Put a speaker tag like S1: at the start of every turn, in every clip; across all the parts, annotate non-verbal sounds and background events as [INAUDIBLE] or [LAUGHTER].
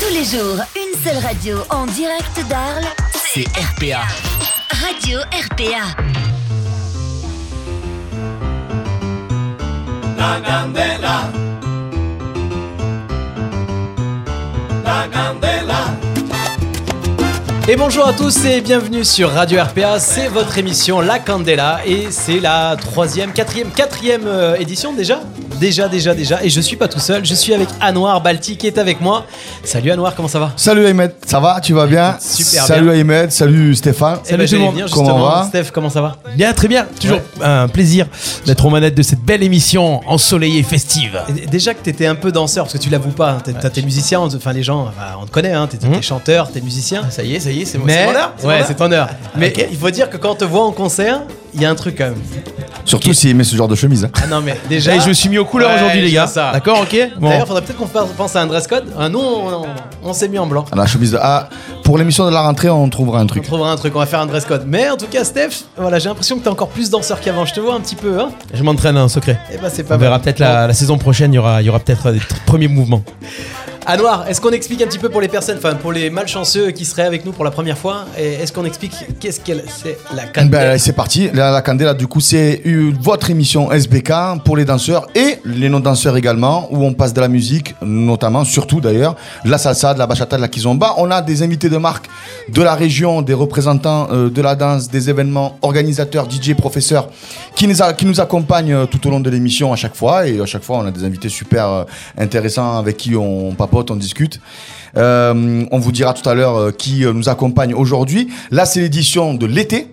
S1: Tous les jours, une seule radio en direct d'Arles.
S2: C'est RPA.
S1: Radio RPA.
S3: La candela. La candela.
S2: Et bonjour à tous et bienvenue sur Radio RPA, c'est votre émission La Candela et c'est la troisième, quatrième, quatrième euh, édition déjà Déjà, déjà, déjà. Et je suis pas tout seul, je suis avec Anouar Balti qui est avec moi. Salut Anouar, comment ça va Eh
S4: Salut Ahmed, ça va Tu vas bien
S2: Super
S4: Salut
S2: bien.
S4: Ahmed, salut Stéphane.
S2: Eh ben,
S5: tout le
S2: j'allais
S5: monde.
S2: venir
S4: Comment
S2: justement.
S4: on va
S2: Steph, comment ça va
S5: Bien, très bien. Toujours un plaisir d'être aux manettes de cette belle émission ensoleillée et festive.
S2: Et Déjà que t'étais un peu danseur, parce que tu l'avoues pas, hein, t'es- t'as- t'es musicien, on- enfin les gens, enfin, on te connaît, hein, t'es t'es chanteur, t'es musicien.
S5: Hum. Ah, Ça y est, ça y est, c'est
S2: Mais,
S5: c'est mon
S2: ouais,
S5: heure. Ah,
S2: c'est ton heure. Mais
S5: ok.
S2: il faut dire que quand on te voit en concert, il y a un truc quand même.
S4: Surtout s'il met ce genre de chemise. hein.
S2: Ah non, mais déjà.
S5: Là, je me suis mis aux couleurs
S2: Ouais,
S5: aujourd'hui, les
S2: je
S5: gars.
S2: vois ça.
S5: D'accord, ok Bon.
S2: D'ailleurs, faudrait peut-être qu'on fasse- pense à un dress code. Ah non, on, on- on s'est mis en blanc.
S4: Ah, La chemise de. Ah, pour l'émission de la rentrée, on trouvera un
S2: On
S4: truc.
S2: trouvera un truc, on va faire un dress code. Mais en tout cas, Steph, voilà, j'ai l'impression que t'es encore plus danseur qu'avant. Je te vois un petit peu, hein.
S5: Je m'entraîne un secret.
S2: Et bah, c'est pas
S5: On verra
S2: mal.
S5: peut-être la, la saison prochaine, il y aura, il y aura peut-être des tr- premiers mouvements.
S2: À Noir, est-ce qu'on explique un petit peu pour les personnes, enfin pour les malchanceux qui seraient avec nous pour la première fois, et est-ce qu'on explique qu'est-ce qu'elle c'est
S5: Bah,
S2: la candela
S4: Ben, c'est parti. La, la Candela, du coup, c'est une- votre émission SBK pour les danseurs et les non-danseurs également, où on passe de la musique, notamment, surtout d'ailleurs, de la salsa, de la bachata, de la kizomba. On a des invités de marque de la région, des représentants euh, de la danse, des événements, organisateurs, DJ, professeurs, qui nous, a- qui nous accompagnent euh, tout au long de l'émission à chaque fois. Et à chaque fois, on a des invités super euh, intéressants avec qui on papote, on discute. Euh, on vous dira tout à l'heure euh, qui euh, nous accompagne aujourd'hui. Là, c'est l'édition de l'été.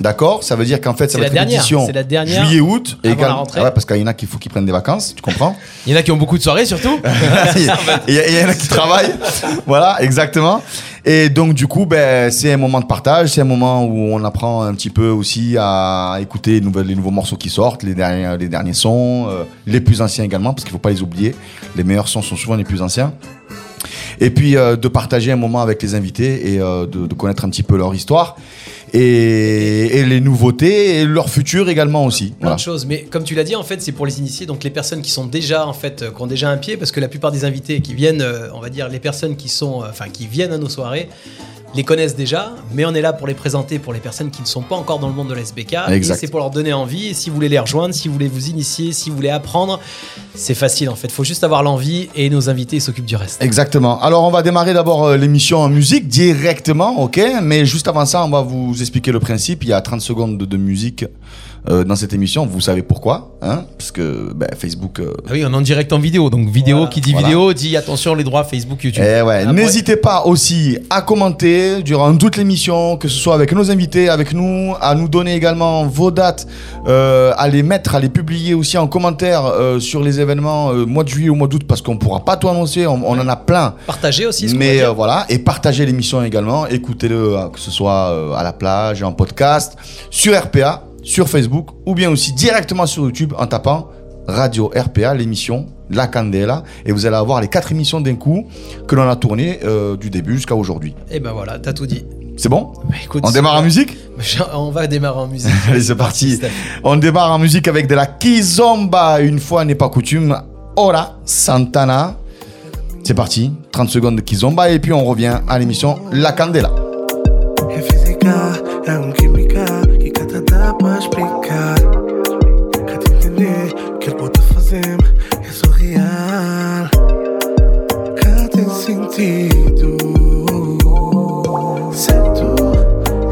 S4: D'accord Ça veut dire qu'en fait, ça
S2: C'est
S4: va
S2: la
S4: être
S2: dernière,
S4: l'édition
S2: c'est la dernière
S4: juillet-août.
S2: avant
S4: également-
S2: la rentrée.
S4: Ah ouais, parce qu'il y en a qu'il faut qu'ils prennent des vacances, tu comprends
S5: Il y en a qui ont beaucoup de soirées
S2: [LAUGHS]
S5: surtout.
S4: [LAUGHS] Il y a- il y, a- il y en a qui travaillent. voilà, exactement. Et donc, du coup, ben, c'est un moment de partage, c'est un moment où on apprend un petit peu aussi à écouter les, nouvelles- les nouveaux morceaux qui sortent, les derniers, les derniers sons, euh, les plus anciens également, parce qu'il ne faut pas les oublier. Les meilleurs sons sont souvent les plus anciens. Et puis euh, de partager un moment avec les invités et euh, de, de connaître un petit peu leur histoire et, et les nouveautés et leur futur également aussi.
S2: Plein
S4: Voilà.
S2: de choses, mais comme tu l'as dit, en fait, c'est pour les initiés, donc les personnes qui sont déjà, en fait, euh, qui ont déjà un pied, parce que la plupart des invités qui viennent, euh, on va dire, les personnes qui sont, euh, enfin, qui viennent à nos soirées, les connaissent déjà, mais on est là pour les présenter pour les personnes qui ne sont pas encore dans le monde de l'SBK. Et
S4: Exact.
S2: c'est pour leur donner envie. Et si vous voulez les rejoindre, si vous voulez vous initier, si vous voulez apprendre, c'est facile en fait. Faut juste avoir l'envie et nos invités s'occupent du reste.
S4: Exactement. Alors on va démarrer d'abord euh, l'émission en musique directement, ok Mais juste avant ça, on va vous expliquer le principe. Il y a 30 secondes de, de musique euh, dans cette émission. Vous savez pourquoi, hein Parce que ben, Facebook... euh,
S5: Ah oui, on est en direct en vidéo. Donc vidéo
S2: Voilà.
S5: qui dit
S4: Voilà.
S5: vidéo dit attention les droits Facebook, YouTube.
S4: Eh ouais,
S2: Ah,
S4: n'hésitez pas aussi à commenter durant toute l'émission, que ce soit avec nos invités, avec nous, à nous donner également vos dates, euh, à les mettre, à les publier aussi en commentaire euh, sur les événements euh, mois de juillet ou mois d'août, parce qu'on pourra pas tout annoncer, on, on en a plein.
S2: Partagez aussi. Ce qu'on va
S4: Mais
S2: dire.
S4: euh, voilà, et partagez l'émission également, écoutez-le, euh, que ce soit euh, à la plage, en podcast, sur RPA, sur Facebook, ou bien aussi directement sur YouTube en tapant Radio RPA, l'émission La Candela, et vous allez avoir les quatre émissions d'un coup que l'on a tournées euh, du début jusqu'à aujourd'hui.
S2: Et ben voilà, t'as tout dit.
S4: C'est bon
S2: Bah, écoute,
S4: On démarre en
S2: [LAUGHS]
S4: musique
S2: On va démarrer en musique.
S4: [LAUGHS] Allez, c'est parti. On démarre en musique avec de la Kizomba, une fois n'est pas coutume. Hola Santana. C'est parti, 30 secondes de Kizomba et puis on revient à l'émission La Candela.
S6: É física, é um química que cada dá pra explicar. Cada entender que eu pude fazer é só real. Cada sentido certo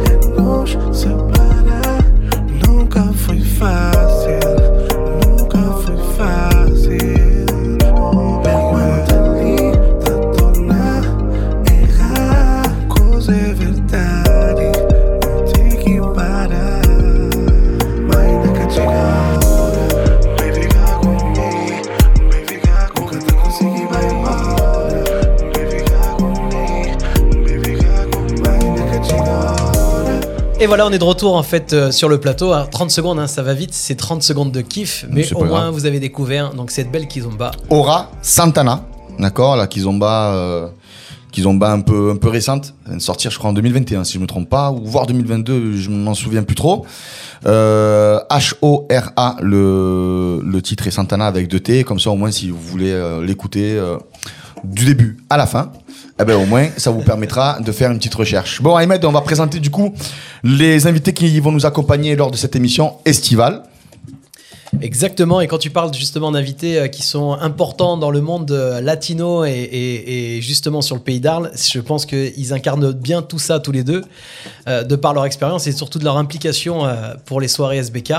S6: é nos separar. Nunca foi fácil, nunca foi fácil. Aguanta ali, tá torna errar. Coisa é verdade, não tem que parar. Mas nunca chega a hora, vai ficar comigo, vai ficar com quem não consegui vai embora. Vai ficar comigo, vai ficar com mas nunca chega a hora.
S2: Et voilà, on est de retour en fait euh, sur le plateau. Alors, 30 secondes, hein, ça va vite, c'est 30 secondes de kiff, mais
S4: c'est
S2: au
S4: pas
S2: moins
S4: grave.
S2: vous avez découvert donc cette belle kizomba.
S4: Aura Santana, d'accord, la Kizomba, euh, Kizomba un peu, un peu récente, Elle vient de sortir je crois en 2021 si je me trompe pas, ou voire 2022, je m'en souviens plus trop. Euh, H-O-R-A, le, le titre est Santana avec deux T, comme ça au moins si vous voulez euh, l'écouter euh, du début à la fin. Eh ben, au moins, ça vous permettra de faire une petite recherche. Bon, Ahmed, on va présenter du coup les invités qui vont nous accompagner lors de cette émission estivale.
S2: Exactement, et quand tu parles justement d'invités euh, qui sont importants dans le monde euh, latino et, et- et justement sur le pays d'Arles, je pense qu'ils incarnent bien tout ça tous les deux, euh, de par leur expérience et surtout de leur implication euh, pour les soirées SBK.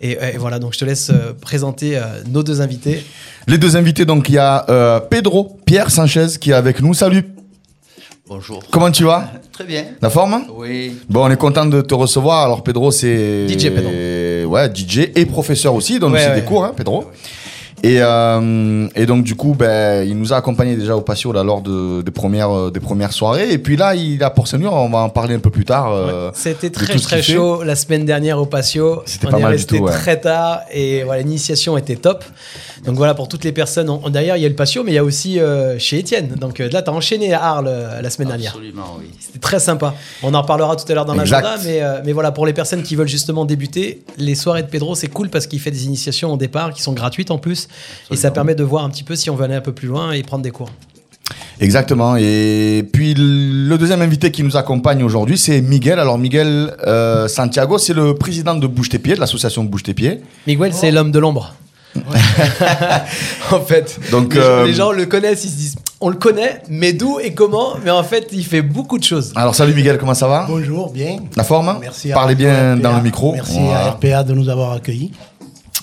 S2: Et, et voilà, donc je te laisse euh, présenter euh, nos deux invités.
S4: Les deux invités, donc, il y a euh, Pedro Pierre Sanchez qui est avec nous. Salut,
S7: Bonjour.
S4: comment tu vas
S7: Très bien.
S4: La forme
S7: Oui.
S4: Bon, on est content de te recevoir. Alors, Pedro, c'est.
S2: DJ Pedro.
S4: Ouais, DJ et professeur aussi, donc
S2: Ouais,
S4: c'est
S2: ouais.
S4: des cours, hein, Pedro. Et, euh, et donc, du coup, ben, il nous a accompagnés déjà au patio là, lors de, des, premières, euh, des premières soirées. Et puis là, il a pour senior, on va en parler un peu plus tard. euh,
S2: C'était
S4: de
S2: très
S4: tout ce
S2: très
S4: qu'il fait.
S2: chaud la semaine dernière au patio.
S4: C'était
S2: on
S4: pas
S2: est
S4: mal du
S2: resté
S4: tout, ouais.
S2: très tard et voilà, l'initiation était top. Donc voilà pour toutes les personnes. On- on- D'ailleurs, il y a le patio, mais il y a aussi euh, chez Étienne. Donc euh, là, t'as enchaîné à Arles euh, la semaine dernière.
S7: Absolument, oui.
S2: C'était très sympa. On en reparlera tout à l'heure dans
S4: Exact.
S2: l'agenda, mais, euh, mais voilà, pour les personnes qui veulent justement débuter, les soirées de Pedro, c'est cool parce qu'il fait des initiations au départ qui sont gratuites en plus, et ça permet de voir un petit peu si on veut aller un peu plus loin et prendre des cours.
S4: Exactement. Et puis le deuxième invité qui nous accompagne aujourd'hui, c'est Miguel. Alors Miguel euh, Santiago, c'est le président de Bouche tes pieds, de l'association Bouche tes pieds.
S2: Miguel, c'est l'homme de l'ombre. [LAUGHS] en fait,
S4: Donc,
S2: les, gens-
S4: euh,
S2: les gens le connaissent, ils se disent on le connaît, mais d'où et comment Mais en fait, il fait beaucoup de choses.
S4: Alors salut Miguel, comment ça va
S8: Bonjour, bien.
S4: La forme
S8: Merci à
S4: Parlez bien
S8: RPA.
S4: dans le micro.
S8: Merci à
S4: Voilà.
S8: RPA de nous avoir accueillis.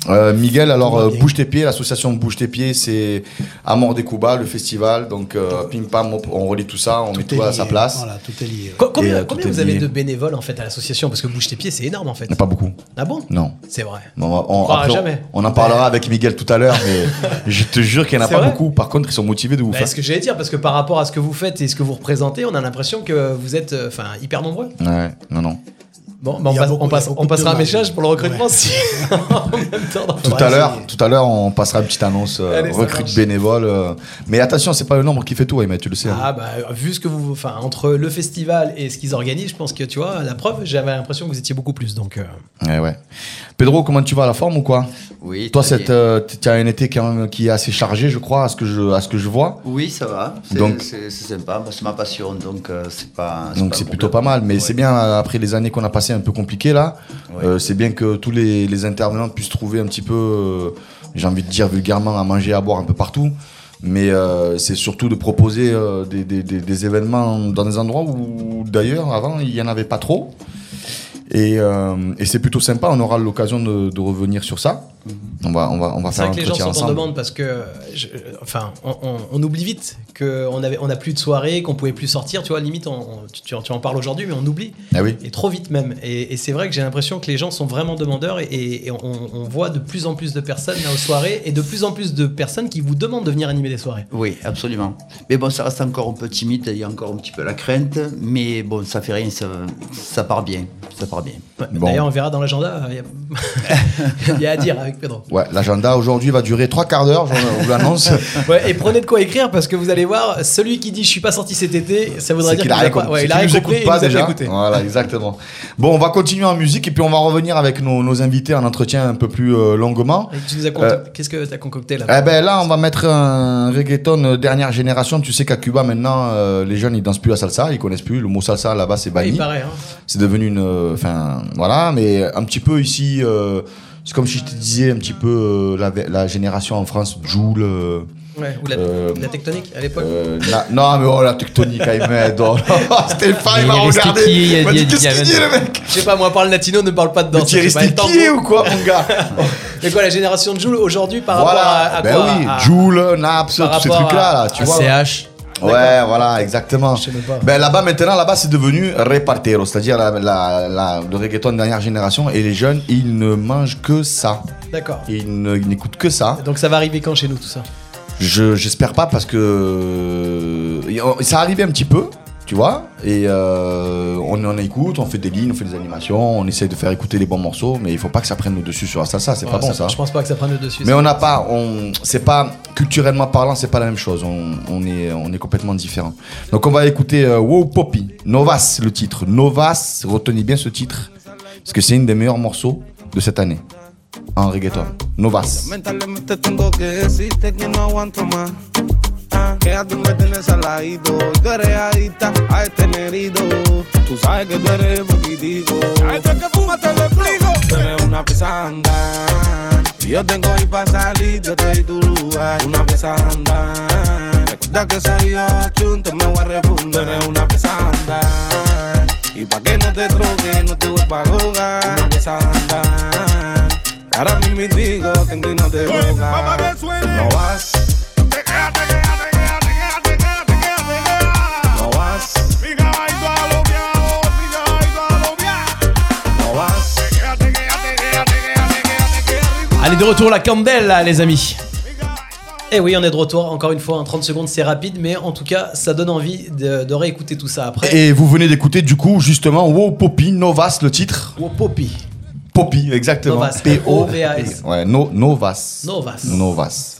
S4: Euh, Miguel, alors
S8: Tout va
S4: euh,
S8: bien.
S4: Bouche tes pieds, l'association Bouche tes pieds, c'est Amor des Cuba, le festival. Donc euh, pim pam, on- on relie tout ça, on met tout
S8: est
S4: à
S8: lié.
S4: sa place.
S8: Voilà, tout est lié.
S2: Co- combien
S4: Et, euh,
S2: combien
S4: tout est
S2: vous avez
S4: lié.
S2: de bénévoles en fait à l'association Parce que bouge tes pieds, c'est énorme en fait.
S4: Pas beaucoup.
S2: Ah bon
S4: Non.
S2: C'est vrai.
S4: Bon, on,
S2: croira
S4: après, on-
S2: jamais.
S4: on en parlera avec Miguel tout à l'heure, mais je te jure qu'il n'y en a
S2: C'est
S4: pas
S2: vrai
S4: beaucoup. Par contre, ils sont motivés de vous
S2: Bah,
S4: faire.
S2: ce que j'allais dire, parce que par rapport à ce que vous faites et ce que vous représentez, on a l'impression que vous êtes euh, enfin hyper nombreux.
S4: Ouais, non, non.
S2: Bon,
S8: Il
S2: bah, on,
S8: y a
S2: passe-
S8: beaucoup- il
S2: on
S8: y a
S2: passe-
S8: beaucoup
S2: on passera un
S8: de demandes.
S2: message pour le recrutement
S8: Ouais.
S2: si. [LAUGHS] en même temps, dans-
S4: Tout
S8: Ouais,
S4: à
S8: c'est-
S4: l'heure, tout à l'heure, on passera une petite annonce euh,
S2: Allez, ça
S4: recrute
S2: marche.
S4: bénévole. euh, mais attention, c'est pas le nombre qui fait tout, Ahmed, tu le sais. hein.
S2: Ah bah vu ce que vous, enfin entre le festival et ce qu'ils organisent, je pense que tu vois la preuve. J'avais l'impression que vous étiez beaucoup plus. Donc euh,
S4: Ouais, ouais. Pedro, comment tu vas à la forme ou quoi
S7: Oui.
S4: Toi,
S7: très
S4: cette,
S7: bien.
S4: euh, t- tu as un été quand même qui est assez chargé, je crois, à ce que je, à ce que je vois.
S7: Oui, ça va. C'est
S4: Donc-
S7: c'est- c'est sympa. Moi, C'est ma passion, donc euh, c'est
S2: Ah,
S7: pas.
S4: Donc
S7: un
S4: c'est
S7: problème.
S4: plutôt pas mal, mais
S7: Ouais.
S4: c'est bien euh, après les années qu'on a passées un peu compliquées là.
S7: Ouais.
S4: euh, c'est bien que tous les, les intervenants puissent trouver un petit peu, euh, j'ai envie de dire vulgairement, à manger, à boire un peu partout. Mais euh, c'est surtout de proposer euh, des, des- des- des événements dans des endroits où d'ailleurs avant il y en avait pas trop. Et, euh, et c'est plutôt sympa. On aura l'occasion de, de revenir sur ça. On va on va on va
S2: Mhm. c'est
S4: faire
S2: vrai
S4: un
S2: que les gens
S4: entretien
S2: sont en
S4: ensemble.
S2: demande parce que, euh, je- enfin, on, on- on oublie vite que on avait, on a plus de soirée, qu'on pouvait plus sortir. Tu vois, limite, on- on- tu, tu en- tu en parles aujourd'hui, mais on oublie
S4: Ah oui.
S2: et trop vite même. Et, et c'est vrai que j'ai l'impression que les gens sont vraiment demandeurs et, et- et on, on voit de plus en plus de personnes là aux soirées et de plus en plus de personnes qui vous demandent de venir animer des soirées.
S7: Oui, absolument. Mais bon, ça reste encore un peu timide. Il y a encore un petit peu la crainte, mais bon, ça fait rien. Ça, ça part bien. Ça part bien.
S2: Ouais,
S4: Bon.
S2: D'ailleurs, on verra dans l'agenda. Il y a- [LAUGHS] il y a à dire avec Pedro.
S4: Ouais, l'agenda aujourd'hui va durer trois quarts d'heure, je vous
S2: [LAUGHS]
S4: l'annonce.
S2: Ouais, et prenez de quoi écrire parce que vous allez voir, celui qui dit je suis pas sorti cet été, ça voudra
S4: C'est
S2: dire
S4: qu'il a
S2: nous
S4: rien
S2: pas-
S4: compris.
S2: ouais,
S4: C'est
S2: il a
S4: qu'il
S2: rien
S4: nous écoute
S2: compris, il nous
S4: pas
S2: a déjà
S4: déjà.
S2: écouté.
S4: Voilà, exactement. Bon, on va continuer en musique et puis on va revenir avec nos, nos invités en entretien un peu plus euh, longuement.
S2: Et tu nous as conco-
S4: Euh,
S2: Qu'est-ce que t'as concocté là
S4: Eh ben là, on va mettre un reggaeton euh, dernière génération. Tu sais qu'à Cuba maintenant, euh, les jeunes ils dansent plus la salsa, ils connaissent plus le mot salsa là-bas, c'est
S2: Il
S4: banni.
S2: paraît. hein.
S4: c'est devenu une, euh, enfin voilà, mais un petit peu ici, euh, c'est comme si je te disais un petit peu euh, la, la génération en France, Joule. euh,
S2: Ouais, ou la,
S4: Euh,
S2: la tectonique à l'époque.
S4: euh, na- non, mais oh la tectonique, Ahmed. Oh, là, [LAUGHS] Stéphane, il
S5: Il
S4: m'a
S5: est resté
S4: regardé.
S5: qui, il y a-
S4: Il m'a
S5: il y a-
S4: dit qu'est-ce
S5: il y a
S4: qu'il dit, le
S5: 20.
S4: mec
S2: Je sais pas, moi parle latino, ne parle pas de
S4: Mais
S2: danse.
S4: tu es
S2: je sais pas,
S4: resté
S2: le tango.
S4: qui ou quoi, mon gars
S2: Mais quoi, la génération de Jules aujourd'hui [LAUGHS] par rapport à,
S4: Voilà,
S2: à
S4: ben
S2: quoi
S4: oui,
S2: À-
S4: Joule, Naps,
S2: par
S4: tous ces
S2: rapport
S4: trucs-là,
S2: à-
S4: là, tu vois. Ouais,
S5: CH.
S4: voilà, exactement.
S2: Je sais même pas.
S4: Ben là-bas, maintenant, là-bas, c'est devenu repartero, c'est-à-dire la- la- la- le reggaeton de dernière génération et les jeunes, ils ne mangent que ça.
S2: D'accord.
S4: Ils ne- ils n'écoutent que ça.
S2: Donc ça va arriver quand chez nous tout ça
S4: Je j'espère pas parce que euh, ça arrivait un petit peu, tu vois. Et euh, on en écoute, on fait des lignes, on fait des animations, on essaye de faire écouter les bons morceaux, mais il faut pas que ça prenne le dessus sur la salsa, c'est
S2: Ouais,
S4: pas bon Ah, ça.
S2: Je pense pas que ça prenne le dessus.
S4: Mais
S2: ça.
S4: on n'a pas, on c'est pas culturellement parlant, c'est pas la même chose. On, on est on est complètement différent. Donc on va écouter euh, Wow Poppy, Novas le titre, Novas, retenez bien ce titre parce que c'est une des meilleurs morceaux de cette année en reggaeton. Novas.
S6: Lamentablemente tengo que decirte que no aguanto más. ah. Que a ti me tienes al ladito. Tú eres adicta a este herido. Tú sabes que tú eres poquitico. A esto que fuma te lo explico. Tú eres una pesanda. Yo tengo ahí para salir, yo te doy tu lugar. Una pesanda. Recuerda que soy yo, chun, te me voy a refundar. Tú eres una pesanda. Y pa' que no te troques, no te vuelvas a jugar. Una pesanda. Ahora mismo digo, tengo y no te rogas. No vas. No vas. No vas.
S5: Allez, de retour la candelle, là, les amis.
S2: Et Eh oui, on est de retour. Encore une fois, en 30 secondes, c'est rapide, mais en tout cas, ça donne envie de, de réécouter tout ça après.
S4: Et vous venez d'écouter du coup justement Wow Poppy, Novas le titre.
S2: Wow, Poppy,
S4: Poppy, exactement.
S2: Novas,
S5: E
S4: P-O-
S2: P-O-V-A-S.
S4: Ouais, no- Novas.
S2: Novas.
S4: Novas.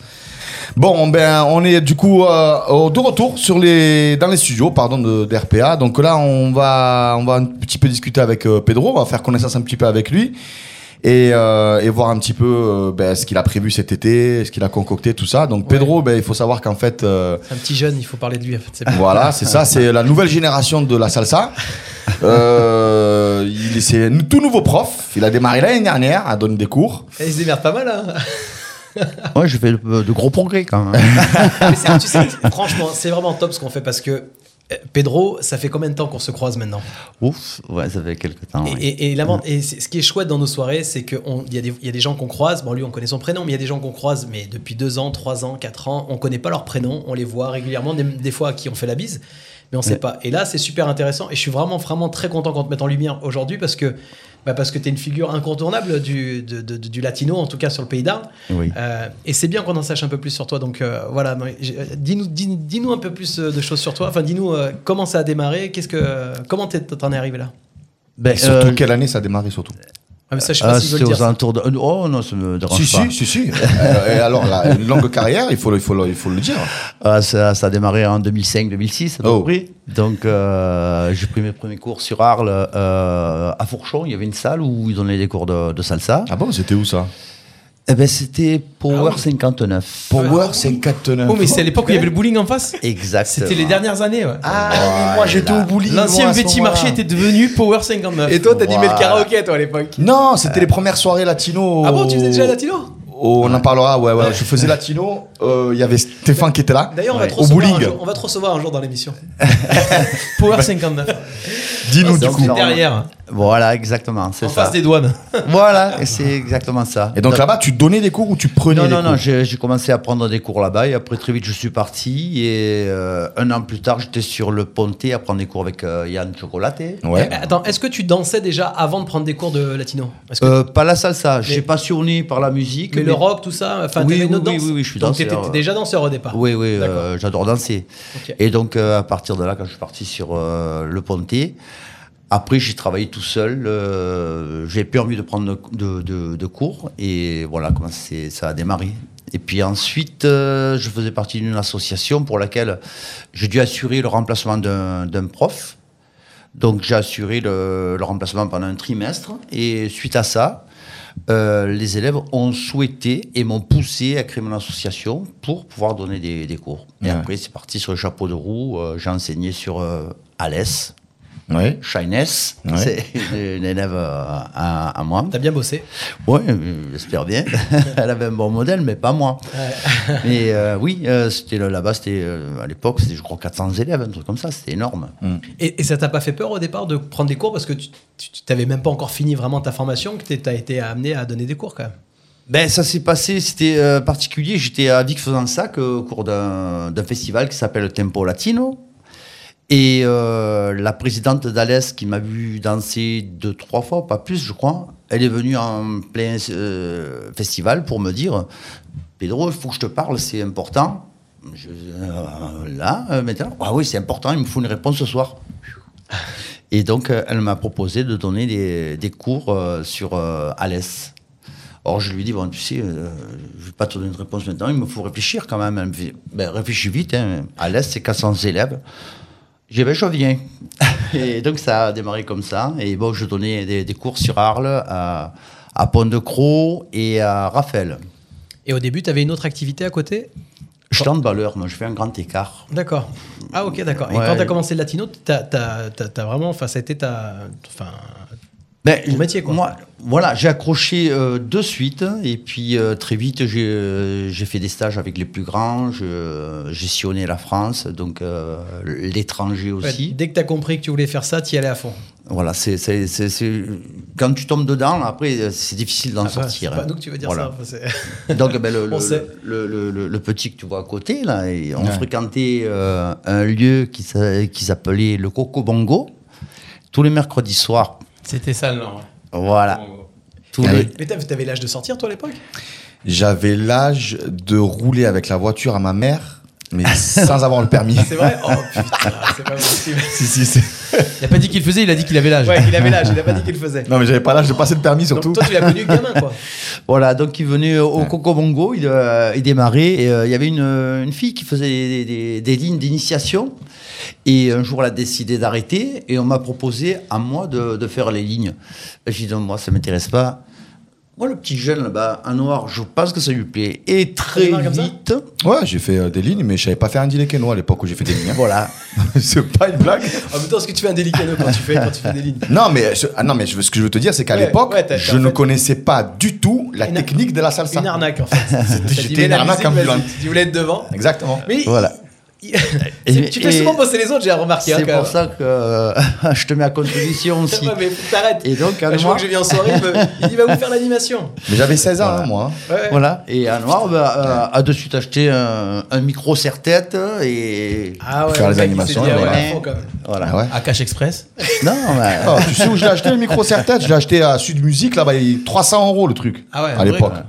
S4: Bon, ben, on est du coup euh, au- de retour sur les, dans les studios pardon, de, d'RPA. Donc là, on va, on va un petit peu discuter avec euh, Pedro, on va faire connaissance un petit peu avec lui et, euh, et voir un petit peu euh, ben, ce qu'il a prévu cet été, ce qu'il a concocté, tout ça. Donc Pedro, ben, il faut savoir qu'en fait, euh,
S2: C'est un petit jeune, il faut parler de lui. En fait. c'est bon.
S4: voilà, c'est ça, c'est la nouvelle génération de la salsa. Euh, il- c'est un tout nouveau prof. Il a démarré l'année dernière à donner des cours.
S2: Et il se démerde pas mal.
S5: [LAUGHS]
S2: Hein.
S7: Ouais, je fais euh, de de gros progrès quand même.
S2: Mais c'est- tu sais, franchement, c'est vraiment top ce qu'on fait parce que euh, Pedro, ça fait combien de temps qu'on se croise maintenant
S7: [LAUGHS] Ouf, ouais, ça fait quelques temps.
S2: Et,
S7: Ah ouais. Mm.
S2: et- et la vente- et c'est- ce qui est chouette dans nos soirées, c'est qu'il y, a des- il y a des gens qu'on croise. Bon, lui, on connaît son prénom, mais il y a des gens qu'on croise, mais depuis deux ans, trois ans, quatre ans, on connaît pas leur prénom. On les voit régulièrement, des, des fois à qui on fait la bise, mais on sait pas. Et là, c'est super intéressant. Et je suis vraiment, vraiment très content qu'on te mette en lumière aujourd'hui parce que. Bah parce que tu es une figure incontournable du, de- de- de- du latino, en tout cas sur le pays d'Arles.
S7: Oui.
S2: Euh, et c'est bien qu'on en sache un peu plus sur toi. Donc euh, voilà, non, j'ai- euh, dis-nous dis, nous un peu plus euh, de choses sur toi. Enfin, dis-nous euh, comment ça a démarré, qu'est-ce que, comment t'es- t'en es arrivé là
S7: Ben,
S4: Et surtout,
S7: euh,
S4: quelle année ça a démarré surtout
S2: Ah, mais ça, je sais pas
S7: ah,
S2: si je veux
S7: C'était
S2: le
S7: aux
S2: dire. ça.
S7: alentours de. Oh non, ça me dérange
S4: Si,
S7: pas.
S4: si, si, si. Euh, et alors, la une longue carrière, il faut, le- il, faut le, il faut le dire.
S7: Ah, ça, ça a démarré en 2005-2006, à peu
S4: Oh.
S7: près. Donc, euh, j'ai pris mes premiers cours sur Arles euh, à Fourchon. Il y avait une salle où ils donnaient des cours de, de salsa.
S4: Ah bon, c'était où ça
S7: Eh ben, c'était Power 59.
S4: Power 549.
S5: Oh, mais c'est à l'époque où il y avait le bowling en face
S7: Exactement.
S5: C'était les dernières années, ouais.
S7: Ah,
S2: Oh,
S7: mais moi j'étais au bowling. moi,
S5: L'ancien
S7: à ce
S5: petit
S7: moment-là.
S5: marché était devenu Power 59.
S2: Et toi, t'animais
S4: Voilà.
S2: le karaoké, toi, à l'époque.
S4: Non, c'était les premières soirées latino.
S2: Ah bon, tu faisais déjà latino
S4: Oh, on en parlera, ouais, ouais. Je faisais latino. euh, Il y avait Stéphane qui était là.
S2: D'ailleurs, on, va
S7: Ouais.
S2: te
S4: Au
S2: recevoir un
S4: bowling.
S2: jour- on va te recevoir un jour dans l'émission.
S5: [LAUGHS]
S2: Power 59.
S4: Dis-nous
S7: Ah,
S4: du
S7: c'est
S4: coup.
S7: bizarre.
S5: Derrière,
S7: Voilà, exactement.
S5: en
S7: C'est ça.
S5: face des douanes.
S7: [LAUGHS] Voilà, et c'est exactement ça.
S4: Et donc là-bas, tu donnais des cours ou tu prenais
S7: Non,
S4: des
S7: non,
S4: cours
S7: non, j'ai j'ai commencé à prendre des cours là-bas et après très vite je suis parti et euh, un an plus tard j'étais sur le Ponté à prendre des cours avec euh, Yann Chocolaté.
S4: Ouais.
S2: Eh, Attends, est-ce que tu dansais déjà avant de prendre des cours de latino Est-ce que-
S7: Euh, pas la salsa, je
S2: Mais-
S7: suis passionné par la musique.
S2: Que le rock, tout ça Enfin,
S7: Oui,
S2: t'avais une
S7: oui,
S2: autre
S7: oui,
S2: danse
S7: oui, oui, je suis
S2: Donc,
S7: danseur,
S2: t'étais t'étais
S7: ouais.
S2: déjà danseur au départ
S7: Oui, oui,
S2: D'accord.
S7: euh, j'adore danser.
S2: Ok.
S7: Et donc euh, à partir de là, quand je suis parti sur euh, le Ponté, après j'ai travaillé tout seul, euh, j'ai plus envie de prendre de, de- de cours et voilà comment c'est- ça a démarré. Et puis ensuite, euh, je faisais partie d'une association pour laquelle j'ai dû assurer le remplacement d'un d'un prof. Donc j'ai assuré le, le remplacement pendant un trimestre et suite à ça, euh, les élèves ont souhaité et m'ont poussé à créer mon association pour pouvoir donner des, des cours. Et
S4: Ouais.
S7: après c'est parti sur le chapeau de roue, euh, j'ai enseigné sur euh, Alès,
S4: Ouais.
S7: Shyness,
S4: Ouais.
S7: [LAUGHS] c'est une, une élève euh, à, à moi.
S2: T'as bien bossé.
S7: Oui, j'espère bien. [LAUGHS] Elle avait un bon modèle, mais pas moi. Mais euh, oui, euh, c'était là- là-bas, c'était euh, à l'époque, c'était je crois 400 élèves, un truc comme ça, c'était énorme.
S4: Mm.
S2: Et, et ça t'a pas fait peur au départ de prendre des cours parce que tu tu- tu t'avais même pas encore fini vraiment ta formation, que t'es- t'as été amené à donner des cours quand même.
S7: Ben, ça s'est passé, c'était euh, particulier. J'étais à Vic faisant ça au cours d'un d'un festival qui s'appelle Tempo Latino. Et euh, la présidente d'Alès, qui m'a vu danser deux, trois fois, pas plus, je crois, elle est venue en plein euh, festival pour me dire Pedro, il faut que je te parle, c'est important. Je, euh, là, euh, maintenant, ah oui, c'est important, il me faut une réponse ce soir. Et donc, euh, elle m'a proposé de donner des, des cours euh, sur euh, Alès. Or, je lui dis, bon, tu sais, euh, je ne vais pas te donner de réponse maintenant, il me faut réfléchir quand même. Elle me dit, ben, réfléchis vite, hein. à l'Est, c'est 400 élèves. J'ai ben, je viens. [LAUGHS] et donc, ça a démarré comme ça. Et bon, je donnais des, des cours sur Arles, à, à Pont-de-Croix et à Raphaël.
S2: Et au début, t'avais une autre activité à côté
S7: Je Je suis handballeur, moi, je fais un grand écart.
S2: D'accord. Ah ok, d'accord. Et
S7: Ouais.
S2: quand t'as commencé le latino, t'as t'as- t'as- t'as vraiment, enfin, ça a été ta, enfin,
S7: Ben,
S2: Ton métier, quoi.
S7: Moi, voilà, j'ai accroché euh, de suite, et puis euh, très vite, j'ai euh, j'ai fait des stages avec les plus grands, je- euh, j'ai sillonné la France, donc euh, l'étranger
S2: ouais,
S7: aussi.
S2: dès que t'as compris que tu voulais faire ça, t'y allais à fond.
S7: Voilà, c'est c'est- c'est- c'est- quand tu tombes dedans, après, euh, c'est difficile d'en
S2: Ah, bah,
S7: sortir.
S2: c'est pas
S7: hein.
S2: nous que tu veux dire
S7: Voilà.
S2: ça. enfin, c'est- [LAUGHS]
S7: Donc, ben, le,
S2: On
S7: le-
S2: sait.
S7: le- le- le- le petit que tu vois à côté, là, et on
S4: Ouais.
S7: fréquentait euh, un lieu qui s'a- qui s'appelait le Coco Bongo, tous les mercredis soirs.
S5: C'était ça le nom.
S7: Voilà. Tous
S4: Ah
S7: les-
S4: oui.
S2: Mais t'avais t'avais l'âge de sortir toi à l'époque
S4: J'avais l'âge de rouler avec la voiture à ma mère,
S2: [LAUGHS]
S4: mais sans avoir le permis.
S2: C'est vrai Oh putain, c'est pas possible.
S4: si, si, si.
S5: Il a pas dit qu'il faisait, il a dit qu'il avait l'âge.
S2: Ouais, il avait l'âge, il a pas dit qu'il le faisait.
S4: Non, mais j'avais pas l'âge de passer le permis surtout.
S2: Donc toi, tu l'as connu gamin quoi.
S7: Voilà, donc il venait au Coco Bongo, il, euh, il démarrait, et euh, il y avait une, euh, une fille qui faisait des, des- des lignes d'initiation, et un jour elle a décidé d'arrêter, et on m'a proposé à moi de, de faire les lignes. Et J'ai dit, non, moi ça m'intéresse pas. Moi, le petit jeune là-bas, en noir, je pense que ça lui plaît. Et très
S2: démarre comme ça
S7: vite,
S4: Ouais, j'ai fait euh, des lignes, mais je savais pas faire un dilékeno à l'époque où j'ai fait des lignes. hein.
S7: voilà,
S4: c'est pas une blague.
S2: En même temps, est-ce que tu fais un délicano quand tu fais, quand tu fais des lignes
S4: Non, mais, ce, ah non, mais je veux- ce que je veux te dire, c'est qu'à
S2: Ouais,
S4: l'époque,
S2: ouais, t'as- t'as
S4: je
S2: en
S4: ne
S2: fait-
S4: connaissais pas du tout la
S2: Une ar-
S4: technique de la salsa.
S2: Une arnaque en fait. T'as dit,
S4: J'étais
S2: mets
S4: une
S2: la
S4: arnaque
S2: musique, vas-y,
S4: ambulante.
S2: Tu voulais être devant.
S4: Exactement.
S2: Mais [LAUGHS]
S7: voilà.
S2: tu, tu fais
S7: Et-
S2: souvent bosser les autres, j'ai remarqué. hein,
S7: C'est
S2: quand
S7: pour
S2: même.
S7: ça que euh, [LAUGHS] je te mets
S2: [LAUGHS]
S7: à contribution aussi.
S2: Ouais, mais faut que t'arrêtes.
S7: Et donc,
S2: Bah,
S7: un
S2: je vois
S7: noir,
S2: que je viens en soirée, il, me- il dit va vous faire l'animation.
S4: Mais j'avais 16 ans, hein, moi.
S2: Ouais, ouais.
S7: Voilà. Et à Noir bah, euh, a de suite acheté un, un micro serre-tête et.
S2: Ah ouais,
S4: Faire
S2: le
S4: les
S2: mec, il s'est
S4: animations,
S2: dit, ah ouais,
S4: ouais.
S2: à fond, quand même.
S7: Voilà.
S4: Ah ouais.
S5: À Cash Express.
S7: Non, ouais.
S4: Ah, tu sais où je l'ai acheté, le micro serre-tête Je l'ai acheté à Sud Musique, là-bas, il- 300 euros le truc.
S2: Ah ouais,
S4: à
S2: vrai,
S4: l'époque.
S2: ouais.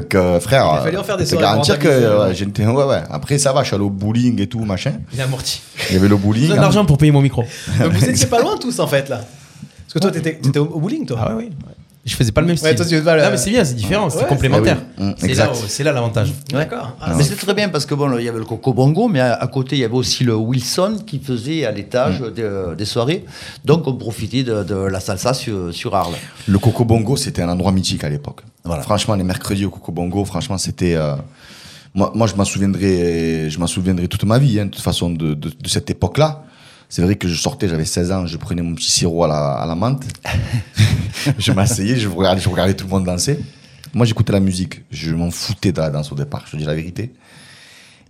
S4: Donc, euh, frère,
S2: Il a fallu en faire des
S4: je te
S2: soirées pour
S4: garantir que
S2: rentabiliser,
S4: ouais,
S2: ouais.
S4: j'étais. Ouais, ouais. Après, ça va, je suis allé au bowling et tout, machin.
S5: Il a amorti.
S4: Il y avait le bowling.
S5: J'ai
S4: hein.
S5: de l'argent pour payer mon micro.
S2: Mais vous étiez pas loin tous en fait là. Parce que toi, t'étais t'étais au, au bowling toi.
S5: Ah ouais, oui. Je faisais pas le même style.
S2: Ouais, toi, tu veux pas le-
S5: Non, mais c'est bien, c'est différent,
S2: Ouais,
S5: c'est
S2: c'est-
S5: complémentaire.
S4: Ah oui. Mm,
S5: C'est
S4: exact.
S5: là où- C'est là l'avantage.
S2: D'accord. Ah,
S7: Mais c'est très bien parce que bon, il y avait le Coco Bongo, mais à, à côté, il y avait aussi le Wilson qui faisait à l'étage
S4: Mm.
S7: de- des soirées. Donc, on profitait de, de la salsa sur, sur Arles.
S4: Le Coco Bongo, c'était un endroit mythique à l'époque. Franchement, les mercredis au Coco Bongo, franchement, c'était. euh, Moi, moi, je m'en souviendrai, je m'en souviendrai toute ma vie, hein, de toute façon, de, de- de cette époque-là. C'est vrai que je sortais, j'avais 16 ans, je prenais mon petit sirop à la, à la menthe. [LAUGHS] je m'asseyais, je regardais, je regardais tout le monde danser. Moi, j'écoutais la musique. Je m'en foutais de la danse au départ, je te dis la vérité.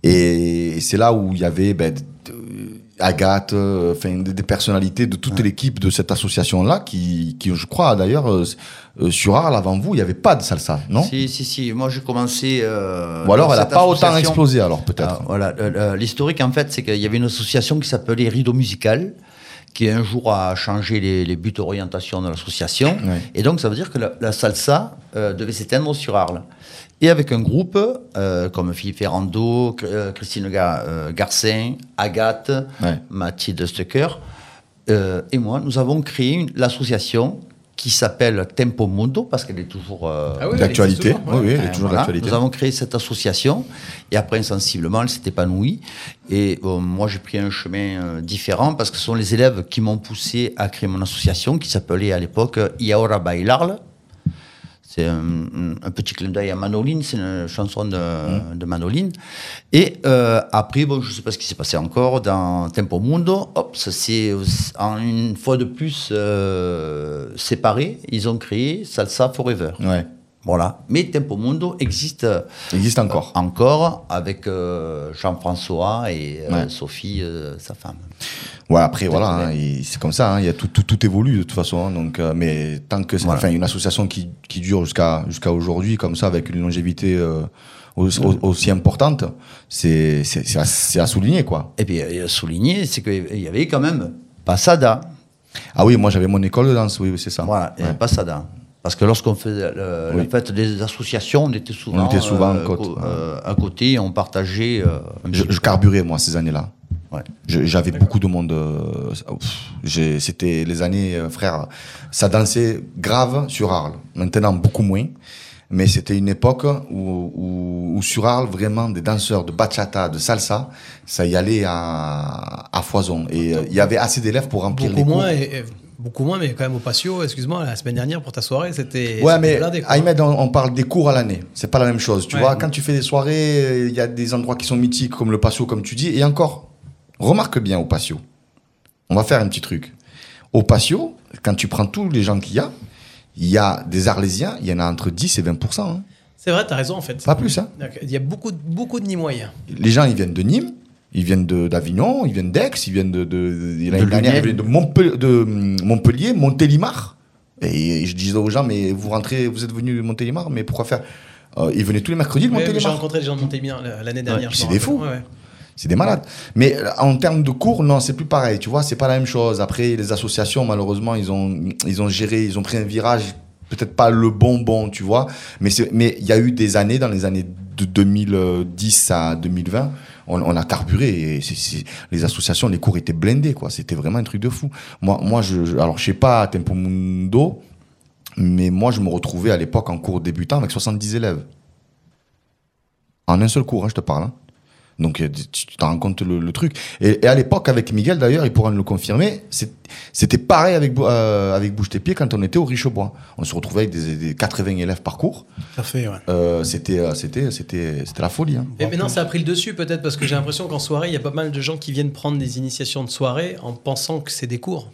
S4: Et c'est là où il y avait ben, de- de- Agathe, euh, enfin des, des personnalités de toute l'équipe de cette association-là, qui, qui, je crois d'ailleurs, euh, s- euh, sur Arles, avant vous, il n'y avait pas de salsa, non
S7: Si, si, si. Moi, j'ai commencé. euh,
S4: Ou alors
S7: dans
S4: elle n'a
S7: cette
S4: pas autant
S7: association.
S4: explosé, alors
S7: Ah,
S4: peut-être.
S7: voilà, le- le- l'historique en fait, c'est qu'il y avait une association qui s'appelait Rideau Musical, qui un jour a changé les, les buts orientation de l'association.
S4: Ouais.
S7: Et donc ça veut dire que la, la salsa euh, devait s'éteindre sur Arles. Et avec un groupe euh, comme Philippe Ferrando, Cr- euh, Christine Ga- euh, Garcin, Agathe,
S4: Ouais.
S7: Mathilde Stucker euh, et moi, nous avons créé une- l'association qui s'appelle Tempo Mundo, parce qu'elle est toujours euh,
S2: Ah oui,
S4: d'actualité.
S2: elle existe
S4: Oui, oui, elle est
S7: euh,
S4: toujours
S7: voilà,
S4: d'actualité.
S7: Nous avons créé cette association et après, sensiblement, elle s'est épanouie. Et euh, moi, j'ai pris un chemin euh, différent parce que ce sont les élèves qui m'ont poussé à créer mon association qui s'appelait à l'époque euh, Y ahora Bailarle. C'est un, un petit clin d'œil à Manoline, c'est une chanson de,
S4: Mmh.
S7: de Manoline. Et euh, après, bon, je ne sais pas ce qui s'est passé encore, dans Tempo Mundo, hop, ça s'est aussi- en une fois de plus euh, séparé. Ils ont créé Salsa Forever.
S4: Ouais.
S7: Voilà. Mais Tempo Mundo existe euh,
S4: Il existe encore.
S7: encore avec euh, Jean-François et euh,
S4: Ouais.
S7: Sophie, euh, sa femme.
S4: Ouais, après, voilà, hein, il- c'est comme ça, hein, il y a tout, tout, tout évolue de toute façon. hein, donc, euh, mais tant que c'est
S7: Voilà.
S4: enfin, une association qui, qui dure jusqu'à jusqu'à aujourd'hui, comme ça, avec une longévité euh, au- au- aussi importante, c'est c'est- c'est à, c'est à souligner, quoi.
S7: Et puis, euh, souligner, c'est qu'il y avait quand même Passada.
S4: Ah oui, moi j'avais mon école de danse, oui, oui, c'est ça.
S7: Voilà, il y avait
S4: Ouais.
S7: Passada. Parce que lorsqu'on faisait le-
S4: Oui.
S7: la fête des associations, on était souvent,
S4: On était souvent
S7: euh,
S4: côte,
S7: co-
S4: ouais.
S7: euh, à côté et on partageait. euh, un
S4: Je,
S7: petit
S4: je
S7: peu.
S4: carburais, moi, ces années-là.
S7: Ouais.
S4: Je- J'avais beaucoup de monde. euh, pff, j'ai- C'était les années, euh, frère, ça dansait grave sur Arles. Maintenant, beaucoup moins. Mais c'était une époque où, où, où sur Arles, vraiment, des danseurs de bachata, de salsa, ça y allait à, à foison. Et euh, il y avait assez d'élèves pour remplir
S2: Beaucoup
S4: les cours.
S2: moins, et, et Beaucoup moins, mais quand même au patio, excuse-moi, la semaine dernière pour ta soirée, c'était.
S4: Ouais,
S2: c'était
S4: mais
S2: blindé, quoi. hein.
S4: Ahmed, on, on parle des cours à l'année. C'est pas la même chose. Tu
S2: Ouais.
S4: vois, quand tu fais des soirées, il y a des endroits qui sont mythiques, comme le patio, comme tu dis. Et encore, remarque bien au patio. On va faire un petit truc. Au patio, quand tu prends tous les gens qu'il y a, il y a des Arlésiens, il y en a entre 10 et 20 hein.
S2: C'est vrai, t'as raison en fait.
S4: Pas plus, hein.
S2: Donc, Il y a beaucoup, de- beaucoup de Nîmois.
S4: Les gens, ils viennent de Nîmes, ils viennent de- d'Avignon, ils viennent d'Aix, ils viennent de. de, de l'année
S7: De
S4: dernière, ils
S7: Lunel.
S4: viennent de, Montpe- de, hum, Montpellier, Montélimar. Et je disais aux gens, mais vous rentrez, vous êtes venus de Montélimar, mais pourquoi faire Euh, Ils venaient tous les mercredis de
S2: Ouais, J'ai
S4: Montélimar.
S2: rencontré des gens de Montélimar euh, l'année dernière.
S4: puis
S2: je me
S4: c'est des
S2: rappelle.
S4: fous.
S2: Ouais, ouais.
S4: C'est des malades. Mais euh, en termes de cours, non, c'est plus pareil. Tu vois, c'est pas la même chose. Après, les associations, malheureusement, ils ont, ils ont géré, ils ont pris un virage, peut-être pas le bon bon, tu vois. Mais c'est- mais il y a eu des années, dans les années de 2010 à 2020, on, on a carburé. Et c'est- c'est- les associations, les cours étaient blindés, quoi. C'était vraiment un truc de fou. Moi, moi, je, je- alors je sais pas à Tempo Mundo, mais moi, je me retrouvais à l'époque en cours débutant avec 70 élèves. En un seul cours, hein, je te parle. hein. Donc euh, tu tu t'en rends compte le, le truc. Et, et à l'époque avec Miguel d'ailleurs, il pourra nous le confirmer, c'est- c'était pareil avec Bou- euh, avec Bouche tes pieds quand on était au Richebois. On se retrouvait avec des, des 80 élèves par cours.
S8: Ça fait, ouais.
S4: Euh, c'était euh, c'était c'était c'était la folie. hein.
S2: Et maintenant, ça a pris le dessus peut-être parce que j'ai l'impression qu'en soirée, il y a pas mal de gens qui viennent prendre des initiations de soirée en pensant que c'est des cours.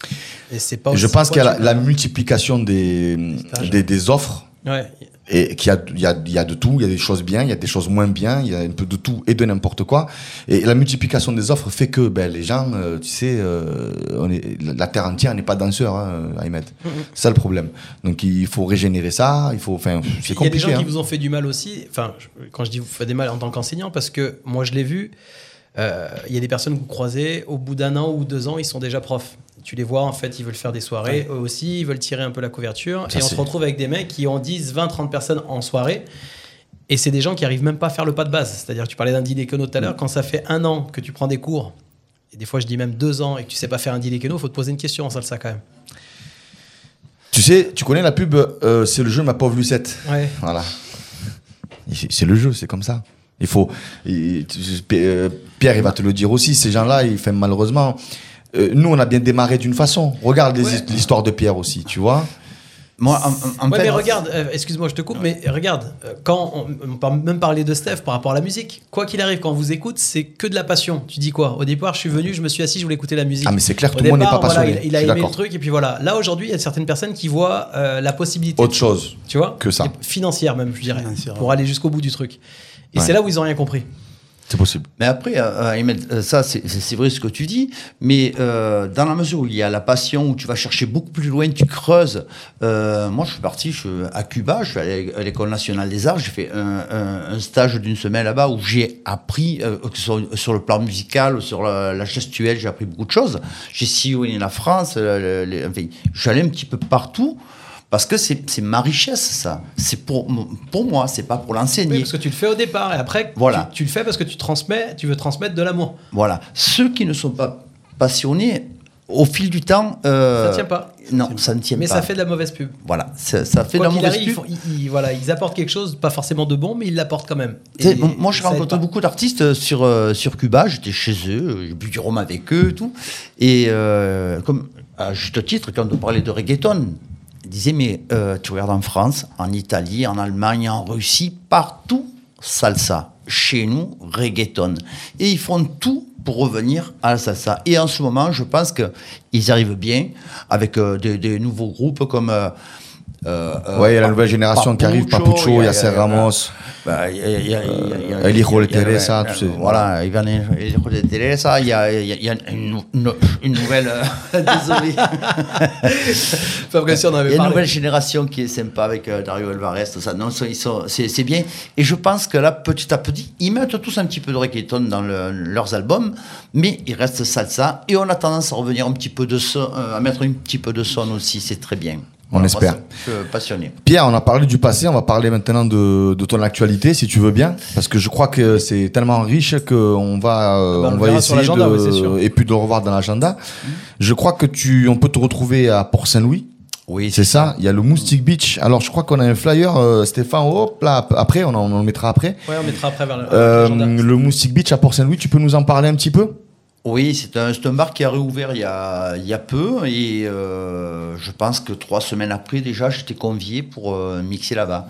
S2: Et c'est pas.
S4: Je
S2: aussi
S4: pense qu'il y a la,
S2: pointu.
S4: la multiplication des
S2: stages.
S4: des, des offres
S2: Ouais.
S4: et qu'il y a, il y, a, il y a de tout, il y a des choses bien, il y a des choses moins bien, il y a un peu de tout et de n'importe quoi. Et la multiplication des offres fait que ben, les gens, euh, tu sais, euh, on est, la terre entière n'est pas danseur, hein, Ahmed. C'est ça le problème. Donc il faut régénérer ça, il faut, enfin, c'est
S2: Il y a des
S4: compliqué.
S2: gens qui
S4: hein.
S2: vous ont fait du mal aussi. Enfin, je- quand je dis vous faites des mal en tant qu'enseignant, parce que moi je l'ai vu, euh, il y a des personnes que vous croisez, au bout d'un an ou deux ans, ils sont déjà profs. Tu les vois, en fait, ils veulent faire des soirées, eux aussi, ils veulent tirer un peu la couverture.
S4: Ça,
S2: et on
S4: c'est-
S2: se retrouve avec des mecs qui ont 10, 20, 30 personnes en soirée. Et c'est des gens qui arrivent même pas à faire le pas de base. C'est-à-dire, tu parlais d'un didécono tout à
S4: Mm.
S2: l'heure, quand ça fait un an que tu prends des cours, et des fois je dis même deux ans, et que tu sais pas faire un didécono, faut te poser une question en salle ça quand même.
S4: Tu sais, tu connais la pub, euh, c'est le jeu ma pauvre Lucette.
S2: Ouais.
S4: Voilà. C'est c'est le jeu, c'est comme ça. Il faut. il- tu- P- euh, Pierre, il va te le dire aussi. Ces gens-là, ils font malheureusement. euh, nous, on a bien démarré d'une façon. Regarde les his- l'histoire de Pierre aussi, tu vois.
S7: Moi, en, en- en
S2: Ouais,
S7: fait-
S2: mais regarde, euh, excuse-moi, je te coupe, mais regarde, euh, quand on, on parle même parler de Steph par rapport à la musique, quoi qu'il arrive, quand on vous écoute, c'est que de la passion. Tu dis quoi Au départ, je suis venu, je me suis assis, je voulais écouter la musique.
S4: Ah, mais c'est clair,
S2: Au
S4: tout le monde n'est pas
S2: départ, voilà,
S4: passionné.
S2: il, il a
S4: je suis
S2: aimé le
S4: d'accord.
S2: truc, et puis voilà. Là, aujourd'hui, il y a certaines personnes qui voient euh, la possibilité,
S4: Autre chose.
S2: tu vois,
S4: que ça.
S2: financière même, je dirais,
S8: Financière,
S2: pour aller jusqu'au bout du truc. Et
S4: Ouais.
S2: c'est là où ils ont rien compris.
S4: C'est possible.
S7: Mais après, euh, euh, Ahmed, euh, ça, c'est- c'est c'est vrai ce que tu dis, mais euh, dans la mesure où il y a la passion, où tu vas chercher beaucoup plus loin, tu creuses. euh, moi, je suis parti je, à Cuba, je suis allé à l'École nationale des arts, j'ai fait un, un- un stage d'une semaine là-bas où j'ai appris, euh, que sur, sur le plan musical, sur la, la gestuelle, j'ai appris beaucoup de choses. J'ai sillonné la France, euh, le- les- enfin, je suis allé un petit peu partout. Parce que c'est c'est ma richesse, ça. C'est pour, mon- pour moi, c'est pas pour l'enseigner.
S2: Oui, parce que tu le fais au départ, et après,
S7: Voilà.
S2: tu, tu le fais parce que tu transmets, tu veux transmettre de l'amour.
S7: Voilà. Ceux qui ne sont pas passionnés, au fil du temps. euh,
S2: Ça tient pas.
S7: Non, ça ne tient
S2: Mais
S7: pas.
S2: ça fait de la mauvaise pub.
S7: Voilà, ça, ça fait de
S2: Quoi
S7: la
S2: qu'il
S7: mauvaise
S2: arrive,
S7: pub.
S2: ils font- ils, ils- voilà, ils apportent quelque chose, pas forcément de bon, mais ils l'apportent quand même.
S7: Tu sais,
S2: Et-
S7: bon, moi, je
S2: ça aide
S7: rencontre
S2: pas.
S7: beaucoup d'artistes euh, sur, euh, sur Cuba. J'étais chez eux, j'ai bu du rhum avec eux et tout. Et euh, comme à juste titre, quand on parlait de reggaeton, ils disaient Mais euh, tu regardes en France, en Italie, en Allemagne, en Russie, partout, salsa. Chez nous, reggaeton. Et ils font tout pour revenir à la salsa. Et en ce moment, je pense qu'ils arrivent bien avec euh, des, des nouveaux groupes comme. euh, euh, euh,
S4: ouais, il y a la nouvelle génération qui arrive, Papucho, Yasser Ramos.
S7: bah, il y a- il y a- il y a- il y a-
S4: El Hijo de
S7: il y a-
S4: Teresa,
S7: il y a-
S4: tous ces-
S7: Voilà, il y a El Hijo de Teresa, il y a, il y a- il y a une, une- une nouvelle. euh, [LAUGHS] désolé.
S4: Ah,
S2: Enfin, comme si on en
S7: Il
S2: avait
S7: y a une
S2: parlé.
S7: nouvelle génération qui est sympa avec euh, Dario Alvarez, tout ça. Non, ils sont- c'est c'est bien. Et je pense que là, petit à petit, ils mettent tous un petit peu de reggaeton dans le- leurs albums, mais il reste salsa. Et on a tendance à revenir un petit peu de son, euh, à mettre un petit peu de son aussi. C'est très bien.
S4: On espère.
S7: moi, Je suis passionné.
S4: Pierre, on a parlé du passé, on va parler maintenant de, de ton actualité, si tu veux bien, parce que je crois que c'est tellement riche qu'on va, euh,
S2: Bah, on
S4: on
S2: le
S4: va
S2: verra sur
S4: essayer de,
S2: l'agenda, oui, c'est sûr. Mm.
S4: et puis de le revoir dans l'agenda. Je crois que tu, on peut te retrouver à Port Saint-Louis.
S7: Oui,
S4: C'est ça, il y a le Moustique Beach. Alors je crois qu'on a un flyer, euh, Stéphane, hop là, ap- après, on, en- on le mettra après.
S2: Ouais, on mettra après vers le-
S4: Euh,
S2: Ah, l'agenda.
S4: le Moustique Beach à Port Saint-Louis, tu peux nous en parler un petit peu
S7: Oui, c'est un, c'est un bar qui a réouvert il y a, il y a peu et euh, je pense que trois semaines après déjà, j'étais convié pour euh, mixer là-bas.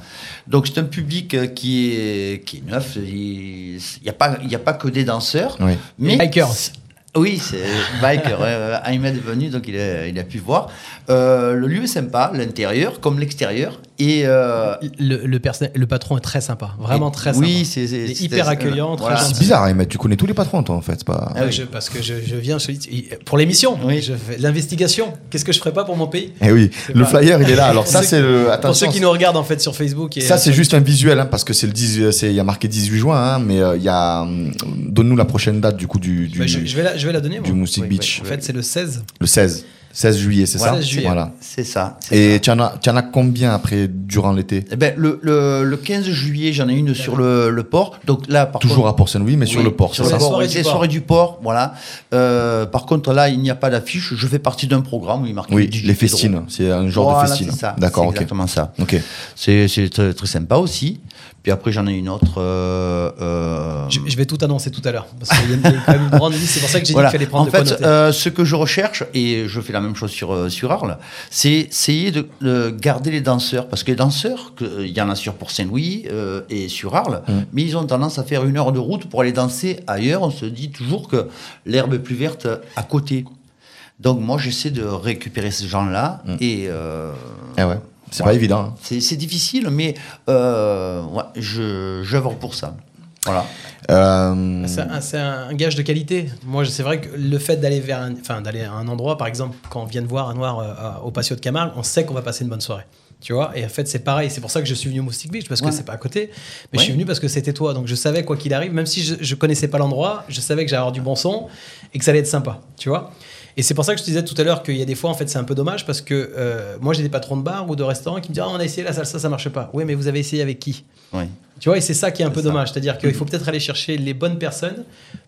S7: Donc c'est un public euh, qui est, qui est neuf. Il n'y a, pas- il y a pas que des danseurs.
S4: Oui.
S7: Mais
S2: Bikers.
S7: Oui, c'est Biker. euh, Ahmed est venu, donc il a, il a pu voir. Euh, le lieu est sympa, l'intérieur comme l'extérieur. Et euh,
S2: Le, le, personnel- le patron est très sympa, vraiment
S7: et-
S2: très sympa.
S7: oui, c'est c'est-
S2: Il est
S7: c'est-
S2: hyper
S7: euh,
S2: accueillant, très
S7: voilà.
S4: C'est bizarre, hein, mais tu connais tous les patrons, toi, en fait. c'est Pas...
S7: Ah oui.
S2: Euh, Je- parce que je, je viens je- pour l'émission,
S7: Oui.
S2: je fais de l'investigation. Qu'est-ce que je ferais pas pour mon pays
S4: Eh oui,
S2: C'est
S4: le
S2: pas-
S4: flyer, il est là.
S2: [LAUGHS]
S4: Alors, ça, c'est le.
S2: Pour ceux
S4: Attention,
S2: qui nous regardent en fait sur Facebook. Et, euh,
S4: Ça, c'est juste un visuel, hein, parce que c'est le 10, euh, c'est- il y a marqué 18 juin, hein, mais euh, il y a. hum, Donne-nous la prochaine date, du coup, du, du,
S2: Bah, je, je vais la, je vais la donner.
S4: du
S2: moi.
S4: Moustique
S7: Oui,
S4: Beach.
S2: En fait, c'est le 16.
S4: Le 16. 16 juillet, c'est
S2: Voilà,
S4: ça
S2: 16 juillet.
S4: Voilà.
S7: C'est ça. c'est
S4: Et
S7: ça.
S4: tu en, as- tu en as combien après, durant l'été
S7: Eh ben, le, le, le 15 juillet, j'en ai une sur le, le port. Donc là, par
S4: Toujours
S7: contre-
S4: à Port Saint-Louis, mais sur
S7: Oui,
S4: le port, c'est
S2: le
S4: ça
S2: port.
S7: oui,
S2: Soirée
S7: c'est
S2: du
S7: les soirées du port, voilà. Euh, par contre, là, il n'y a pas d'affiche. Je fais partie d'un programme où il marque
S4: Oui,
S7: DJ
S4: les
S7: Pedro.
S4: festines. C'est un genre
S7: Voilà,
S4: de festine.
S7: c'est ça,
S4: D'accord,
S7: c'est
S4: ok.
S7: exactement ça.
S4: Ok.
S7: C'est c'est très, très sympa aussi. Puis après, j'en ai une autre. euh, euh,
S2: Je, je vais tout annoncer tout à l'heure. Parce qu'il y a il y a quand même une grande liste. C'est pour ça que j'ai
S7: voilà.
S2: dit qu'il fallait prendre
S7: En
S2: de quoi
S7: fait,
S2: noter.
S7: euh, ce que je recherche, et je fais la même chose sur, euh, sur Arles, c'est essayer de, de garder les danseurs. Parce que les danseurs, que- euh, il y en a sur pour Saint-Louis euh, et sur Arles, mais ils ont tendance à faire une heure de route pour aller danser ailleurs. On se dit toujours que l'herbe est plus verte à côté. Donc moi, j'essaie de récupérer ces gens-là. Et euh,
S4: Eh ouais. C'est
S7: Voilà.
S4: pas évident. hein.
S7: c'est c'est difficile, mais euh, ouais, je- j'œuvre pour ça. Voilà.
S4: Euh,
S7: Hmm.
S2: C'est un, c'est un gage de qualité. Moi, je- c'est vrai que le fait d'aller vers, un, enfin, d'aller à un endroit, par exemple, quand on vient de voir un noir euh, à- au patio de Camargue, on sait qu'on va passer une bonne soirée. Tu vois Et en fait, c'est pareil. C'est pour ça que je suis venu au Moustique Beach parce que
S7: Ouais.
S2: c'est pas à côté, mais
S7: Ouais.
S2: je suis venu parce que c'était toi. Donc, je savais quoi qu'il arrive, même si je, je connaissais pas l'endroit, je savais que j'allais avoir du bon son et que ça allait être sympa. Tu vois et c'est pour ça que je te disais tout à l'heure qu'il y a des fois, en fait, c'est un peu dommage parce que euh, moi, j'ai des patrons de bars ou de restaurants qui me disent Ah, on a essayé la salsa, ça marche pas. Oui, mais vous avez essayé avec qui
S7: Oui.
S2: tu vois, et c'est ça qui est un peu
S7: ça.
S2: dommage. C'est-à-dire
S4: Mhm.
S2: qu'il faut peut-être aller chercher les bonnes personnes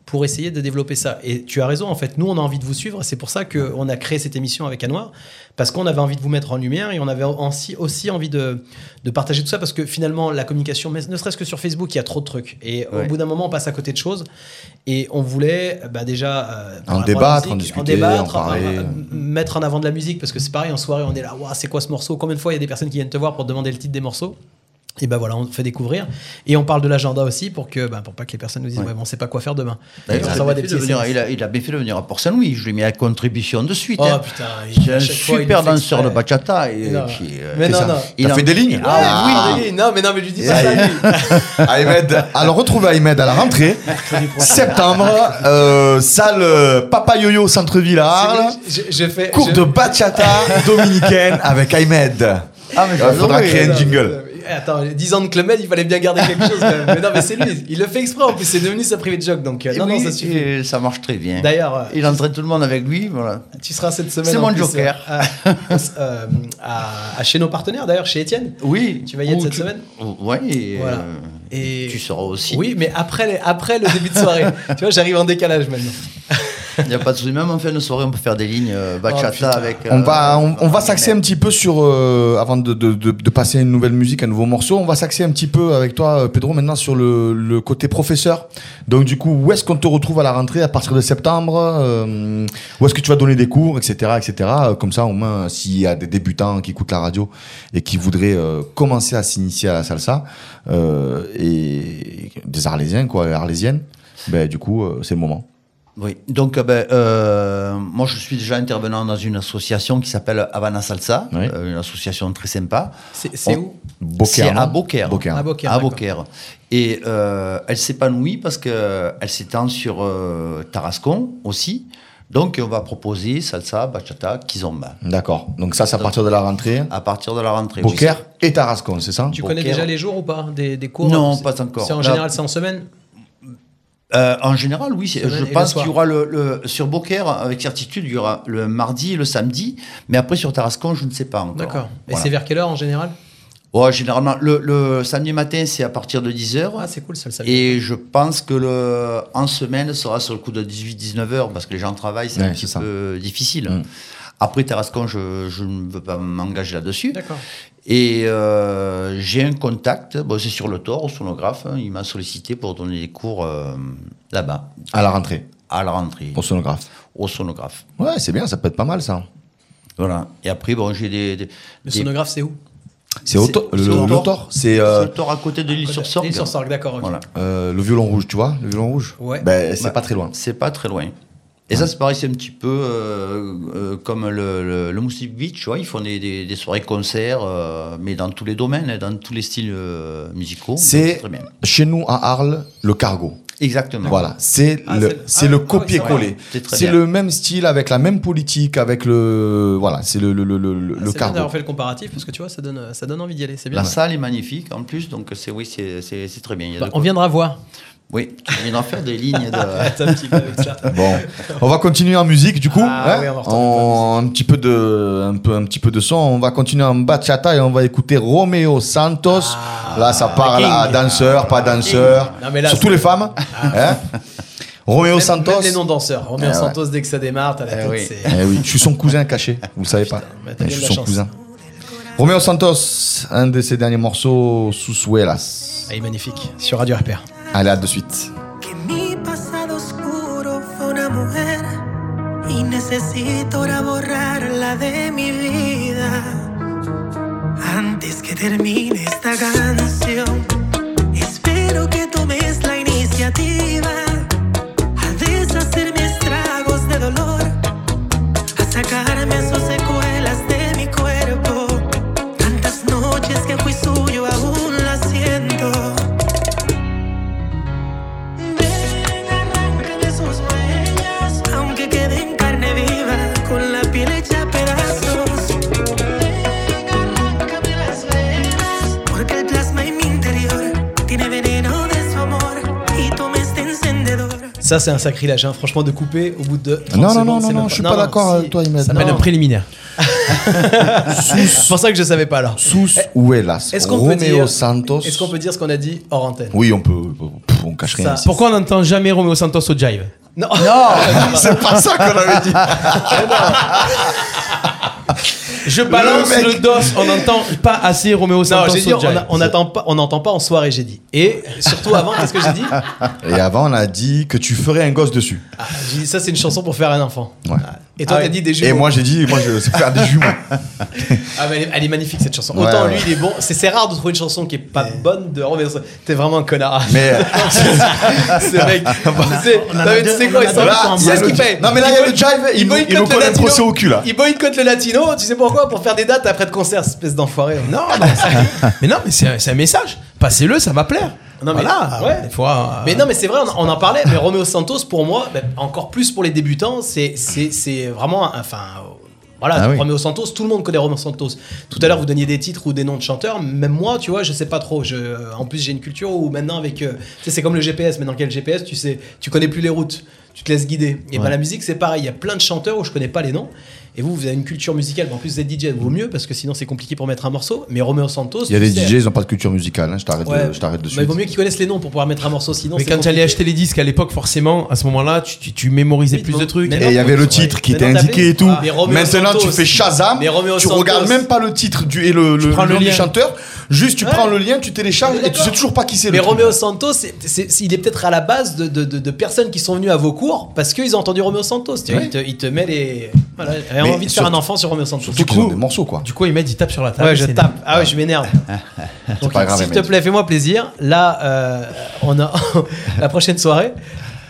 S2: pour essayer de développer ça. Et tu as raison, en fait, nous, on a envie de vous suivre. C'est pour ça qu'on a créé cette émission avec Anouar, parce qu'on avait envie de vous mettre en lumière et on avait aussi, aussi envie de, de partager tout ça, parce que finalement, la communication, mais ne serait-ce que sur Facebook, il y a trop de trucs. Et au
S7: Ouais.
S2: bout d'un moment, on passe à côté de choses. Et on voulait euh, bah, déjà... euh,
S4: En
S2: la
S4: débattre, en
S2: musique,
S4: discuter, en
S2: débattre,
S4: parler.
S2: euh, mettre en avant de la musique, parce que c'est pareil, en soirée, on est là, Ouah, c'est quoi ce morceau Combien de fois il y a des personnes qui viennent te voir pour te demander le titre des morceaux et ben voilà, on te fait découvrir. Et on parle de l'agenda aussi pour que, ben, pour pas que les personnes nous disent,
S7: Ouais.
S2: ouais, bon, on sait pas quoi faire demain.
S7: D'ailleurs,
S2: on
S7: il,
S2: s'envoie
S7: a
S2: des
S7: bien fait
S2: petits
S7: de venir-
S2: SMS.
S7: il, a, il a bien fait de venir à Port-Saint-Louis. Je lui ai mis la contribution de suite.
S2: Oh
S7: hein.
S2: putain,
S7: C'est
S2: à
S7: un
S2: chaque fois, il
S7: super
S2: le fait
S7: danseur de
S2: exprès.
S7: bachata. Et,
S2: Non.
S7: puis, euh,
S2: Mais
S7: c'est
S2: non,
S7: ça.
S2: non.
S7: Il
S4: T'as
S7: en-
S4: fait des lignes
S2: Ah,
S7: Ah,
S2: oui, non, mais non, mais lui dis pas
S4: Yeah.
S2: ça. lui.
S4: Ahmed. Alors, retrouvez Ahmed à la rentrée. Septembre. euh, salle euh, Papa Yo-Yo Centre-Ville à
S7: hein.
S4: Arles.
S2: Je, je fais.
S4: Cours
S2: je-
S4: de bachata dominicaine avec Ahmed.
S7: Ah, mais
S4: Il
S7: j'ai
S4: faudra
S7: adoré,
S4: créer un
S2: Non,
S4: jingle.
S2: mais- Attends, les 10 ans de Clemed, il fallait bien garder quelque chose quand même. Mais non, mais c'est lui, il le fait exprès en plus, c'est devenu sa privée de joke. Donc, euh,
S7: Et
S2: non, non,
S7: oui,
S2: ça suffit.
S7: et ça marche très bien.
S2: D'ailleurs, euh,
S7: il entraîne tout le monde avec lui. Voilà.
S2: tu seras cette semaine.
S7: C'est
S2: en
S7: mon
S2: plus,
S7: joker.
S2: euh, à- euh, à- à chez nos partenaires d'ailleurs, chez Étienne.
S7: Oui.
S2: Tu vas y être
S7: Ou
S2: cette semaine
S7: Oui. Et,
S2: Voilà.
S7: euh,
S2: Et-
S7: tu seras aussi.
S2: Oui, mais après, les- après le début
S4: [LAUGHS]
S2: de soirée. tu vois, j'arrive en décalage maintenant.
S7: Il n'y a pas de souci. Même en fin de soirée, on peut faire des lignes euh, bachata
S2: Oh, putain.
S7: avec.
S4: On
S7: euh,
S4: va, on, on va
S7: avec-
S4: s'axer un petit peu sur, euh, avant de, de- de- de passer à une nouvelle musique, un nouveau morceau, on va s'axer un petit peu avec toi, euh, Pedro, maintenant sur le, le côté professeur. Donc du coup, où est-ce qu'on te retrouve à la rentrée à partir de septembre euh, Où est-ce que tu vas donner des cours, etc. etc. euh, Comme ça, au moins, s'il y a des débutants qui écoutent la radio et qui voudraient euh, commencer à s'initier à la salsa, euh, et des Arlésiens, quoi, et Arlésiennes, ben, du coup, euh, c'est le moment.
S7: Oui, donc euh, ben, euh, moi je suis déjà intervenant dans une association qui s'appelle Havana Salsa,
S4: Oui.
S7: euh, une association très sympa.
S2: C'est c'est
S7: On-
S2: où
S4: Beaucaire,
S7: C'est à
S4: non
S7: Beaucaire.
S4: Beaucaire.
S2: À Beaucaire,
S7: À
S2: d'accord.
S7: Beaucaire. Et euh, elle s'épanouit parce que elle s'étend sur euh, Tarascon aussi. Donc on va proposer salsa, bachata, kizomba
S4: D'accord. Donc ça, c'est à partir de la rentrée.
S7: à partir de la rentrée.
S4: Beaucaire et Tarascon, c'est ça
S2: Tu
S7: Beaucaire.
S2: connais déjà les jours ou pas des, des cours
S7: Non,
S2: C'est-
S7: pas encore.
S2: c'est En
S7: Là-
S2: général, c'est en semaine
S7: Euh, en général, oui. c'est-
S2: Semaine
S7: Je
S2: et le
S7: pense
S2: soir.
S7: qu'il y aura le, le- sur Beaucaire, avec certitude, il y aura le mardi et le samedi. Mais après sur Tarascon, je ne sais pas encore.
S2: D'accord. Et
S7: Voilà.
S2: c'est vers quelle heure en général
S7: Ouais, généralement, le, le samedi matin, c'est à partir de 10h.
S2: Ah, c'est cool ça le samedi.
S7: et je pense que le, en semaine sera sur le coup de 18-19 heures parce que les gens travaillent, c'est un
S4: Ouais,
S7: petit
S4: c'est ça.
S7: peu difficile.
S4: Mm.
S7: Après Tarascon, je, je ne veux pas m'engager là-dessus.
S2: D'accord.
S7: Et euh, j'ai un contact, bon, c'est sur le tort, au sonographe, hein, il m'a sollicité pour donner des cours euh, là-bas,
S4: À la rentrée.
S7: à la rentrée
S4: Au sonographe.
S7: au sonographe.
S4: Ouais, c'est bien, ça peut être pas mal ça.
S7: Voilà. Et après, bon, j'ai des, des,
S2: Le
S7: des-
S2: sonographe, c'est où Ah,
S4: C'est au to- le,
S2: c'est au
S4: le
S2: tort.
S4: tort, c'est euh,
S7: Sautor à côté de l'île sur Sorgue.
S2: L'île sur Sorgue, d'accord. ok.
S7: Voilà.
S4: euh, le violon rouge, tu vois, le violon rouge.
S2: Ouais.
S4: Ben, c'est
S7: Ouais.
S4: pas très loin.
S7: C'est pas très loin. Et ça, c'est pareil, c'est un petit peu euh, euh, comme le, le, le Moustique Beach, tu vois, ils font des, des, des soirées concerts, euh, mais dans tous les domaines, hein, dans tous les styles euh, musicaux. Donc,
S4: C'est
S7: très bien.
S4: chez nous à Arles, le cargo.
S7: Exactement.
S4: Voilà, c'est
S2: Ah,
S4: le,
S2: c'est-
S4: c'est
S2: ah,
S4: le
S2: ouais,
S4: copier-coller.
S7: c'est très
S4: C'est
S7: bien.
S4: le même style avec la même politique, avec le voilà, c'est le le le le, le
S2: Ah, C'est bien
S4: cargo.
S2: d'avoir fait le comparatif parce que tu vois, ça donne, ça donne envie d'y aller. C'est bien.
S7: La salle est magnifique en plus, donc c'est oui, c'est- c'est c'est très bien. Il y a
S2: Bah,
S7: de
S2: on
S7: quoi-
S2: viendra voir.
S4: [LAUGHS]
S7: Oui, tu viens d'en [LAUGHS] faire des lignes de.
S2: Attends un petit peu avec ça.
S4: Bon, on va continuer en musique du coup.
S2: Ah
S4: hein.
S2: oui, on va retourner
S4: On- un petit peu de un peu un petit peu de son. On va continuer en bachata et on va écouter Romeo Santos.
S2: Ah,
S4: là, ça parle à danseur, pas danseur,
S2: Non, mais là,
S4: surtout
S2: c'est- Ah.
S4: les femmes. hein. Romeo
S2: Même-
S4: Santos. Eh
S2: même les non-danseurs. Romeo
S4: ouais.
S2: Santos, dès que ça démarre, t'as la
S7: Eh
S2: tête.
S7: oui.
S2: c'est-
S4: Eh oui, je suis son cousin caché, vous le savez pas.
S2: mais t'as
S4: Eh,
S2: bien
S4: je
S2: de
S4: suis
S2: la
S4: son
S2: chance.
S4: cousin. Romeo Santos, un de ses derniers morceaux, Susuelas.
S2: Elle Ah, est magnifique. Sur Radio RPR.
S4: Allez, à de suite.
S6: Que mi pasado oscuro fue una mujer y necesito ahora borrarla de mi vida. Antes que termine esta canción, espero que tomes la iniciativa a deshacer mis tragos de dolor, a sacarme sus secuelas de mi cuerpo. Tantas noches que fui suyo aún las siento. Ven, arráncame sus huellas, aunque quede en carne viva, con la piel hecha pedazos. Ven, arráncame las venas, porque el plasma en mi interior tiene veneno de su amor y toma este encendedor.
S2: Ça, c'est un sacrilège, hein. franchement, de couper au bout de. 30
S4: Non, non,
S2: secondes,
S4: non,
S2: c'est
S4: non,
S2: même
S4: non, je suis pas d'accord avec toi, Ahmed.
S2: Ça
S4: Non.
S2: s'appelle
S5: Le
S2: un pré-
S5: préliminaire.
S2: C'est pour ça que je savais pas alors.
S4: Susuelas.
S2: Ah. Est-ce qu'on peut
S4: Romeo
S2: dire.
S4: Santos.
S2: Est-ce qu'on peut dire ce qu'on a dit hors antenne
S4: Oui, on peut. pff, On cache rien.
S2: Ça.
S5: Pourquoi on n'entend jamais Romeo Santos au jive
S2: Non [LAUGHS] Non
S4: [LAUGHS] C'est pas ça qu'on avait
S2: [LAUGHS]
S4: dit.
S5: Je balance
S4: mec.
S5: le, dos, on n'entend pas assez Romeo Santos
S2: j'ai dit,
S5: au
S2: on
S5: jive.
S2: a- on n'attend pas, on n'entend pas en soirée, j'ai dit. Et surtout avant, qu'est-ce que j'ai dit
S4: Et avant, on a dit que tu ferais un gosse dessus.
S2: Ah, J'ai dit ça, c'est une chanson pour faire un enfant.
S4: Ouais.
S2: Et toi, t'as
S5: Ah ouais.
S2: dit des jumeaux.
S4: Et moi, j'ai dit, moi, je sais faire des
S2: [LAUGHS]
S4: jumeaux.
S2: Ah, mais elle, est, elle est magnifique cette chanson.
S4: Ouais,
S2: Autant
S4: ouais.
S2: lui, il est bon. C'est c'est rare de trouver une chanson qui est pas bonne de Romeo Santos. T'es vraiment un connard.
S4: Mais euh,
S2: [LAUGHS] Ce mec. C'est-
S5: en a
S2: non, mais tu
S5: deux-
S2: sais
S5: on
S2: quoi
S5: en
S2: Il
S5: a
S2: s'en
S5: deux
S2: fout,
S5: ensemble.
S2: c'est ce qu'il fait.
S4: Non, mais là, il y a le jive, il nous- il nous
S2: boycotte
S4: colle
S2: le
S4: un
S2: latino.
S4: procès au cul, là.
S2: Il boycotte le latino. Tu sais pourquoi Pour faire des dates après de concert, espèce d'enfoiré.
S5: Non, non, c'est- [LAUGHS] mais non, mais c'est un, c'est un message. Passez-le, ça va plaire.
S2: Non, mais-
S5: voilà,
S2: ouais.
S5: des fois. euh,
S2: Mais non, mais c'est vrai, on, on en parlait, mais Romeo Santos, pour moi, ben, encore plus pour les débutants, c'est, c'est, c'est vraiment. un- Enfin, euh, voilà,
S4: Ah oui.
S2: Romeo Santos, tout le monde connaît Romeo Santos. Tout à l'heure, vous donniez des titres ou des noms de chanteurs, même moi, tu vois, je sais pas trop. Je, euh, en plus, j'ai une culture où maintenant, avec. euh, tu sais, c'est comme le GPS, maintenant quel GPS, tu sais, tu connais plus les routes, tu te laisses guider. Et ben la musique, c'est pareil, il y a plein de chanteurs où je connais pas les noms. Et vous, vous avez une culture musicale, en plus vous êtes DJ, vaut mieux parce que sinon c'est compliqué pour mettre un morceau. Mais Romeo Santos,
S4: il y a des
S2: tu sais-
S4: DJ, ils ont pas de culture musicale. hein, Je t'arrête
S2: Ouais,
S4: de- je t'arrête dessus.
S2: mais il vaut mieux qu'ils connaissent les noms pour pouvoir mettre un morceau, sinon
S5: mais
S2: c'est
S5: quand j'allais
S2: compliqué.
S5: acheter les disques à l'époque, forcément, à ce moment-là, tu, tu- tu mémorisais
S2: Oui,
S5: plus
S2: mais-
S5: de trucs.
S2: mais-
S4: Et il y avait le titre qui était
S2: Maintenant, t'as
S4: indiqué
S2: fait-
S4: et tout.
S2: Ah, Mais Romeo
S4: Maintenant,
S2: Santos.
S4: tu fais Shazam.
S2: Mais Romeo
S4: Tu
S2: Santos.
S4: regardes même pas le titre du, et le, le
S5: prends le
S4: nom du
S5: lien.
S4: chanteur. Juste, tu
S2: Ouais.
S4: prends le lien, tu télécharges
S2: Mais
S4: et tu sais
S2: d'accord.
S4: toujours pas qui c'est. le
S2: Mais
S4: truc.
S2: Romeo Santos, c'est- c'est- c'est- il est peut-être à la base de, de- de- de personnes qui sont venues à vos cours parce qu'ils ont entendu Romeo Santos. Tu vois,
S4: Ouais.
S2: il, te, il te met les. Voilà, elle a
S4: Mais
S2: envie de faire
S4: surtout-
S2: un enfant sur Romeo Santos.
S4: Surtout
S5: Du
S4: qu'ils ont
S5: coup-
S4: des morceaux, quoi.
S5: Du coup, Ahmed, il tape sur la table.
S2: Ouais, je
S5: c'est-
S2: tape. Ah ouais, je
S4: [LAUGHS]
S2: m'énerve. Donc,
S4: pas grave,
S2: s'il te
S4: Ahmed.
S2: plaît, fais-moi plaisir. Là, euh, on a [LAUGHS] la prochaine soirée.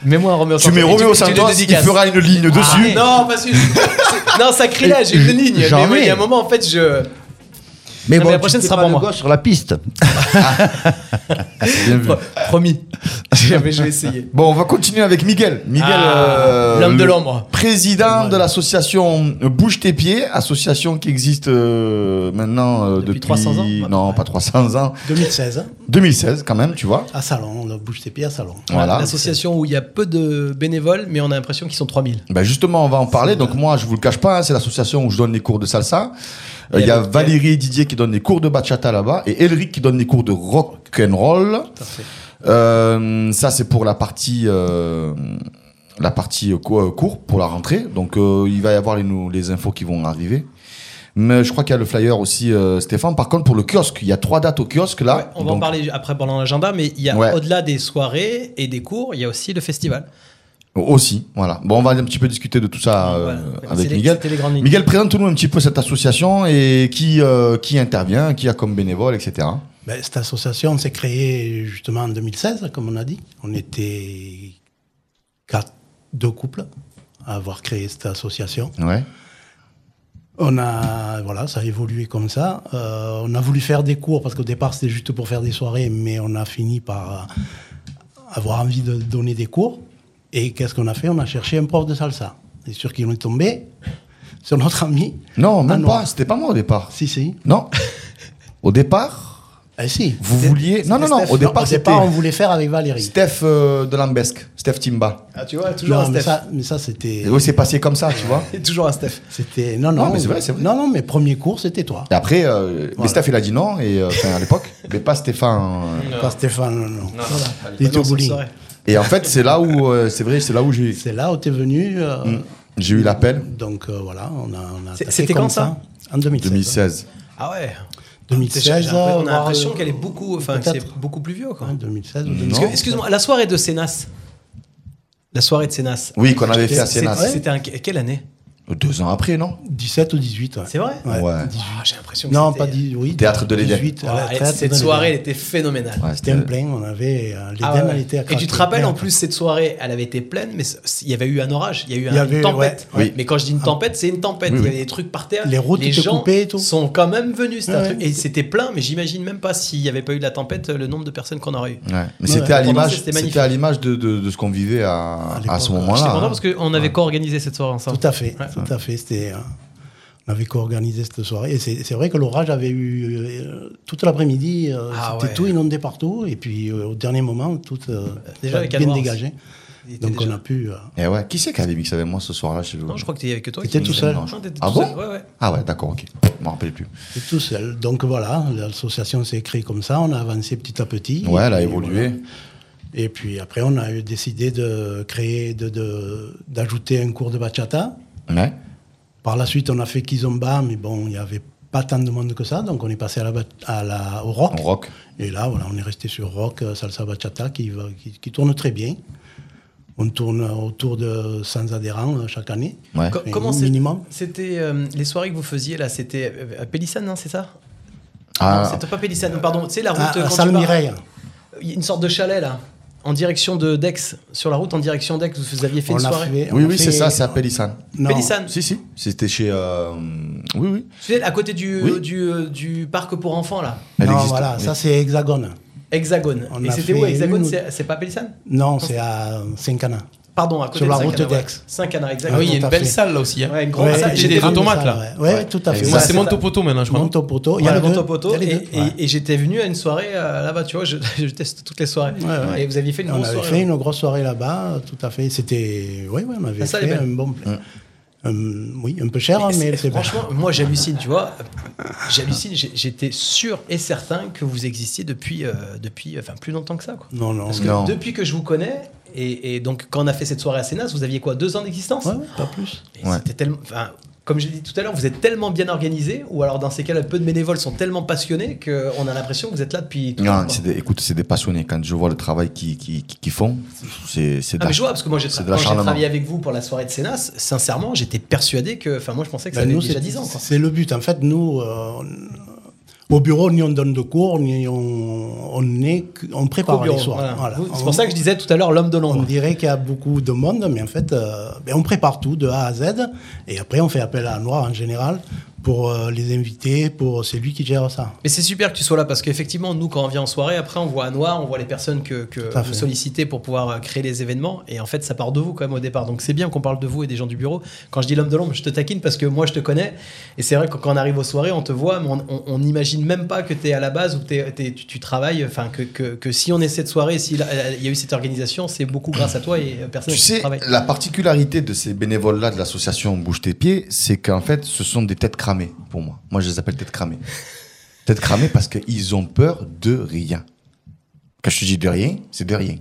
S2: Mets-moi un Romeo
S4: Tu
S2: Santos.
S4: mets
S2: et
S4: Romeo
S2: et tu le
S4: Santos, il
S2: dédicaces.
S4: fera une ligne dessus.
S2: Ah, Non, parce que. Non, sacrilège,
S4: Euh,
S2: une ligne.
S7: J'en
S2: Mais oui,
S7: ai.
S2: il y a un moment, en fait, je.
S7: Mais
S2: Non, mais la
S7: tu
S2: prochaine
S7: fais
S2: sera
S7: pas
S2: pour
S7: le
S2: moi.
S7: gosse sur la piste.
S2: Pro-
S4: [LAUGHS]
S2: Promis. Jamais je vais essayer.
S4: Bon, on va continuer avec Miguel. Miguel,
S2: Ah,
S4: euh,
S2: l'homme de
S4: le
S2: l'ombre.
S4: Président de l'association Bouge tes pieds, association qui existe euh, maintenant euh, depuis,
S2: Depuis 300 ans
S4: Non, pas 300 ans.
S8: 2016, hein,
S4: 2016 quand même, tu vois.
S8: à Salon, le Bouche tes pieds à Salon.
S4: Voilà.
S2: L'association où il y a peu de bénévoles, mais on a l'impression qu'ils sont 3000.
S4: Bah justement, on va en parler. Donc moi, je vous le cache pas, hein, c'est l'association où je donne les cours de salsa. Euh, Il y a
S2: Avec-
S4: Valérie et Didier qui donnent les cours de bachata là-bas et Elric qui donne les cours de rock and roll. Euh, ça, c'est pour la partie euh, la partie euh, co- euh, cours pour la rentrée. Donc euh, il va y avoir les, nou- les infos qui vont arriver. Mais je crois qu'il y a le flyer aussi, euh, Stéphane. Par contre, pour le kiosque, il y a trois dates au kiosque là.
S2: Ouais, on va en
S4: Ah, Donc,
S2: parler après pendant l'agenda, mais il y a
S4: Ouais.
S2: au-delà des soirées et des cours, il y a aussi le festival.
S4: Aussi, voilà. Bon, on va un petit peu discuter de tout ça euh,
S2: Voilà. C'est
S4: avec
S2: les-
S4: Miguel.
S2: c'était les grandes lignes.
S4: Miguel, présente-nous un petit peu cette association et qui, euh, qui intervient, qui a comme bénévole, etc.
S8: Ben, cette association s'est créée justement en 2016, comme on a dit. On était quatre, deux couples à avoir créé cette association.
S4: Ouais.
S8: On a, voilà, ça a évolué comme ça. Euh, on a voulu faire des cours parce qu'au départ c'était juste pour faire des soirées, mais on a fini par euh, avoir envie de donner des cours. Et qu'est-ce qu'on a fait On a cherché un prof de salsa. Et sur qui on est tombé Sur notre ami.
S4: Non, même
S8: Manoir.
S4: pas. C'était pas moi au départ.
S8: Ah, Si, si.
S4: Non. au départ,
S8: Eh si.
S4: vous vouliez. Non, non, non.
S8: Steph,
S4: Au départ, c'était
S8: on voulait faire avec Valérie.
S4: Steph euh, de Lambesque, Steph Timba.
S2: Ah, tu vois, toujours
S8: Non,
S2: à
S8: mais
S2: Steph.
S8: ça, mais ça c'était.
S4: Et oui, c'est passé comme ça, tu vois.
S2: Toujours à Steph.
S8: C'était non non,
S4: Non, mais c'est vrai, c'est vrai.
S8: non non mais premier cours c'était toi.
S4: Et après, euh, mais
S8: Voilà.
S4: Steph, il a dit non, et, euh, enfin, à l'époque, mais pas Stéphane. euh.
S8: Pas Stéphane non non. Voilà.
S2: Ah
S8: Les
S2: non, ça
S8: Tobouling.
S2: se saurait.
S4: Et en fait, c'est là où, euh, c'est vrai, c'est là où j'ai
S8: C'est là où t'es venu. euh,
S4: Mm. j'ai eu l'appel,
S8: Donc euh, voilà on a on a.
S2: C'est-
S8: attaqué
S2: c'était
S8: comme
S2: quand, ça
S8: En 2016.
S4: 2016.
S2: Ah ouais.
S8: 2016,
S2: J'ai l'impression- on a
S8: voire,
S2: l'impression
S8: euh,
S2: qu'elle est beaucoup, enfin, que
S8: peut-être.
S2: c'est beaucoup plus vieux. Quoi.
S8: Ouais, 2016 ou
S2: Parce
S8: 2017.
S2: que, excuse-moi, la soirée de Sénas. La soirée de Sénas.
S4: Oui, qu'on avait fait à
S2: C'est-
S4: Sénas.
S2: c'est- C'était un- quelle année
S4: Deux ans après, non
S8: 17 ou 18. ouais.
S2: C'est vrai
S8: Ouais.
S4: Ouais.
S2: Ah, J'ai l'impression que
S8: Non
S2: c'était-
S8: pas 18. Oui,
S4: Théâtre de l'Éden.
S8: 18, à la
S2: Ah, elle-
S8: traite,
S2: cette
S8: dans les
S2: soirée, elle
S8: Ardennes.
S2: était phénoménale.
S4: Ouais,
S8: C'était un plein on avait euh, l'Éden
S2: Ah ouais.
S8: elle était à
S2: Et tu
S8: craquer.
S2: te rappelles en
S8: Merde.
S2: plus cette soirée, elle avait été pleine, mais c- il y avait eu un orage, il y a eu un-
S8: Il y avait- Ah.
S2: une tempête.
S4: ouais, ouais.
S2: Mais quand je dis une tempête, c'est une tempête.
S4: Oui,
S2: Il y
S4: oui.
S2: avait des trucs par terre.
S8: Les routes étaient
S2: gens
S8: coupées et tout.
S2: sont quand même venus. c'était un
S8: Ouais,
S2: truc-
S8: ouais.
S2: Et c'était plein, mais j'imagine même pas s'il n'y avait pas eu de la tempête, le nombre de personnes qu'on aurait eu.
S4: Ouais. Mais c'était à
S2: Pendant ça,
S4: l'image,
S2: c'était
S4: c'était
S2: magnifique.
S4: à l'image de, de, de ce qu'on vivait à, à,
S8: l'époque,
S4: ce
S8: ouais.
S2: J'étais
S4: moment-là.
S2: content
S4: hein.
S2: parce qu'on avait co-organisé cette soirée ensemble.
S8: Tout à fait,
S2: Ouais.
S8: tout à fait. C'était, euh, on avait co-organisé cette soirée. Et c'est c'est vrai que l'orage avait eu euh, toute l'après-midi, euh,
S2: Ah
S8: c'était
S2: ouais.
S8: tout inondé partout. Et puis euh, au dernier moment, tout euh,
S2: Déjà, avec
S8: bien
S2: Anwar
S8: dégagé.
S2: Il était
S8: Donc on
S2: déjà-
S8: a pu. euh,
S4: Et Eh ouais, qui c'est qui avait mixé avec moi ce soir-là chez vous
S2: Non, je crois que t'étais avec toi.
S8: T'étais
S2: qui-
S8: tout seul.
S2: Non, je- t'étais
S4: Ah
S2: tout
S4: bon
S2: seul, ouais, ouais.
S4: Ah ouais, d'accord, ok. Je me rappelle plus.
S8: et tout seul. Donc voilà, l'association s'est créée comme ça. On a avancé petit à petit.
S4: Ouais,
S8: Et
S4: elle a
S8: puis,
S4: évolué.
S8: voilà. Et puis après, on a eu décidé de créer, de- de d'ajouter un cours de bachata.
S4: Ouais.
S8: Par la suite, on a fait kizomba, mais bon, il n'y avait pas tant de monde que ça. Donc on est passé à la, ba- à la, au rock.
S4: En rock.
S8: Et là, voilà, on est resté sur rock, euh, salsa bachata, qui, va- qui, qui tourne très bien. On tourne autour de 100 adhérents euh, chaque année.
S4: Ouais.
S2: Co-
S8: Mais
S2: Comment c'est-
S8: minimum.
S2: C'était euh, les soirées que vous faisiez là, c'était euh, à Pélissane, hein, c'est ça
S4: Ah.
S2: Non, c'était pas Pélissane, pardon. Tu sais, la route.
S8: À,
S2: euh,
S8: à
S2: quand
S8: Ah, Salle
S2: tu pars-
S8: Mireille.
S2: Il y a une sorte de chalet là, en direction de Dex, sur la route en direction d'Aix, vous aviez fait
S8: On
S2: une
S8: a
S2: soirée.
S8: fait- on
S4: Oui,
S8: a
S4: oui,
S8: fait-
S4: c'est ça, c'est à Pélissane.
S8: Non.
S2: Pélissane.
S4: Si, si. C'était chez. euh, Oui, oui.
S2: Tu sais, à côté du,
S4: Oui.
S2: du, euh, du parc pour enfants là,
S4: Elle
S8: non,
S4: existe.
S8: voilà,
S4: Oui.
S8: ça c'est Hexagone.
S2: Hexagone.
S8: On
S2: Et
S8: a
S2: c'était
S8: fait
S2: où Hexagone
S8: une ou-
S2: C'est c'est pas Pélissane
S8: Non, c'est à Saint-Cana.
S2: Pardon, à côté
S8: Sur
S2: de
S8: la
S2: Saint-Cana,
S8: route
S2: ouais.
S8: d'Aix.
S2: Saint-Cana,
S5: Ah
S2: exactement.
S5: oui, il y a une
S8: Tout à
S5: belle
S8: fait.
S5: salle là aussi. Hein.
S2: Ouais, une grande
S8: Ouais,
S2: salle.
S5: j'ai
S2: J'étais
S5: des
S2: venu,
S8: une
S5: tomates
S8: salle,
S5: là.
S8: Ouais, ouais, tout à fait.
S5: Moi,
S8: Ouais,
S5: c'est
S2: c'est ça.
S5: Montopoto maintenant, je crois.
S8: Monte au poteau.
S2: Il y a le
S8: deux.
S2: Monte au poteau
S8: Il y a
S2: et,
S8: les deux. Ouais.
S2: et- et j'étais venu à une soirée euh, [LAUGHS] là-bas, tu vois, je, je teste toutes les soirées.
S8: ouais.
S2: Et vous aviez fait une
S8: on
S2: grosse
S8: avait
S2: soirée.
S8: fait
S2: là.
S8: une grosse soirée là-bas, euh, tout à fait. C'était. Oui, oui, on avait
S2: La salle
S8: fait
S2: est
S8: un
S2: belle.
S8: bon plein. Euh, oui, un peu cher, hein,
S2: Et
S8: mais
S2: c'est-
S8: c'est
S2: franchement, moi j'hallucine, tu vois. J'hallucine, j'ai- j'étais sûr et certain que vous existiez depuis, euh, depuis enfin, plus longtemps que ça. Quoi.
S8: Non, non,
S4: Parce
S8: non.
S4: que- Non.
S2: Depuis que je vous connais, et, et donc quand on a fait cette soirée à Sénas, vous aviez quoi Deux ans d'existence
S8: Ouais, ouais, pas plus.
S2: Et
S4: Ouais.
S2: c'était tellement- enfin, Comme j'ai dit tout à l'heure, vous êtes tellement bien organisés, ou alors dans ces cas-là, peu de bénévoles sont tellement passionnés qu'on a l'impression que vous êtes là depuis. tout le
S4: Non,
S2: temps, quoi.
S4: c'est des- écoute, c'est des passionnés. Quand je vois le travail qu'ils qui, qui, qu'ils font, c'est c'est de
S2: Ah, mais
S4: la-
S2: je vois, parce que moi j'ai
S4: c'est
S2: tra-
S4: de la
S2: quand j'ai
S4: charlemagne.
S2: travaillé avec vous pour la soirée de Sénas, sincèrement, j'étais persuadé que. Enfin, moi je pensais que ça
S8: Ben,
S2: avait
S8: nous,
S2: déjà
S8: c'est-
S2: 10 ans. quoi.
S8: C'est le but. En fait, nous, euh, on- au bureau, ni on donne de cours, ni on, on, est, que- on
S2: Au
S8: prépare
S2: bureau,
S8: les soirs.
S2: voilà.
S8: Voilà.
S2: Vous- C'est
S8: On-
S2: pour ça que je disais tout à l'heure l'homme de
S8: On
S2: l'ombre.
S8: dirait qu'il y a beaucoup de monde, mais en fait, euh, ben, on prépare tout de A à Z. Et après, on fait appel à Noir en général pour euh, les inviter, pour c'est lui qui gère ça.
S2: Mais c'est super que tu sois là parce qu'effectivement, nous, quand on vient en soirée, après, on voit à noir, on voit les personnes que, que
S8: à
S2: vous
S8: fait.
S2: sollicitez pour pouvoir euh, créer les événements. Et en fait, ça part de vous quand même au départ. Donc c'est bien qu'on parle de vous et des gens du bureau. Quand je dis l'homme de l'ombre, je te taquine parce que moi, je te connais. Et c'est vrai que quand on arrive aux soirées, on te voit, mais on- on on n'imagine même pas que tu es à la base ou que t'es- t'es- tu, tu travailles. Enfin, que, que, que si on est cette soirée, s'il a- il y a eu cette organisation, c'est beaucoup grâce à toi et euh, personne
S4: Tu
S2: qui
S4: sais,
S2: travaille.
S4: la particularité de ces bénévoles-là de l'association Bouge tes pieds, c'est qu'en fait, ce sont des têtes cramées pour moi. Moi, je les appelle têtes cramées. têtes cramées parce qu'ils ont peur de rien. Quand je te dis de rien, c'est de rien.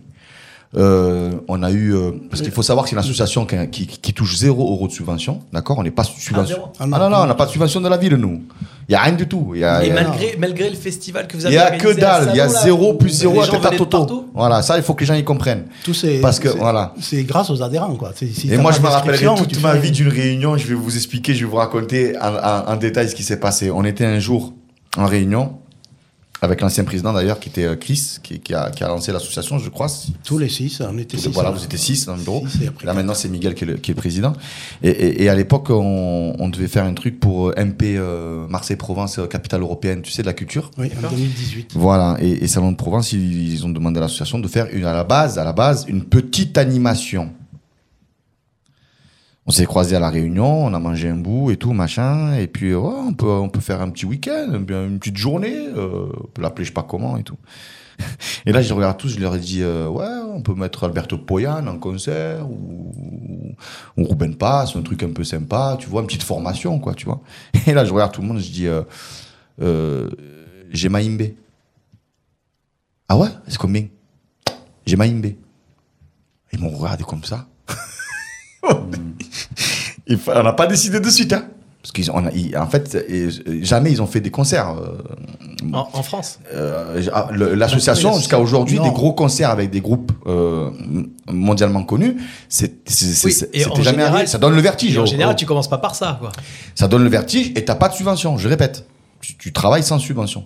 S4: Euh, on a eu. euh, parce qu'il faut savoir que c'est une association qui, qui- qui touche 0 euros de subvention, d'accord On n'est pas subvention.
S2: zéro
S4: Ah, non, non, on n'a pas de subvention de la ville, nous. Il n'y a rien du tout. Il y a,
S2: Et
S4: il y a-
S2: malgré, malgré le festival que vous
S4: il
S2: avez
S4: y a que
S2: organisé à
S4: dalle, il y a
S2: Salon, là,
S4: zéro
S2: où
S4: plus zéro
S2: les
S4: à
S2: gens
S4: tête à
S2: venaient de
S4: Toto.
S2: partout.
S4: Voilà, ça il faut que les gens y comprennent.
S8: Tout c'est
S4: Parce que,
S8: c'est-
S4: voilà.
S8: C'est grâce aux adhérents quoi. C'est- si
S4: Et
S8: t'as
S4: moi,
S8: pas
S4: je me rappellerai
S8: d'inscription,
S4: toute
S8: tu
S4: ma
S8: fais-
S4: vie d'une réunion. Je vais vous expliquer, je vais vous raconter en, en- en détail ce qui s'est passé. On était un jour en réunion avec l'ancien président d'ailleurs, qui était euh, Chris, qui, qui a, qui a lancé l'association, je crois. si-
S8: Tous les six, on était six.
S4: voilà,
S8: hein.
S4: vous étiez six dans le bureau.
S8: Six, et après
S4: Là
S8: quatre.
S4: maintenant, c'est Miguel qui est le, qui est le président. Et, et- et à l'époque, on, on devait faire un truc pour euh, MP euh, Marseille-Provence, euh, capitale européenne, tu sais, de la culture.
S8: Oui, en 2018.
S4: Voilà, et, et Salon de Provence, ils, ils ont demandé à l'association de faire une, à la base, à la base, une petite animation. On s'est croisés à la Réunion, on a mangé un bout et tout, machin, et puis ouais, on peut, on peut faire un petit week-end, un- une petite journée, euh, on peut l'appeler je sais pas comment et tout. [LAUGHS] Et là, je les regarde tous, je leur ai dit, euh, ouais, on peut mettre Alberto Poyan en concert, ou, ou Ruben Pass, un truc un peu sympa, tu vois, une petite formation, quoi, tu vois. [LAUGHS] Et là, je regarde tout le monde, je dis, euh, euh, j'ai Maïmbé. Ah ouais C'est combien J'ai Maïmbé. Ils m'ont regardé comme ça. [LAUGHS] Il fa- on n'a pas décidé de suite, hein. Parce qu'ils ont- on a- ils- en fait, euh, jamais ils ont fait des concerts. euh,
S2: En, en France.
S4: euh, ah, le- l'association jusqu'à aujourd'hui
S8: Non.
S4: des gros concerts avec des groupes euh, m- mondialement connus c'est c'est- c'est-
S2: Oui,
S4: c'est-
S2: et en
S4: c'était jamais
S2: général-
S4: arrivé ça donne le vertige
S2: Et en
S4: oh,
S2: général,
S4: oh.
S2: tu commences pas par ça, quoi.
S4: ça donne le vertige et t'as pas de subvention je répète tu, tu travailles sans subvention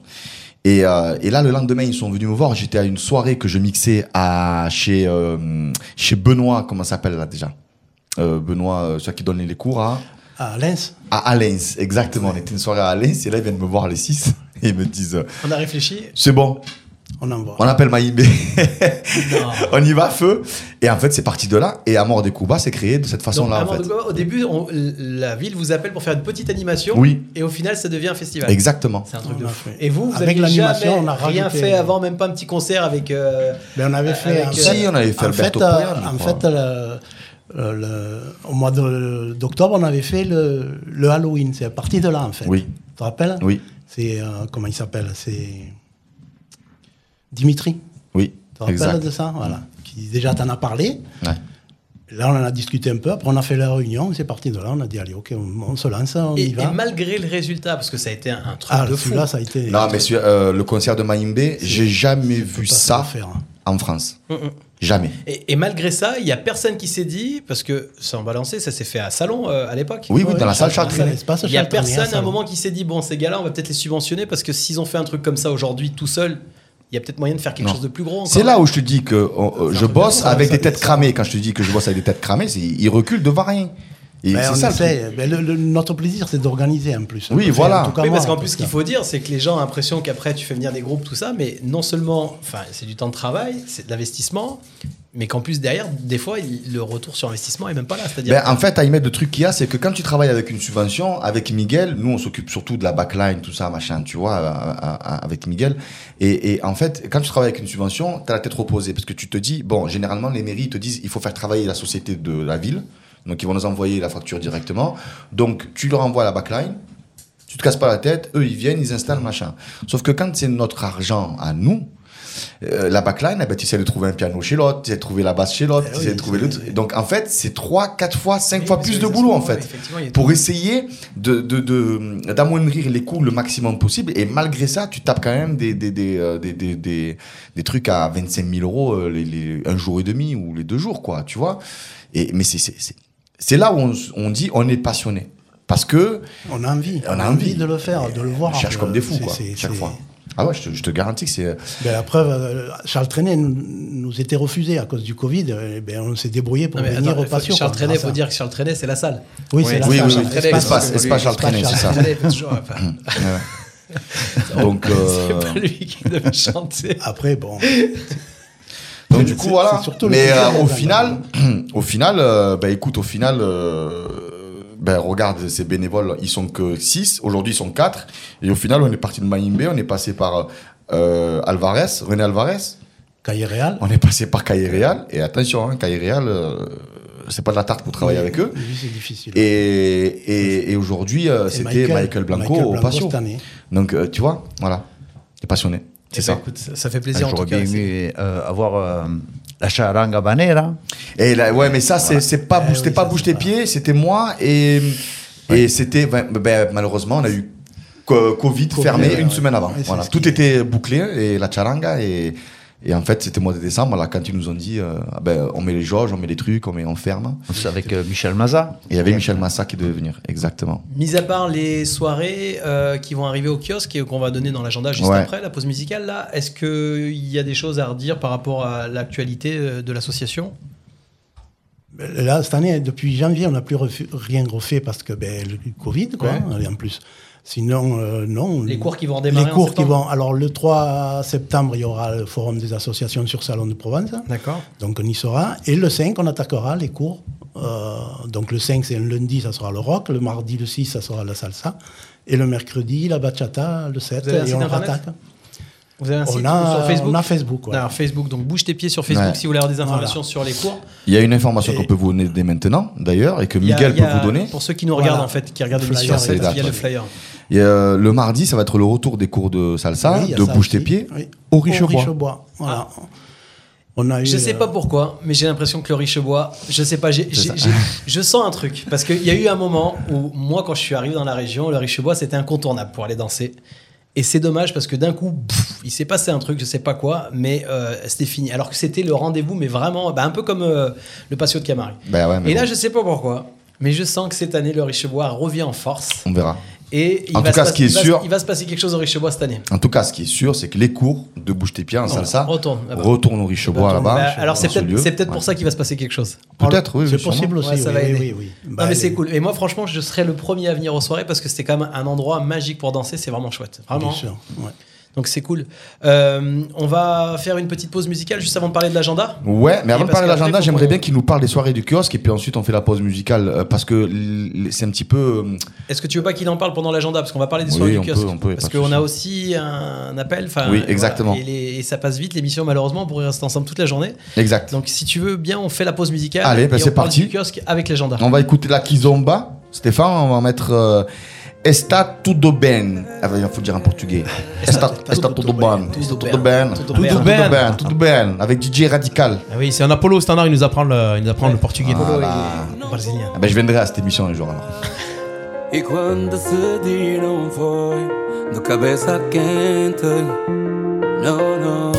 S4: et, euh, et là le lendemain ils sont venus me voir j'étais à une soirée que je mixais à chez euh, chez Benoît comment ça s'appelle là déjà Euh, Benoît euh, celui qui donne les cours à
S8: À Lens,
S4: à Alens exactement on était une soirée à Alens et là ils viennent me voir les six [LAUGHS] et ils me disent euh,
S2: On a réfléchi.
S4: c'est bon
S8: on envoie.
S4: on appelle Maïmbé
S2: Non.
S4: [LAUGHS] on y va, feu. Et en fait, c'est parti de là. Et Amor des Cuba s'est créé de cette
S2: Donc,
S4: façon-là, en
S2: Amor
S4: fait.
S2: de Cuba, au début, on- la ville vous appelle pour faire une petite animation.
S4: Oui.
S2: Et au final, ça devient un festival.
S4: Exactement.
S2: C'est un truc
S8: On
S2: de
S8: a
S2: fou.
S8: fait.
S2: Et vous, vous
S8: Avec
S2: aviez
S8: l'animation,
S2: jamais
S8: on a
S2: rien
S8: rajouté-
S2: fait avant, même pas un petit concert avec. euh,
S8: Mais Ben, on avait fait.
S2: Avec,
S8: en
S2: euh,
S8: fait-
S4: Si, on avait fait
S8: en
S4: Alberto
S8: fait, euh,
S4: Poyan, je
S8: en
S4: crois.
S8: fait, euh, euh, le- au mois de- d'octobre, on avait fait le, le Halloween. C'est à partir de là, en fait.
S4: Oui.
S8: Tu te rappelles
S4: Oui,
S8: C'est. euh, comment il s'appelle C'est. Dimitri.
S4: oui,
S8: Tu te rappelles
S4: exact.
S8: de ça Voilà. Qui déjà t'en a parlé.
S4: Ouais.
S8: Là, on en a discuté un peu. Après, on a fait la réunion. C'est parti de là. On a dit, allez, OK, on, on se lance, on
S2: et,
S8: y va.
S2: et malgré le résultat, parce que ça a été un, un truc
S8: ah,
S2: de fou.
S8: celui-là, ça a été.
S4: Non, mais sur, euh, le concert de Maïmbé, j'ai jamais
S8: on peut
S4: vu
S8: pas
S4: ça
S8: se faire. Mm,
S4: en France. Jamais.
S2: Et, et malgré ça, il y a personne qui s'est dit, parce que sans balancer, ça s'est fait à Salon euh, à l'époque.
S4: Oui, oui, dans la salle Charles
S8: Charles
S4: Trenet.
S8: Trenet, c'est pas ce
S2: Il y a
S8: Charles Trenet, hein,
S2: personne à
S8: ça,
S2: un moment qui s'est dit, bon, ces gars-là, on va peut-être les subventionner parce que s'ils ont fait un truc comme ça aujourd'hui tout seul, il y a peut-être moyen de faire quelque
S4: Non.
S2: chose de plus grand.
S4: C'est là où je te dis que on- euh, je bosse avec des têtes cramées. Quand je te dis que je bosse avec des têtes cramées, c'est- ils reculent devant rien. Et
S8: Ben,
S4: c'est
S8: on
S4: ça. le truc.
S8: essaie. Ben, le- le- notre plaisir, c'est d'organiser en plus.
S4: Oui,
S8: Enfin,
S4: voilà.
S8: en tout cas,
S2: Oui, parce
S8: moi,
S2: qu'en plus, ce
S8: que-
S2: qu'il faut dire, c'est que les gens ont l'impression qu'après, tu fais venir des groupes, tout ça, mais non seulement, enfin, c'est du temps de travail, c'est de l'investissement, mais qu'en plus, derrière, des fois, il- le retour sur investissement est même pas là. C'est-à-dire,
S4: Ben, en fait, à y mettre le truc qu'il y a, c'est que quand tu travailles avec une subvention, avec Miguel, nous, on s'occupe surtout de la backline, tout ça, machin, tu vois, à- à- à- avec Miguel. Et, et en fait, quand tu travailles avec une subvention, t'as la tête reposée parce que tu te dis, bon, généralement, les mairies te disent, il faut faire travailler la société de la ville. Donc, ils vont nous envoyer la facture directement. Donc, tu leur envoies la backline. Tu te casses pas la tête, eux ils viennent, ils installent machin. Sauf que quand c'est notre argent à nous, euh, la backline, eh ben, tu essaies de trouver un piano chez l'autre, tu essaies de trouver la basse chez l'autre,
S8: Eh
S4: tu essaies
S8: oui,
S4: de trouver le
S8: c'est-
S4: truc. Donc en fait, c'est 3, 4 fois, 5 fois
S2: Oui,
S4: plus de
S2: visualisation,
S4: boulot en
S2: ouais,
S4: fait.
S2: effectivement, il y a
S4: Pour
S2: tout.
S4: essayer de, de, de- d'amoindrir les coûts le maximum possible. Et malgré ça, tu tapes quand même des, des, des, euh, des, des, des- des trucs à 25 000 euros euh, les, les- un jour et demi ou les deux jours, quoi, tu vois. Et, mais c'est, c'est, c'est, c'est là où on, s- on dit on est passionné. Parce que
S8: On a envie.
S4: on a envie
S8: de le faire, de le voir.
S4: On cherche
S8: Euh,
S4: comme des fous,
S8: c'est-
S4: quoi,
S8: c'est-
S4: chaque
S8: c'est-
S4: fois. Ah ouais, je te, je te garantis que
S8: [LAUGHS]
S4: c'est.
S8: Ben, la preuve, euh, Charles Trenet nous, nous était refusé à cause du Covid. Euh, Ben, on s'est débrouillé pour
S2: Non, mais
S8: venir
S2: attends,
S8: au patio.
S2: Charles
S8: quoi,
S2: Trenet,
S4: Ah,
S8: grâce
S2: faut
S8: à-
S2: dire que Charles Trenet, c'est la salle.
S8: Oui, c'est
S7: Oui,
S8: la
S4: oui,
S8: salle,
S4: oui,
S8: Charles
S4: oui,
S8: Trenet,
S2: espace,
S8: l'espace,
S4: espace Charles Trenet,
S8: l'espace
S4: c'est ça.
S8: Charles
S2: Trenet, parce que genre,
S4: [CLEARS THROAT]
S2: enfin,
S4: Donc, euh,
S2: c'est pas [LAUGHS] lui qui devait chanter.
S8: Après, bon.
S4: donc du coup
S8: C'est-
S4: voilà.
S8: c'est surtout le
S4: Mais
S8: plaisir
S4: euh, au
S8: des
S4: final, [CLEARS THROAT] au final, euh, bah écoute, au final, euh, ben regarde ces bénévoles, ils sont que 6, Aujourd'hui ils sont 4 Et au final, on est parti de Maïmbé, on est passé par euh, Alvarez, René Alvarez.
S8: Cahier Real.
S4: On est passé par Caille Real. Et attention, hein, Caille Real, euh, c'est pas de la tarte pour travailler avec eux.
S8: Oui, c'est difficile.
S4: Et, et, et aujourd'hui, euh,
S8: Et
S4: c'était Michael, Blanco au Passo.
S8: cette année.
S4: Donc euh, tu vois, voilà, t'es passionné.
S2: Eh
S4: C'est
S2: ben,
S4: ça.
S2: écoute, ça ça fait
S7: Ah,
S2: plaisir en tout
S7: J'aurais
S2: cas.
S7: bien aimé euh, avoir euh, la charanga banera.
S4: Et là, ouais, mais ça, c'est c'est pas, bouge- c'était
S8: Eh oui,
S4: pas
S8: ça,
S4: bouge
S8: c'est
S4: tes
S8: pas-
S4: pieds, c'était moi et, et c'était, ben, ben, malheureusement, on a eu co- Covid,
S8: Covid,
S4: fermé
S8: ouais,
S4: une
S8: ouais.
S4: semaine avant.
S8: Ouais, c'est
S4: Voilà.
S8: ce
S4: Tout
S8: qui-
S4: était bouclé et la charanga et, et en fait, c'était mois de décembre, là, quand ils nous ont dit, euh, ah ben, on met les jauges, on met les trucs, on met, on ferme.
S7: C'est avec euh, Michel Maza.
S4: Et il y avait Michel Massa qui devait venir, exactement.
S2: Mis à part les soirées euh, qui vont arriver au kiosque et qu'on va donner dans l'agenda juste
S4: Ouais.
S2: après la pause musicale, là, est-ce qu'il y a des choses à redire par rapport à l'actualité euh, de l'association
S8: Là, cette année, depuis janvier, on n'a plus refu- rien refait parce que ben, le Covid, quoi, hein, et en plus. Sinon, euh, non.
S2: Les cours qui vont redémarrer
S8: Les
S2: en
S8: cours qui
S2: septembre.
S8: vont. Alors, le 3 septembre, il y aura le forum des associations sur Salon de Provence.
S2: D'accord.
S8: Donc, on y sera. Et le 5, on attaquera les cours. Euh, donc, le 5, c'est un lundi, ça sera le rock. Le mardi, le 6, ça sera la salsa. Et le mercredi, la bachata, le 7.
S2: Vous avez un
S8: et
S2: site
S8: on
S2: internet
S8: attaque.
S2: Vous avez un
S8: On
S2: site
S8: a-
S2: sur Facebook
S8: on a Facebook, ouais.
S2: Alors, Facebook, donc bouge tes pieds sur Facebook
S4: Ouais.
S2: si vous voulez avoir des informations sur les cours.
S4: Il y a une information
S8: Et-
S4: qu'on peut vous donner dès maintenant, d'ailleurs, et que
S2: Il y a-
S4: Miguel
S2: il y a-
S4: peut vous donner.
S2: Pour ceux qui nous
S8: Voilà.
S2: regardent, en fait, qui regardent
S8: Le flyer,
S2: l'émission, en fait,
S4: c'est
S2: il y a
S4: date,
S2: le
S4: ouais.
S2: flyer.
S4: Et, euh, le mardi, ça va être le retour des cours de salsa,
S8: Oui, il y a
S4: de
S8: ça
S4: bouge tes
S8: aussi.
S4: pieds,
S8: Oui.
S4: au Richebois.
S8: Voilà. On a eu,
S2: Ah. Je sais
S8: euh,
S2: pas pourquoi, mais j'ai l'impression que le Richebois, je sais pas, j'ai- j'ai- j'ai- je sens un truc. Parce qu'il y a eu un moment où, moi, quand je suis arrivé dans la région, le Richebois, c'était incontournable pour aller danser. Et c'est dommage parce que d'un coup, pff, il s'est passé un truc, je sais pas quoi, mais euh, c'était fini. Alors que c'était le rendez-vous, mais vraiment, bah, un peu comme euh, le patio de Camargue.
S4: Ben ouais, mais
S2: Et là,
S4: bon,
S2: je sais pas pourquoi, mais je sens que cette année, le Richebois revient en force.
S4: on verra.
S2: Et il
S4: En
S2: va
S4: tout cas,
S2: se
S4: ce
S2: passer-
S4: qui est
S2: il va-
S4: sûr-
S2: il va se passer quelque chose au Richebois cette année.
S4: En tout cas, ce qui est sûr, c'est que les cours de bouche tes pieds en salsa
S2: retourne là-bas.
S4: retournent au Richebois
S2: Bah,
S4: là-bas.
S2: alors
S4: Ah,
S2: c'est
S4: dans ce
S2: peut-être
S4: lieu.
S2: c'est peut-être
S4: Ouais.
S2: pour ça qu'il va se passer quelque chose.
S4: Peut-être, oui,
S8: C'est
S4: oui, sûrement.
S8: possible aussi.
S2: Ouais, ça
S8: oui,
S2: va
S8: oui,
S2: aider.
S8: oui, oui.
S2: non
S8: Bah,
S2: mais c'est
S8: les-
S2: cool. Et moi franchement je serais le premier à venir aux soirées parce que c'était quand même un endroit magique pour danser. C'est vraiment chouette. Vraiment.
S8: Bien sûr. ouais.
S2: Donc c'est cool. Euh, on va faire une petite pause musicale juste avant de parler de l'agenda.
S4: Ouais, mais avant
S2: Et
S4: de parler
S2: parce
S4: de l'agenda,
S2: qu'après, faut
S4: j'aimerais
S2: qu'on-
S4: bien qu'il nous parle des soirées du kiosque et puis ensuite on fait la pause musicale euh, parce que l- c'est un petit peu. euh,
S2: Est-ce que tu veux pas qu'il en parle pendant l'agenda parce qu'on va parler des
S4: Oui,
S2: soirées du
S4: on
S2: kiosque.
S4: peut, on peut, y a
S2: parce
S4: pas de
S2: qu'on a
S4: souci.
S2: aussi un appel. enfin,
S4: Oui, exactement.
S2: voilà. Et, les- et ça passe vite l'émission malheureusement. On pourrait rester ensemble toute la journée.
S4: Exact.
S2: Donc si tu veux bien on fait la pause musicale.
S4: Allez, bah,
S2: et on
S4: c'est
S2: parle
S4: parti.
S2: Du kiosque avec l'agenda.
S4: On va écouter la Kizomba. Stéphane, on va mettre euh, Está tudo bem. Ah, bah, il faut le dire en
S2: [LAUGHS]
S4: portugais. Está, está tudo bem.
S2: Tudo
S4: Tudo
S2: bem.
S4: bem.
S2: Tudo
S4: Tudo
S2: bem.
S4: bem. Tudo bem. Avec DJ Radical.
S5: Ah oui, c'est un Apollo au standard, il nous apprend le, il nous apprend le portugais.
S2: Ah
S4: Voilà.
S2: Brésilien.
S4: Ah, bah, je viendrai à cette émission un jour alors.
S9: E quando decidi não foi de cabeça quente Não, não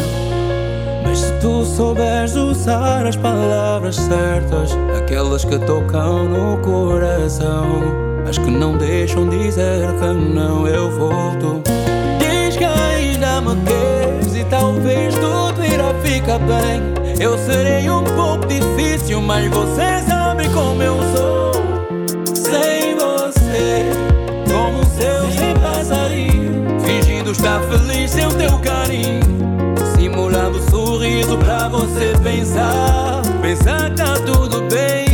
S9: Mas se tu souberes usar as palavras certas Aquelas que tocam no coração As que não deixam dizer que não eu volto Diz que ainda me queres e talvez tudo irá ficar bem Eu serei um pouco difícil, mas você sabe como eu sou sem você Como um céu sem passarinho Fingindo estar feliz sem o teu carinho Simulando um sorriso pra você pensar Pensar que tá tudo bem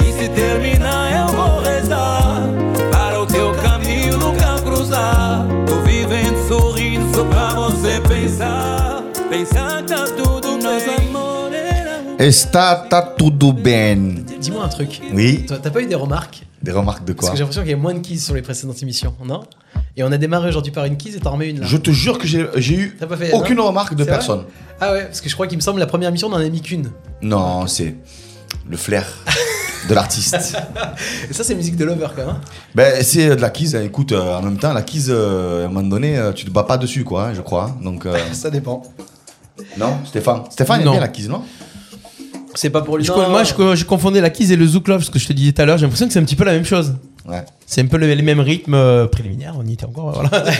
S9: E se terminar eu vou rezar Para o teu caminho nunca cruzar Tô vivendo sorrindo só pra você pensar Pensar que tá tudo Nosso amor era um
S4: Está tá tudo bem.
S2: Dis-moi un truc.
S4: Oui.
S2: Toi, t'as pas eu des remarques
S4: Des remarques de
S2: Parce
S5: Bah.
S4: quoi
S2: que j'ai l'impression qu'il y a moins de keys sur les précédentes émissions, non Et on a démarré aujourd'hui par une keys et t'en remets une là.
S4: Je te jure que j'ai j'ai eu
S2: T'as pas fait,
S4: aucune
S2: non
S4: remarque de
S2: C'est vrai
S4: personne.
S2: Ah ouais, parce que je crois qu'il me semble la première émission on en a mis qu'une.
S4: Non, c'est le flair de l'artiste.
S2: Et ça c'est musique de lover quand même. hein.
S4: ben, c'est euh, de la quise, hein. écoute, euh, en même temps, la quise, euh, à un moment donné, euh, tu te bats pas dessus, quoi, hein, je crois. hein. Donc, euh,
S2: [LAUGHS] Ça dépend.
S4: non, Stéphane. Stéphane aime
S5: Non.
S4: bien la quise, non
S2: C'est pas pour lui.
S5: Je
S2: Non.
S5: co- moi, je, co- je confondais la Kiz et le Zouklov, ce que je te disais tout à l'heure. J'ai l'impression que c'est un petit peu la même chose.
S4: Ouais.
S5: C'est un peu le- les mêmes rythmes euh, préliminaires, on y était encore.
S2: [LAUGHS]
S5: Voilà.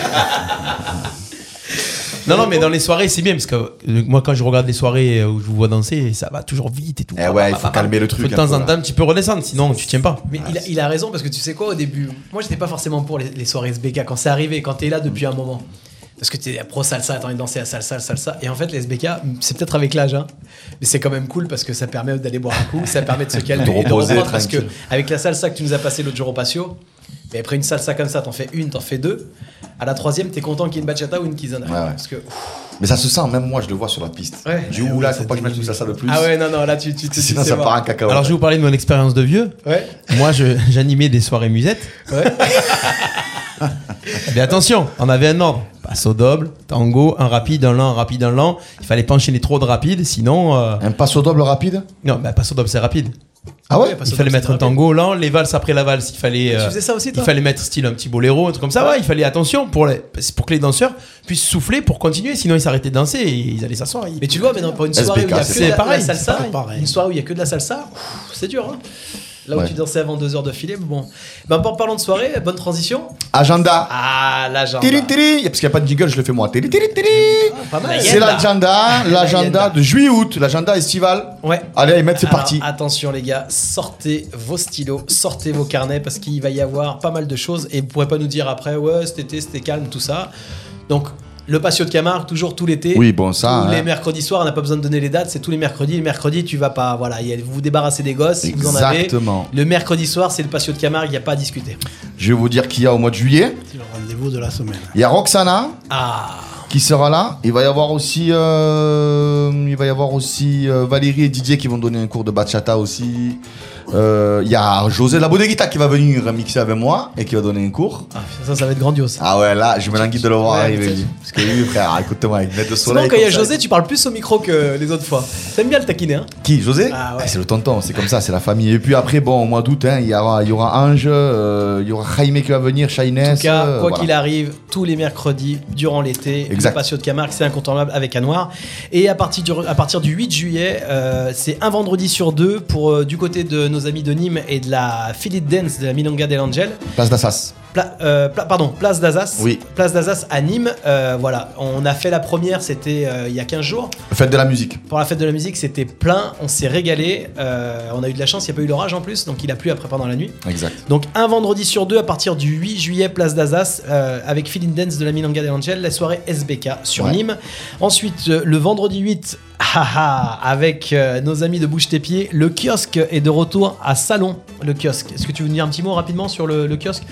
S5: non, non, mais dans les soirées, c'est bien parce que euh, moi, quand je regarde les soirées euh, où je vous vois danser, ça va toujours vite et tout.
S4: Eh ouais, il faut calmer
S2: bah,
S4: le
S5: Faut
S4: truc.
S5: de
S4: un
S5: temps
S4: peu,
S5: en
S4: là.
S5: temps un petit peu redescendre, sinon tu tiens pas.
S2: Mais il a, il a raison parce que tu sais quoi au début, moi j'étais pas forcément pour les, les soirées SBK quand c'est arrivé, quand t'es là depuis un moment. Parce que t'es pro salsa, t'as envie de danser à salsa, salsa. Et en fait, les SBK, c'est peut-être avec l'âge, hein, mais c'est quand même cool parce que ça permet d'aller boire un coup, ça permet de se
S4: [LAUGHS]
S2: calmer,
S4: De
S2: et
S4: reposer,
S2: reprendre, Parce que
S4: tranquille.
S2: avec la salsa que tu nous as passée l'autre jour au patio, et après une salsa comme ça, t'en fais une, t'en fais deux. À la troisième, t'es content qu'il y ait une bachata ou une kizana.
S4: ouais.
S2: Parce que, ouf,
S4: Mais ça se sent, même moi, je le vois sur la piste.
S2: Ouais.
S4: Du coup, là, faut pas que je mette tout ça, ça le plus.
S2: ah ouais, non, non, là tu, tu, tu, tu
S4: Sinon,
S2: sais
S4: ça
S2: voir.
S4: part un cacao.
S5: Alors, je vais vous parler de mon expérience de vieux.
S2: Ouais,
S5: Moi, je- j'animais des soirées musettes.
S2: ouais.
S5: Eh bien, attention, on avait un ordre. Passe au double, tango, un rapide, un lent, un rapide, un lent. Il fallait pas enchaîner trop de rapides, sinon. euh,
S4: Un passo double rapide
S5: Non, bah, passe au double, c'est rapide.
S4: Ah ouais
S5: Il fallait mettre un tango lent, les valses après la valse. Il fallait, euh,
S2: faisais ça aussi, toi
S5: il fallait mettre style un petit boléro, un truc comme ça. Ouais, il fallait attention pour, les, c'est pour que les danseurs puissent souffler pour continuer. Sinon, ils s'arrêtaient de danser et ils allaient s'asseoir. Ils-
S2: Mais tu vois, maintenant, pour une soirée
S4: SBK,
S2: où il y a que
S4: c'est
S2: de la,
S5: pareil,
S2: de la salsa,
S8: c'est pareil.
S2: une soirée où il y a que de la salsa, ouf, c'est dur. hein. Là où
S4: Ouais.
S2: tu dansais avant 2 heures de filet, bon. Ben, en parlant de soirée, bonne transition.
S4: Agenda.
S2: Ah, l'agenda.
S4: Tiri, tiri. Parce qu'il n'y a pas de jingle, je le fais moi. Tiri, tiri, tiri.
S2: Pas mal.
S4: C'est l'agenda,
S2: L'agenda.
S4: l'agenda de juillet-août, l'agenda estival.
S2: Ouais.
S4: Allez, Ahmed, c'est
S2: Alors,
S4: parti.
S2: Attention les gars, sortez vos stylos, sortez vos carnets parce qu'il va y avoir pas mal de choses et vous pourrez pas nous dire après ouais cet été c'était calme tout ça. Donc le patio de Camargue toujours tout l'été.
S4: Oui, bon, ça,
S2: Tous
S4: hein.
S2: les mercredis soirs, on n'a pas besoin de donner les dates, c'est tous les mercredis. Le mercredi, tu vas pas, voilà, il y a- vous vous débarrassez des gosses, si vous en avez.
S4: Exactement.
S2: Le mercredi soir, c'est le patio de Camargue, il n'y a pas à discuter.
S4: Je vais vous dire qu'il y a au mois de juillet.
S8: C'est le rendez-vous de la semaine.
S4: Il y a Roxana
S2: Ah,
S4: qui sera là. Il va y avoir aussi, euh, il va y avoir aussi euh, Valérie et Didier qui vont donner un cours de bachata aussi. Euh, Il y a José de la Bodeguita qui va venir mixer avec moi et qui va donner un cours.
S2: Ah, ça, ça va être grandiose.
S4: Ah ouais, là, je me languis de le voir
S2: Ouais,
S4: arriver.
S2: putain.
S4: lui. Parce que lui, frère, écoute-moi, il met de
S2: Souvent,
S4: soleil.
S2: quand il y a
S4: comme ça.
S2: José, tu parles plus au micro que les autres fois. T'aimes bien le taquiner, hein
S4: Qui José
S2: Ah ouais.
S4: Eh, C'est le tonton, c'est comme ça, c'est la famille. Et puis après, bon, au mois d'août, hein, il y aura, il y aura Ange, euh, il y aura Jaime qui va venir, Shaines. euh,
S2: En tout cas, quoi qu'il arrive, tous les mercredis durant l'été,
S4: Exact.
S2: le patio de Camargue, c'est incontournable avec Anouar. Et à partir du, à partir du 8 juillet, euh, c'est un vendredi sur deux pour euh, du côté de nos amis de Nîmes et de la Philip Dance de la Milonga del Angel.
S4: Place d'Assas.
S2: Pla- euh, pla- pardon, Place d'Azas.
S4: Oui.
S2: Place d'Azas à Nîmes. Euh, voilà, on a fait la première, c'était euh, il y a 15 jours.
S4: Fête de la musique.
S2: Pour la fête de la musique, c'était plein, on s'est régalé. Euh, on a eu de la chance, il n'y a pas eu l'orage en plus, donc il a plu après pendant la nuit.
S4: Exact.
S2: Donc un vendredi sur deux à partir du 8 juillet, place d'Azas, euh, avec Feeling Dance de la Milanga del Angel, la soirée SBK sur
S4: Ouais.
S2: Nîmes. Ensuite, euh, le vendredi [LAUGHS] 8, haha, avec euh, nos amis de Bouche tes pieds, le kiosque est de retour à Salon, le kiosque. Est-ce que tu veux nous dire un petit mot rapidement sur le, le kiosque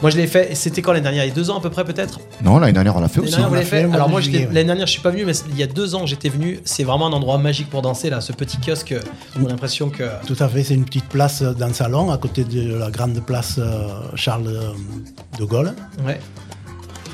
S2: Moi je l'ai fait, c'était quand l'année dernière Il y a deux ans à peu près peut-être
S4: Non, l'année dernière, on l'a fait
S2: L'année
S4: aussi.
S2: dernière,
S8: on
S2: vous
S8: l'a
S2: l'avez
S8: fait,
S2: fait
S8: au mois
S2: Alors
S8: de
S2: moi j'étais-
S8: juillet, ouais.
S2: l'année dernière je suis pas venu, mais il y a deux ans j'étais venu, c'est vraiment un endroit magique pour danser là, ce petit kiosque, euh, on a l'impression que...
S8: Tout à fait, c'est une petite place euh, dans le salon, à côté de la grande place euh, Charles euh, de Gaulle.
S2: Ouais.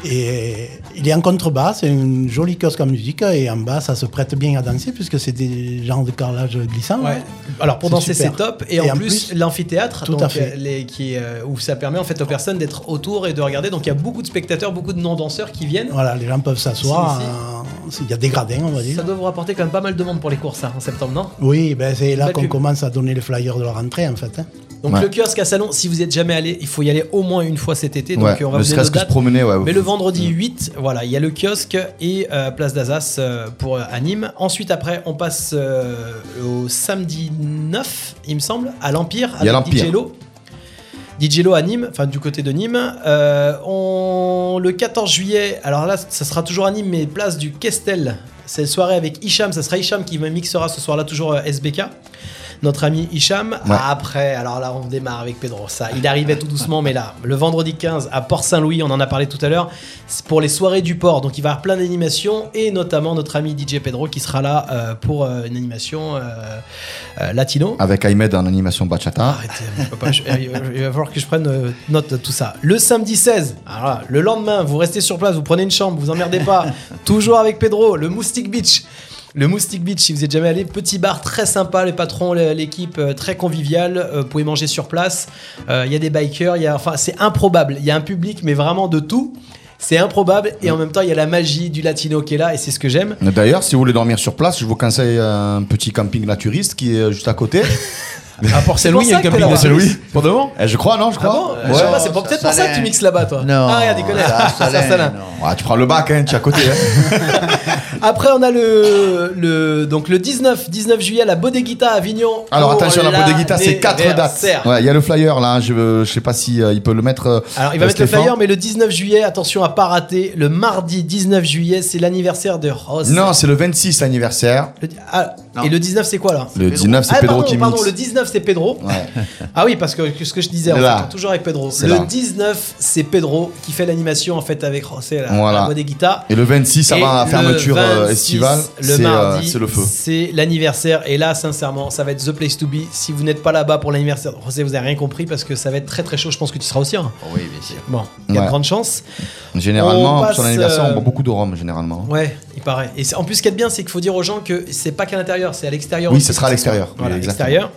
S8: Et il est en contrebas, c'est une jolie kiosque en musique, et en bas, ça se prête bien à danser, puisque c'est des genres de carrelage glissant.
S2: Ouais. Alors pour
S8: C'est
S2: danser
S8: super.
S2: c'est top et, en, plus, l'amphithéâtre
S8: Tout
S2: donc,
S8: à fait.
S2: euh, les- qui euh, où ça permet en fait aux personnes d'être autour et de regarder donc il y a beaucoup de spectateurs beaucoup de non danseurs qui viennent
S8: Voilà, les gens peuvent s'asseoir. euh, Il y a des gradins, on va dire.
S2: ça doit vous rapporter quand même pas mal de monde pour les courses hein, en septembre non
S8: Oui, ben c'est là
S2: Belle
S8: qu'on
S2: pub.
S8: commence à donner les flyers de la rentrée, en fait. hein.
S2: donc
S4: Ouais.
S2: le kiosque à salon si vous y êtes jamais allé il faut y aller au moins une fois cet été donc
S4: Ouais,
S2: euh, on va
S4: ne
S2: vous donner
S4: serait-ce que Mm.
S2: nos
S4: se
S2: dates
S4: promener, ouais.
S2: mais le vendredi 8, voilà, il y a le kiosque et euh, Place d'Azas euh, pour euh, à Nîmes. Ensuite, après, on passe euh, au samedi 9, il me semble, à l'Empire
S4: Il y a
S2: avec
S4: l'Empire.
S2: DJ Lo. DJ Lo à Nîmes, enfin du côté de Nîmes. Euh, on, le 14 juillet, alors là, ça sera toujours à Nîmes, mais place du Kestel. C'est une soirée avec Hicham, ça sera Hicham qui mixera ce soir-là toujours euh, SBK. Notre ami Hicham. Ah, Après, alors là, on démarre avec Pedro. Ça, il arrivait tout doucement, mais là, le vendredi 15 à Port-Saint-Louis, on en a parlé tout à l'heure, c'est pour les soirées du port. Donc, il va y avoir plein d'animations et notamment notre ami DJ Pedro qui sera là euh, pour euh, une animation euh, euh, latino.
S4: Avec Ahmed en animation bachata.
S2: Arrêtez, je peux pas, je- il va- il va falloir que je prenne euh, note de tout ça. Le samedi 16, alors là, le lendemain, vous restez sur place, vous prenez une chambre, vous emmerdez pas. Toujours avec Pedro, le Moustique Beach. Le Moustique Beach, si vous êtes jamais allé, petit bar très sympa, les patrons, le- l'équipe euh, très conviviale, euh, vous pouvez manger sur place. Euh, Il y a des bikers, il y a, enfin, c'est improbable. Il y a un public, mais vraiment de tout. C'est improbable et en même temps, il y a la magie du latino qui est là et c'est ce que [LAUGHS] j'aime.
S4: D'ailleurs, si vous voulez dormir sur place, je vous conseille un petit camping naturiste qui est juste à côté.
S5: À Port-Saint-Louis, il y
S2: [LAUGHS]
S5: a
S2: C'est pour ça que
S5: un camping de
S2: t'es là-bas.
S5: Saint-Louis. Pour de bon
S4: Eh, je crois, non Je
S2: Ah bon
S4: crois
S2: Je sais
S4: Ouais.
S2: pas, c'est pour-
S7: ça,
S2: peut-être
S7: ça
S2: pour ça que
S7: l'est.
S2: tu mixes là-bas, toi.
S7: Non.
S2: Ah, regarde, il connaît. [LAUGHS] Ça, ça, là.
S7: non.
S4: Ouais, tu prends le bac, hein, tu es à côté. hein.
S2: [LAUGHS] Après, on a le, le, donc le 19, 19 juillet à la Bodeguita à Avignon.
S4: Alors
S2: Oh
S4: attention, la
S2: là,
S4: Bodeguita, c'est
S2: des
S4: quatre
S2: vers
S4: dates.
S2: serres.
S4: Ouais, Il y a le flyer là, je, veux- je sais pas si euh, il peut le mettre. euh,
S2: Alors, il va
S4: euh,
S2: mettre le
S4: Stéphane.
S2: flyer, mais le 19 juillet, attention à pas rater. Le mardi 19 juillet, c'est l'anniversaire de Ross.
S4: Non, c'est le 26 anniversaire.
S2: Le- ah,
S7: Non.
S2: Et le 19, c'est quoi là
S4: Le 19, c'est
S2: Ah,
S4: Pedro
S2: pardon,
S4: qui
S2: pardon,
S4: mixe.
S2: le 19, c'est Pedro. [LAUGHS] Ah oui, parce que que ce que je disais, en fait,
S4: Là.
S2: on est toujours avec Pedro.
S4: C'est
S2: Le
S4: là.
S2: 19, c'est Pedro qui fait l'animation en fait avec José, la,
S4: Voilà.
S2: la voix des guitares.
S4: Et le 26
S2: Et
S4: avant la
S2: le
S4: fermeture euh,
S2: 26,
S4: estivale,
S2: le
S4: c'est euh,
S2: mardi,
S4: c'est le feu.
S2: C'est l'anniversaire. Et là, sincèrement, ça va être The Place to Be. Si vous n'êtes pas là-bas pour l'anniversaire, de José, vous avez rien compris parce que ça va être très très chaud. Je pense que tu seras aussi. hein.
S7: Oui, bien sûr.
S2: Bon, il y a de
S4: Ouais.
S2: grandes chances.
S4: Généralement,
S2: On
S4: pour
S2: passe,
S4: son anniversaire,
S2: euh,
S4: on boit beaucoup de rhum, généralement.
S2: Ouais, il paraît. Et c'est- en plus, ce qu'il y a de bien, c'est qu'il faut dire aux gens que c'est pas qu'à l'intérieur, c'est à l'extérieur.
S4: Oui,
S2: aussi.
S4: ce sera à l'extérieur.
S2: Voilà,
S4: Oui, exactement.
S2: extérieur.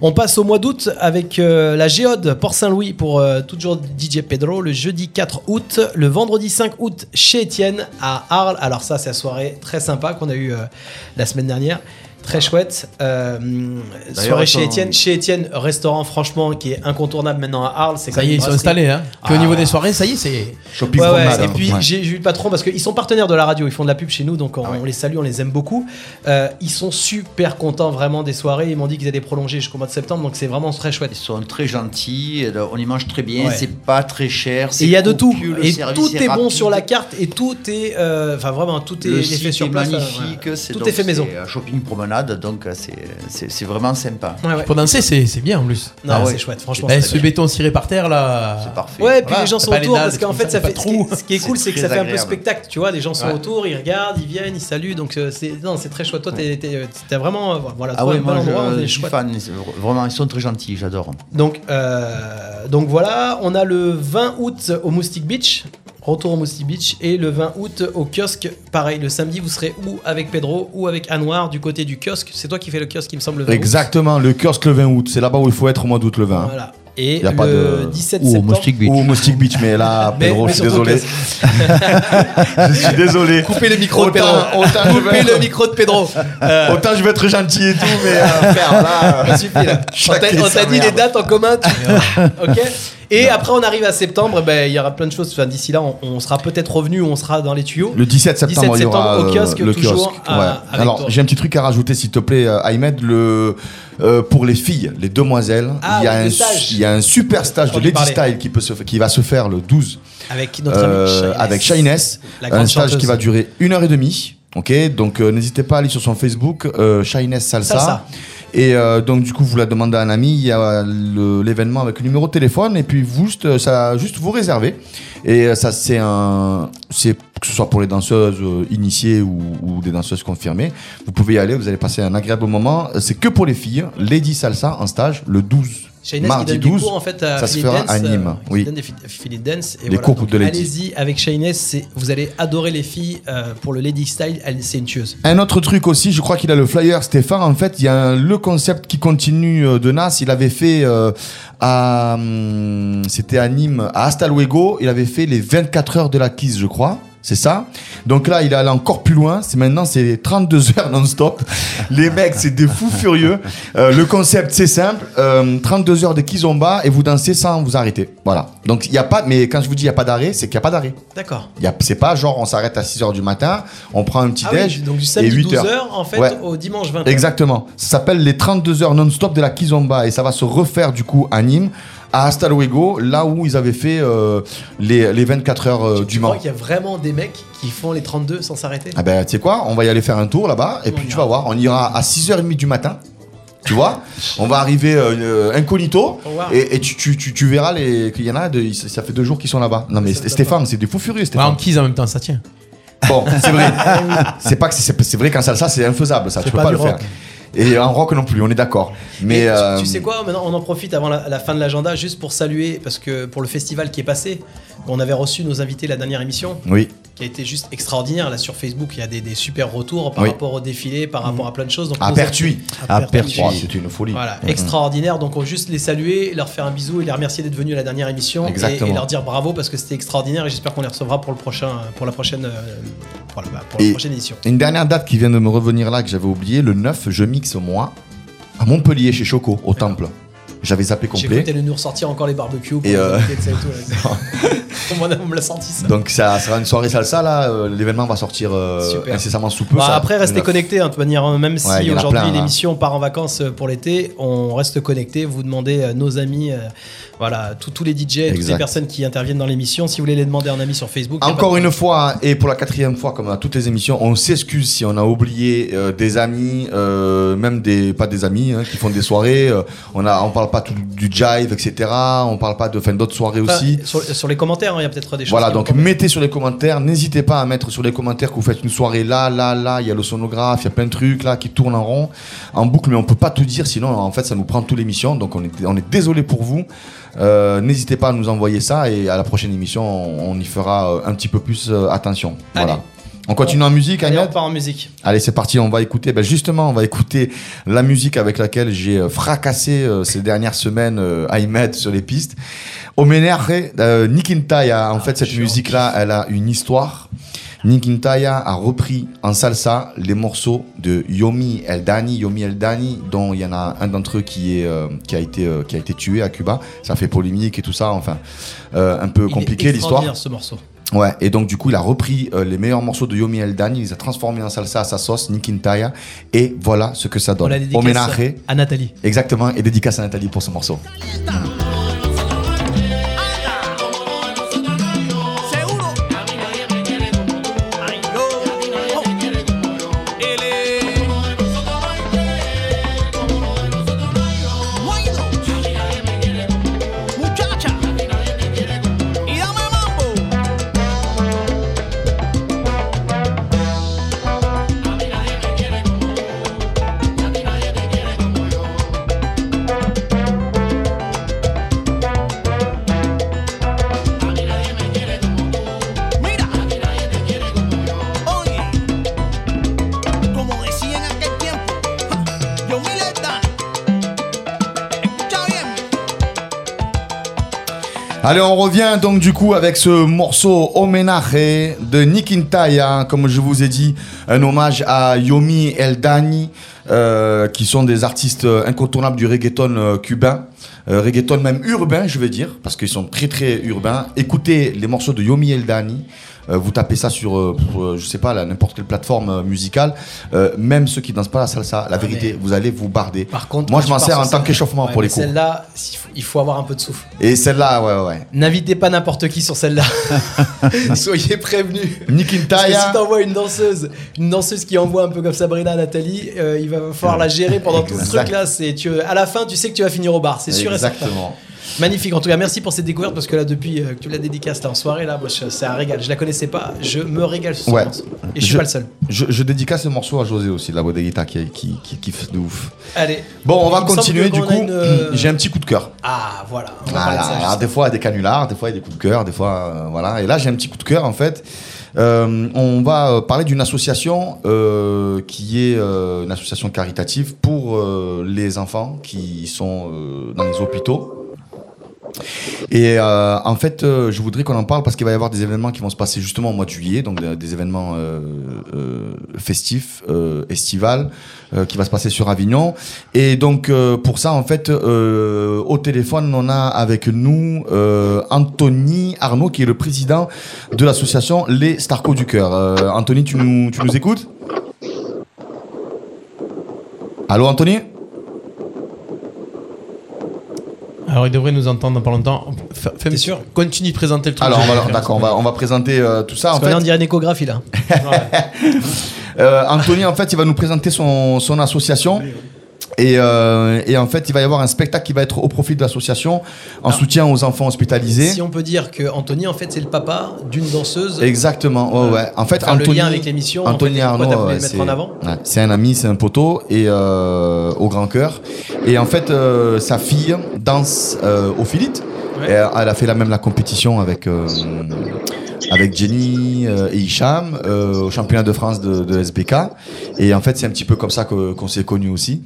S2: On passe au mois d'août avec euh, la Géode Port-Saint-Louis pour euh, toujours DJ Pedro le jeudi 4 août, le vendredi 5 août chez Étienne à Arles. Alors ça, c'est la soirée très sympa qu'on a eue euh, la semaine dernière. Très chouette. Euh, soirée chez
S7: ils sont-
S2: Étienne. Chez Étienne, restaurant franchement qui est incontournable maintenant à Arles. C'est
S5: Ça
S2: quand
S5: y est,
S2: même
S5: ils sont
S2: une brasserie.
S5: installés. Hein. Puis
S2: Ah.
S5: au niveau des soirées, ça y est, c'est.
S4: Shopping
S2: Ouais, ouais,
S4: Promenade,
S2: Et
S4: hein.
S2: puis
S4: Ouais.
S2: j'ai j'ai eu le patron parce qu'ils sont partenaires de la radio, ils font de la pub chez nous, donc on,
S7: Ah
S2: on les salue, on les aime beaucoup. Euh, ils sont super contents vraiment des soirées. Ils m'ont dit qu'ils allaient prolonger jusqu'au mois de septembre, donc c'est vraiment très
S7: Ils
S2: chouette.
S7: sont très gentils, et là, on y mange très bien,
S2: Ouais.
S7: c'est pas très cher.
S2: Et
S7: c'est
S2: il y a de tout.
S7: copieux, le
S2: Et
S7: service
S2: tout est, bon
S7: rapide,
S2: sur la carte et tout est, euh, enfin vraiment tout est,
S7: Le
S2: est
S7: site
S2: fait sur
S7: est
S2: place.
S7: magnifique,
S2: euh, ouais.
S7: c'est
S2: Tout
S7: donc-
S2: est fait maison.
S7: c'est, euh, Shopping promenade, donc euh, c'est- c'est c'est vraiment sympa.
S2: Ouais, ouais.
S5: Pour danser, c'est c'est bien en plus.
S2: Non,
S7: Ah ouais.
S2: c'est chouette, franchement.
S5: Eh,
S2: c'est
S5: ce
S2: très bien.
S5: béton ciré par terre là.
S7: C'est parfait.
S2: Ouais, et puis
S5: Voilà,
S2: les gens
S5: t'as
S2: sont
S5: pas les
S2: autour
S5: dalles,
S2: parce qu'en
S5: comme
S2: fait,
S5: ça,
S2: ça
S5: t'as
S2: fait.
S5: pas
S2: Ce
S5: de
S2: qui,
S5: trou.
S2: ce qui est cool,
S7: C'est
S2: c'est que ça
S7: très
S2: fait un peu
S7: agréable.
S2: spectacle, tu vois. Les gens sont
S5: Ouais.
S2: autour, ils regardent, ils viennent, ils saluent. Donc euh, c'est non, c'est très chouette. Toi, t'es- t'es- t'as vraiment, euh, voilà,
S7: Ah
S2: trouvé
S7: ouais,
S2: un bon
S7: moi je,
S2: endroit,
S7: je
S2: c'est
S7: suis
S2: chouette.
S7: fan, c'est- vraiment, ils sont très gentils, j'adore.
S2: Donc, euh, donc voilà, on a le 20 août au Moustique Beach, retour au Moustique Beach, et le 20 août au kiosque. Pareil, le samedi, vous serez ou avec Pedro ou avec Anouar du côté du kiosque. C'est toi qui fais le kiosque, il me semble. le 20 août.
S4: Exactement, le kiosque le 20 août. C'est là-bas où il faut être au mois d'août le 20.
S2: Voilà. Et
S4: Y a
S2: le
S4: pas de-
S2: 17 septembre.
S4: Ou au Moustique Beach, mais là,
S2: [LAUGHS] Mais-
S4: Pedro,
S2: mais
S4: je suis
S2: surtout au
S4: désolé.
S2: kiosque.
S4: Je suis désolé.
S2: [LAUGHS] Coupez le micro de Pedro.
S4: Autant, autant, je vais
S2: Coupez le
S4: être,
S2: micro de Pedro. Euh,
S4: autant je vais être gentil et tout, mais
S2: [LAUGHS]
S4: euh, faire là.
S2: Ça suffit,
S4: [LAUGHS]
S2: là. On
S4: Chacun
S2: t'a- on
S4: sa
S2: t'a dit
S4: merde.
S2: les dates en commun.
S4: [LAUGHS]
S2: tu-
S4: Ah,
S2: ok. Et après, on arrive à septembre. Ben, il y aura plein de choses. Enfin, d'ici là, on, on sera peut-être revenu, on sera dans les tuyaux.
S4: Le 17 septembre,
S2: 17
S4: il y aura
S2: septembre, au
S4: euh,
S2: kiosque,
S4: le
S2: toujours,
S4: kiosque.
S2: à-
S4: ouais.
S2: avec toi.
S4: Alors, j'ai un petit truc à rajouter, s'il te plaît, euh, Ahmed. Le, euh, pour les filles, les demoiselles,
S2: Ah,
S4: il, y a
S2: oui, le
S4: un,
S2: stage.
S4: su- il y a un super stage
S2: J'en
S4: de
S2: ai
S4: Lady
S2: parlé.
S4: Style qui, peut se, qui va se faire le 12
S2: Avec notre
S4: euh,
S2: ami
S4: avec Shines.
S2: la grande
S4: Un stage
S2: chanteuse.
S4: qui va durer une heure et demie. Ok, donc euh, n'hésitez pas à aller sur son Facebook, euh, Shines Salsa.
S2: Salsa.
S4: Et euh, donc du coup, vous la demandez à un ami, il y a le- l'événement avec le numéro de téléphone, et puis vous juste, euh, ça, juste vous réservez. Et euh, ça, c'est un, c'est que ce soit pour les danseuses euh, initiées ou, ou des danseuses confirmées, vous pouvez y aller, vous allez passer un agréable moment. C'est que pour les filles, Lady Salsa en stage le 12,
S2: Shines qui
S4: mardi
S2: donne
S4: 12.
S2: des cours en fait à
S4: ça se
S2: Philly
S4: fera
S2: Dance,
S4: à Nîmes,
S2: euh, qui
S4: oui.
S2: donne des fi- Philly Dance. Et
S4: Les cours
S2: donc,
S4: de Lady.
S2: Allez-y avec Shines, c'est- vous allez adorer les filles euh, pour le Lady Style. Elle, c'est une tueuse.
S4: Un autre truc aussi, je crois qu'il a le flyer Stéphane. En fait, il y a un- le concept qui continue euh, de Nas. Il avait fait euh, à, hum, c'était à Nîmes, à Hasta Luego. Il avait fait les 24 heures de la Kiss, je crois. C'est ça. Donc là, il est allé encore plus loin. C'est maintenant, c'est 32 [LAUGHS] heures non-stop. Les mecs, c'est des fous furieux. Euh, le concept, c'est simple. Euh, 32 heures de kizomba et vous dansez sans vous arrêter. Voilà. Donc il y a pas. Mais quand je vous dis il y a pas d'arrêt, c'est qu'il y a pas d'arrêt.
S2: D'accord.
S4: Il y a- C'est pas genre on s'arrête à 6 heures du matin, on prend un petit
S2: Ah oui,
S4: déj
S2: donc du
S4: et
S2: samedi
S4: 8 heures.
S2: 12h en fait
S4: Ouais.
S2: au dimanche 20h.
S4: Exactement. Ça s'appelle les 32 heures non-stop de la Kizomba et ça va se refaire du coup à Nîmes, à Hasta Luego, là où ils avaient fait euh, les, les 24 heures euh,
S2: Tu
S4: du
S2: crois
S4: Mans.
S2: qu'il y a vraiment des mecs qui font les 32 sans s'arrêter
S4: Ah ben tu sais quoi, on va y aller faire un tour là-bas et
S2: On
S4: puis
S2: ira.
S4: tu vas voir, on ira à 6h30 du matin. Tu vois, on va arriver euh, euh, incognito
S2: Oh, wow.
S4: et, et tu, tu, tu, tu verras les- qu'il y en a, de- ça fait deux jours qu'ils sont là-bas. Non mais
S2: Ça doit
S4: Stéphane, c'est des fous furieux
S5: Ouais,
S4: Stéphane.
S5: en quise en même temps, ça tient.
S4: Bon, c'est vrai. c'est pas que c'est- c'est c'est vrai qu'en salsa c'est infaisable, ça. Tu peux
S2: pas
S4: pas,
S2: du
S4: le faire.
S2: rock.
S4: Et en rock non plus, on est d'accord. Mais
S2: Et tu-
S4: euh,
S2: tu, sais quoi, maintenant on en profite avant la, la fin de l'agenda juste pour saluer, parce que pour le festival qui est passé, on avait reçu nos invités la dernière émission,
S4: Oui,
S2: qui a été juste extraordinaire. Là sur Facebook, il y a des, des super retours par
S4: Oui. Mm.
S2: rapport au défilé, par rapport à plein de choses. Donc,
S4: à
S2: nos-
S4: Pertuis.
S2: Pertuis.
S4: Oh, C'était une folie.
S2: Voilà, extraordinaire. Donc, on juste les saluer, leur faire un bisou et les remercier d'être venus à la dernière émission et- et,
S4: Exactement.
S2: leur dire bravo parce que c'était extraordinaire et j'espère qu'on les recevra pour le prochain, pour la prochaine, euh, pour la, pour la
S4: Et-
S2: prochaine édition.
S4: Une dernière date qui vient de me revenir là que j'avais oublié, le 9, je mixe moi à Montpellier chez Choco au Temple. J'avais zappé
S2: J'ai cru
S4: complet.
S2: que t'allais nous ressortir encore les barbecues. pour
S4: Et,
S2: nous
S4: euh,
S2: inviter de ça et tout,
S4: [LAUGHS]
S2: là. [LAUGHS] On m'a- on me l'a senti ça.
S4: Donc ça sera une soirée salsa là. euh, L'événement va sortir euh,
S2: Super.
S4: incessamment sous peu.
S2: Bah,
S4: ça-
S2: après, restez
S4: neuf.
S2: connectés, hein, de toute manière, hein, même
S4: Ouais, il
S2: si
S4: y en a plein,
S2: aujourd'hui
S4: là.
S2: l'émission part en vacances euh, pour l'été, on reste connectés. Vous demandez à nos amis, euh, voilà, tous- tous les DJ, toutes
S4: Exact.
S2: les personnes qui interviennent dans l'émission, si vous voulez les demander à un ami sur Facebook. y a
S4: Encore
S2: pas de-
S4: une fois, hein, et pour la quatrième fois, comme à toutes les émissions, on s'excuse si on a oublié euh, des amis, euh, même des pas des amis, hein, qui font des soirées. euh, on a, on parle pas tout du jive, etc. On parle pas de fin d'autres soirées
S2: Enfin,
S4: aussi.
S2: sur, sur les commentaires, hein, il y a peut-être des choses.
S4: Voilà,
S2: qui
S4: donc
S2: vont tomber.
S4: mettez sur les commentaires, n'hésitez pas à mettre sur les commentaires que vous faites une soirée là, là, là, il y a le sonographe, il y a plein de trucs là qui tournent en rond, en boucle, mais on peut pas tout dire, sinon en fait ça nous prend toute l'émission, donc on est, on est désolé pour vous. Euh, n'hésitez pas à nous envoyer ça et à la prochaine émission, on, on y fera euh, un petit peu plus euh, attention.
S2: Allez.
S4: Voilà. On continue en musique,
S2: Allez, on
S4: Agnès
S2: part en musique.
S4: Allez, c'est parti, on va écouter. Ben justement, on va écouter la musique avec laquelle j'ai euh, fracassé euh, ces dernières semaines euh, à y mettre sur les pistes. Omenerre, euh, Nikintaya, en
S2: Ah,
S4: fait, cette musique-là, elle a une histoire. Nikintaya a repris en salsa les morceaux de Yomi Eldani, Yomi Eldani, dont il y en a un d'entre eux qui, est, euh, qui, a été, euh, qui a été tué à Cuba. Ça fait polémique et tout ça, enfin, euh, un peu
S2: Il est
S4: compliqué l'histoire.
S2: extraordinaire, ce morceau.
S4: Ouais, et donc du coup, il a repris euh, les meilleurs morceaux de Yomi Eldan, il les a transformés en salsa à sa sauce, Nikintaya, et voilà ce que ça
S2: On
S4: donne.
S2: l'a dédicace
S4: Homenaje,
S2: à Nathalie.
S4: exactement, et dédicace à Nathalie pour ce morceau.
S3: Seguro. Ay, no. Oh. Él es- Guaido. Muchacha. Y dame mambo. Mira, oye, como decía en aquel tiempo, ja, yo mi letra, escucha bien.
S4: Allez, on revient donc du coup avec ce morceau Homenaje de Nikintaya, hein, comme je vous ai dit, un hommage à Yomi Eldani, euh, qui sont des artistes euh, incontournables du reggaeton euh, cubain, euh, reggaeton même urbain, je veux dire, parce qu'ils sont très très urbains. Écoutez les morceaux de Yomi Eldani. Euh, vous tapez ça sur, euh, pour, euh, je sais pas, là, n'importe quelle plateforme euh, musicale, Euh, même ceux qui dansent pas la salsa, la vérité, vous allez vous barder.
S2: Ah, Par contre,
S4: moi
S2: quand
S4: je
S2: tu
S4: m'en
S2: pars
S4: sers
S2: sur
S4: en tant
S2: scène-
S4: qu'échauffement
S2: Ouais,
S4: pour les
S2: mais
S4: cours.
S2: Celle-là, il faut- il faut avoir un peu de souffle.
S4: Et celle-là, ouais, ouais, ouais.
S2: N'invitez pas n'importe qui sur celle-là.
S4: [LAUGHS]
S2: Soyez prévenus. Parce que
S4: Nikintaya.
S2: si t'envoies une danseuse, une danseuse qui envoie un peu comme Sabrina à Nathalie, euh, il va falloir la gérer pendant tout ce
S4: Exact.
S2: truc-là. C'est tu, à la fin, tu sais que tu vas finir au bar, c'est sûr. et certain.
S4: Exactement.
S2: Magnifique. En tout cas, merci pour cette découverte parce que là, depuis euh, que tu la dédicaces là en soirée, là, moi, je- c'est un régal. Je la connaissais pas, je me régale sur ce
S4: Ouais.
S2: morceau. Et je suis pas le seul.
S4: Je, je dédicace ce morceau à José aussi, de la bodeguita qui, qui, qui kiffe de ouf.
S2: Allez.
S4: Bon, on va
S2: Il me semble
S4: continuer
S2: que
S4: du
S2: on a
S4: coup.
S2: une,
S4: [CLEARS THROAT]
S2: euh,
S4: J'ai un petit coup de cœur.
S2: Ah voilà. On va
S4: Voilà,
S2: parler de ça,
S4: alors
S2: juste.
S4: des fois, il y a des canulars, des fois, il y a des coups de cœur, des fois, euh, voilà. Et là, j'ai un petit coup de cœur, en fait. Euh, on va euh, parler d'une association euh, qui est euh, une association caritative pour euh, les enfants qui sont euh, dans les hôpitaux. Et euh, en fait, euh, je voudrais qu'on en parle parce qu'il va y avoir des événements qui vont se passer justement au mois de juillet, donc des, des événements euh, euh, festifs, euh, estivales, euh, qui va se passer sur Avignon. Et donc euh, pour ça, en fait, euh, au téléphone, on a avec nous euh, Anthony Arnaud, qui est le président de l'association Les Starco du Cœur. Euh, Anthony, tu nous, tu nous écoutes Allô, Anthony
S5: Alors, il devrait nous entendre dans pas longtemps. Fais- fais-
S2: T'es sûr
S5: Continue de présenter le truc.
S4: Alors, on
S5: Je vais
S4: va,
S5: faire.
S4: d'accord, on va, on va présenter euh, tout ça.
S2: Parce
S4: en
S2: qu'on
S4: fait,
S2: est en dirait une échographie là.
S4: Euh, Anthony, en fait, il va nous présenter son, son association. Et, euh, et en fait, il va y avoir un spectacle qui va être au profit de l'association en soutien aux enfants hospitalisés.
S2: Ah. Si on peut dire que Anthony, en fait, c'est le papa d'une danseuse.
S4: Exactement, ouais, ouais. En fait,
S2: Faire le
S4: Anthony,
S2: lien avec l'émission, en
S4: Anthony
S2: fait, pourquoi t'as
S4: Arnaud,
S2: voulu le
S4: ouais,
S2: mettre
S4: c'est-
S2: en avant
S4: ouais, c'est un ami, c'est un poteau et euh, au grand cœur. Et en fait, euh, sa fille danse euh, au Philite.
S2: Ouais.
S4: Et euh, Elle a fait la même la compétition avec euh, avec Jenny euh, et Hicham euh, au championnat de France de, de SBK. Et en fait, c'est un petit peu comme ça que- qu'on s'est connus aussi.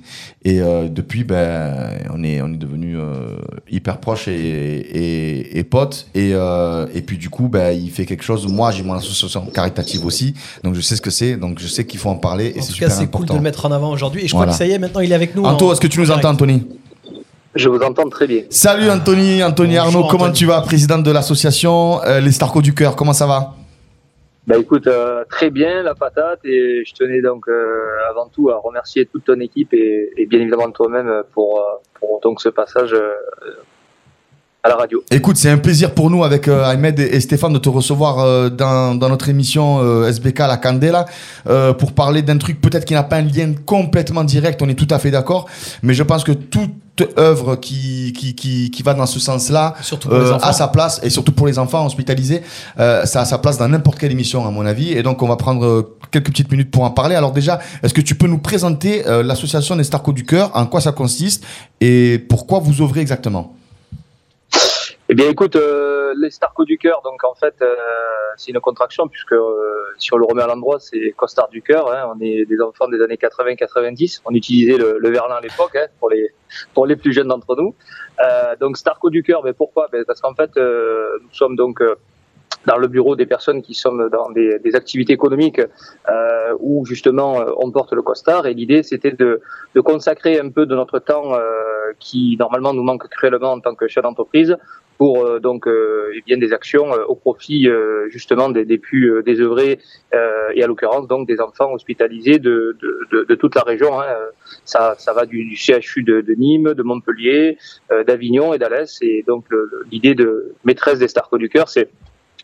S4: Et euh, depuis, ben, on est, on est devenus euh, hyper proches et, et, et potes. Et, euh, et puis, du coup, ben, il fait quelque chose. Moi, j'ai mon association caritative aussi. Donc, je sais ce que c'est. Donc, je sais qu'il faut en parler. Et
S2: En
S4: c'est
S2: tout
S4: super
S2: cas, c'est cool
S4: important.
S2: de le mettre en avant aujourd'hui. Et je
S4: Voilà.
S2: crois que ça y est, maintenant, il est avec nous.
S4: Anto,
S2: en-
S4: est-ce que tu nous
S2: en direct.
S4: entends, Anthony
S10: Je vous entends très bien.
S4: Salut Anthony, Anthony
S8: Bonjour,
S4: Arnaud, comment
S8: Anthony.
S4: tu vas Président de l'association euh, Les Starcos du Cœur, comment ça va
S10: Bah écoute, euh, très bien la patate et je tenais donc euh, avant tout à remercier toute ton équipe et, et bien évidemment toi-même pour, euh, pour donc ce passage euh, à la radio.
S4: Écoute, c'est un plaisir pour nous avec euh, Ahmed et, et Stéphane de te recevoir euh, dans, dans notre émission euh, SBK La Candela euh, pour parler d'un truc peut-être qui n'a pas un lien complètement direct, on est tout à fait d'accord, mais je pense que toute œuvre qui, qui, qui, qui va dans ce sens-là
S2: Surtout pour les
S4: euh,
S2: enfants.
S4: a sa place, et surtout pour les enfants hospitalisés, euh, ça a sa place dans n'importe quelle émission à mon avis, et donc on va prendre euh, quelques petites minutes pour en parler. Alors déjà, est-ce que tu peux nous présenter euh, l'association des Starco du Cœur, en quoi ça consiste et pourquoi vous œuvrez exactement
S10: Eh bien, écoute, euh, les Starco du cœur, donc en fait, euh, c'est une contraction puisque euh, si on le remet à l'endroit, c'est costard du cœur. hein. on est des enfants des années 80-90. On utilisait le, le verlan à l'époque hein, pour les pour les plus jeunes d'entre nous. Euh, donc Starco du cœur, mais pourquoi Ben, Parce qu'en fait, euh, nous sommes donc euh, dans le bureau des personnes qui sommes dans des, des activités économiques euh, où justement euh, on porte le costard et l'idée c'était de, de consacrer un peu de notre temps euh, qui normalement nous manque cruellement en tant que chef d'entreprise pour euh, donc euh, eh bien des actions euh, au profit euh, justement des, des plus euh, désœuvrés euh, et à l'occurrence donc des enfants hospitalisés de, de, de, de toute la région. hein. Euh, Ça, ça va du, du CHU de, de Nîmes, de Montpellier, euh, d'Avignon et d'Alès. Et donc le- le- l'idée de maîtresse des Starco du cœur, c'est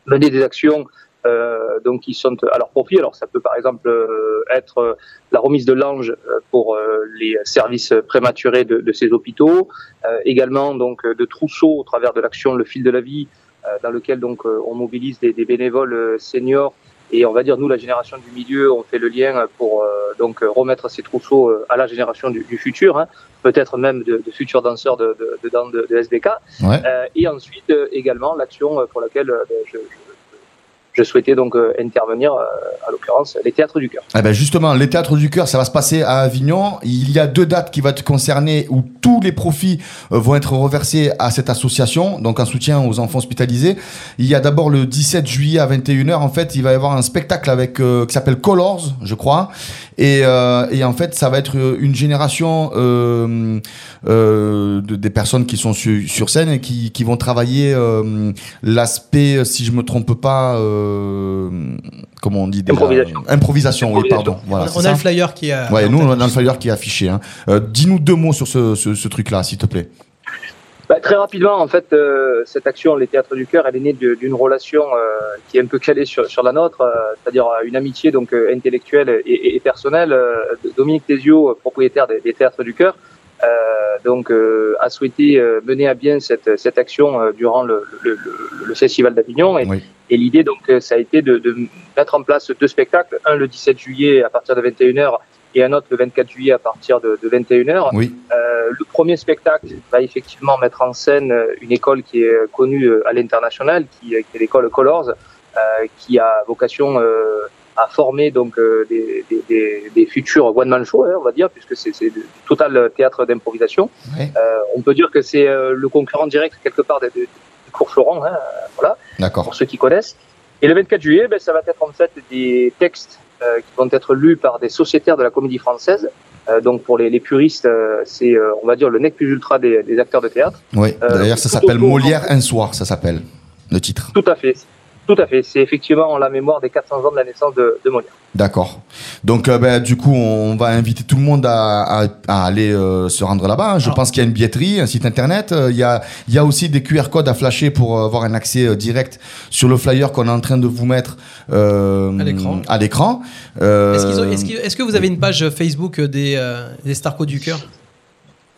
S10: mener des actions. euh, donc qui sont à leur profit. Alors ça peut par exemple euh, être euh, la remise de linge euh, pour euh, les services prématurés de, de ces hôpitaux, euh, également donc euh, de trousseaux au travers de l'action Le fil de la vie, euh, dans lequel donc euh, on mobilise des, des bénévoles euh, seniors et on va dire nous la génération du milieu, on fait le lien euh, pour euh, donc euh, remettre ces trousseaux euh, à la génération du, du futur, hein, peut-être même de, de futurs danseurs de, de, de, dan- de- de SBK.
S4: Ouais.
S10: Euh, et ensuite euh, également l'action euh, pour laquelle euh, je, je, je souhaitais donc euh, intervenir, euh, à l'occurrence les théâtres du cœur.
S4: Eh ben justement, les théâtres du cœur, ça va se passer à Avignon. Il y a deux dates qui vont te concerner où tous les profits euh, vont être reversés à cette association, donc en soutien aux enfants hospitalisés. Il y a d'abord le 17 juillet à 21h, en fait, il va y avoir un spectacle avec euh, qui s'appelle Colors, je crois. Et, euh, et en fait, ça va être une génération euh, euh, de- des personnes qui sont su- sur scène et qui, qui vont travailler euh, l'aspect, si je me trompe pas, euh, comment on dit déjà
S10: Improvisation.
S4: Improvisation, oui,
S10: Improvisation.
S4: pardon. Voilà,
S2: on
S4: c'est
S2: a le
S4: ça.
S2: flyer qui euh, a.
S4: Ouais, nous, on a le flyer qui est affiché. hein. Euh, Dis-nous deux mots sur ce, ce- ce truc-là, s'il te plaît.
S10: Bah, très rapidement, en fait, euh, cette action, les Théâtres du Cœur, elle est née de- d'une relation euh, qui est un peu calée sur, sur la nôtre, euh, c'est-à-dire euh, une amitié donc euh, intellectuelle et, et- et personnelle. euh, de Dominique Desio, euh, propriétaire des, des Théâtres du Cœur, euh, donc euh, a souhaité euh, mener à bien cette, cette action euh, durant le, le- le- le festival d'Avignon et,
S4: Oui.
S10: et l'idée donc euh, ça a été de, de mettre en place deux spectacles, un le 17 juillet à partir de 21h et un autre le 24 juillet à partir de, de 21h.
S4: Oui.
S10: Euh, le premier spectacle va effectivement mettre en scène euh, une école qui est euh, connue euh, à l'international, qui, euh, qui est l'école Colors, euh, qui a vocation euh, à former donc euh, des, des, des, des futurs one man show, hein, on va dire, puisque c'est c'est du total théâtre d'improvisation.
S4: Ouais.
S10: Euh, on peut dire que c'est euh, le concurrent direct quelque part des, des, des cours Florent, hein,
S4: D'accord.
S10: pour ceux qui connaissent. Et le 24 juillet, ben, ça va être en fait des textes euh, qui vont être lus par des sociétaires de la comédie française. Euh, donc pour les, les puristes, euh, c'est euh, on va dire le nec plus ultra des, des acteurs de théâtre.
S4: Oui.
S10: Euh,
S4: D'ailleurs, ça
S10: tout
S4: s'appelle
S10: autour-
S4: Molière un soir, ça s'appelle le titre.
S10: Tout à fait, tout à fait. C'est effectivement en la mémoire des 400 ans de la naissance de, de Molière.
S4: D'accord. Donc, euh, ben, du coup, on va inviter tout le monde à, à- à aller euh, se rendre là-bas. hein. Je
S2: Ah.
S8: Alors-
S4: pense qu'il y a une billetterie, un site internet. euh, Il y, a, il y a aussi des QR codes à flasher pour euh, avoir un accès euh, direct sur le flyer qu'on est en train de vous mettre euh,
S2: À l'écran.
S4: à l'écran. Euh,
S2: Est-ce qu'ils ont- est-ce qu'ils- est-ce que vous avez une page Facebook des, euh, des Starco du cœur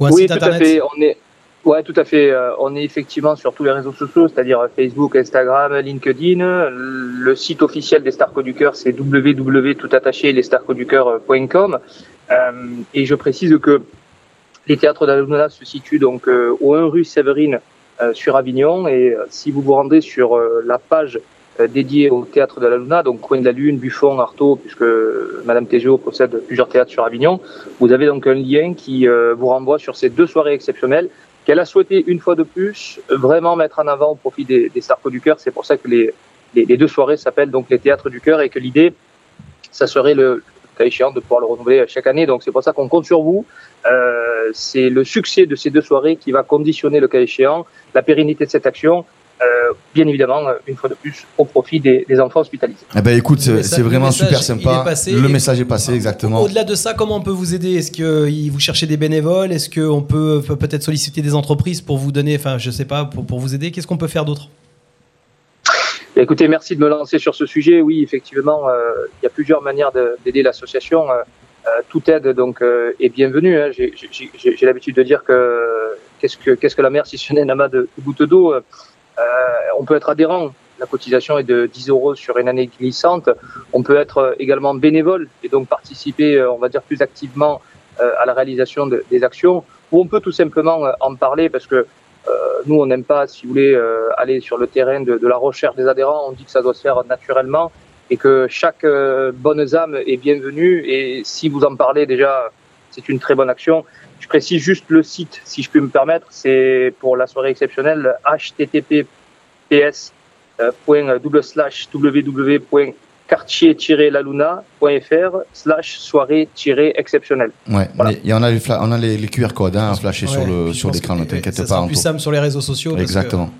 S2: Ou un
S10: oui,
S2: site
S10: tout
S2: internet
S10: à fait. On est, ouais, tout à fait. euh, on est effectivement sur tous les réseaux sociaux, c'est-à-dire euh, Facebook, Instagram, LinkedIn. Le site officiel des Starco du cœur, c'est www.toutattaché-lesstarcoducœur.com. Euh, et je précise que les théâtres d'Alumna se situent donc euh, au 1 rue Séverine euh, sur Avignon. Et euh, si vous vous rendez sur euh, la page euh, dédiée au théâtre de la Luna, donc Coin de la Lune, Buffon, Artaud, puisque euh, Madame Tégéo possède plusieurs théâtres sur Avignon, vous avez donc un lien qui euh, vous renvoie sur ces deux soirées exceptionnelles qu'elle a souhaité une fois de plus euh, vraiment mettre en avant au profit des, des Starco du cœur. C'est pour ça que les, les, les deux soirées s'appellent donc les théâtres du cœur et que l'idée, ça serait le cas échéant, de pouvoir le renouveler chaque année. Donc c'est pour ça qu'on compte sur vous. Euh, c'est le succès de ces deux soirées qui va conditionner le cas échéant, la pérennité de cette action. euh, bien évidemment, euh, une fois de plus, au profit des, des enfants hospitalisés.
S4: Eh ben écoute,
S2: Le
S4: c'est
S2: message-
S4: c'est vraiment
S2: le message,
S4: super
S2: il
S4: sympa.
S2: est passé.
S4: le
S2: Et-
S4: message est passé, exactement.
S2: Au-delà de ça, comment on peut vous aider Est-ce que euh, y- vous cherchez des bénévoles Est-ce qu'on peut peut- peut-être solliciter des entreprises pour vous donner, enfin, je sais pas, pour, pour vous aider Qu'est-ce qu'on peut faire d'autre
S10: Écoutez, merci de me lancer sur ce sujet. Oui, effectivement, euh, il y a plusieurs manières de- d'aider l'association. Euh, euh, toute aide donc euh, est bienvenue. hein. J'ai- j'ai- J'ai j'ai l'habitude de dire que qu'est-ce que qu'est-ce que la mer si ce n'est un amas de gouttes d'eau. Euh, on peut être adhérent. La cotisation est de 10 euros sur une année glissante. On peut être euh, également bénévole et donc participer, euh, on va dire, plus activement euh, à la réalisation de- des actions. Ou on peut tout simplement euh, en parler parce que euh, nous, on n'aime pas, si vous voulez, euh, aller sur le terrain de, de la recherche des adhérents. On dit que ça doit se faire naturellement et que chaque euh, bonne âme est bienvenue. Et si vous en parlez déjà, c'est une très bonne action. Je précise juste le site, si je puis me permettre. C'est pour la soirée exceptionnelle, https euh, point, euh, double slash www.quartier-laluna.fr slash soirée-exceptionnelle.
S4: Ouais, mais il y en a les, fla- on a les, les QR codes hein, à flasher sur le
S2: Ouais,
S4: sur
S2: je pense
S4: l'écran,
S2: que-
S4: ne t'inquiète
S2: ça
S4: pas.
S2: sera plus
S4: Anto.
S2: simple sur les réseaux sociaux. parce que-
S4: Exactement.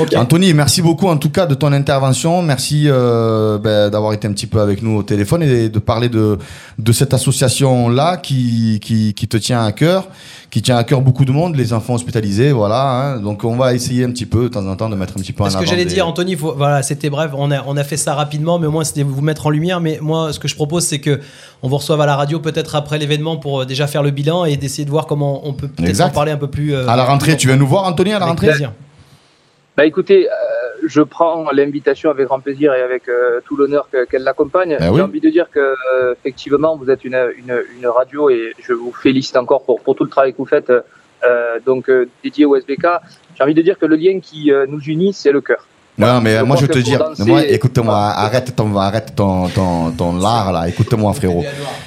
S2: Ok.
S4: Anthony, merci beaucoup en tout cas de ton intervention. Merci euh, ben, d'avoir été un petit peu avec nous au téléphone et de parler de, de cette association-là qui, qui, qui te tient à cœur, qui tient à cœur beaucoup de monde, les enfants hospitalisés. Voilà. hein. Donc on va essayer un petit peu de temps en temps de mettre un petit peu en
S2: Parce
S4: avant.
S2: que j'allais
S4: des-
S2: dire, Anthony, faut- voilà, c'était bref. On a, on a fait ça rapidement, mais au moins c'était vous mettre en lumière. Mais moi, ce que je propose, c'est que on vous reçoive à la radio peut-être après l'événement pour euh, déjà faire le bilan et d'essayer de voir comment on peut peut-être
S4: Exact.
S2: en parler un peu plus. euh,
S4: À la rentrée, tu viens nous voir, Anthony, à la
S2: avec
S4: rentrée
S2: plaisir.
S10: Bah écoutez, euh, je prends l'invitation avec grand plaisir et avec euh, tout l'honneur que- qu'elle l'accompagne.
S2: Bah
S4: Ben oui.
S10: J'ai envie de dire que euh, effectivement, vous êtes une, une, une radio et je vous félicite encore pour, pour tout le travail que vous faites, euh, donc euh, dédié au SBK. J'ai envie de dire que le lien qui euh, nous unit, c'est le cœur.
S4: Non, mais
S10: Je
S4: moi je
S10: crois
S4: vais te
S10: que pour
S4: dire,
S10: danser-
S4: moi, écoute-moi, arrête ton, arrête ton, ton, ton lard là, écoute-moi frérot.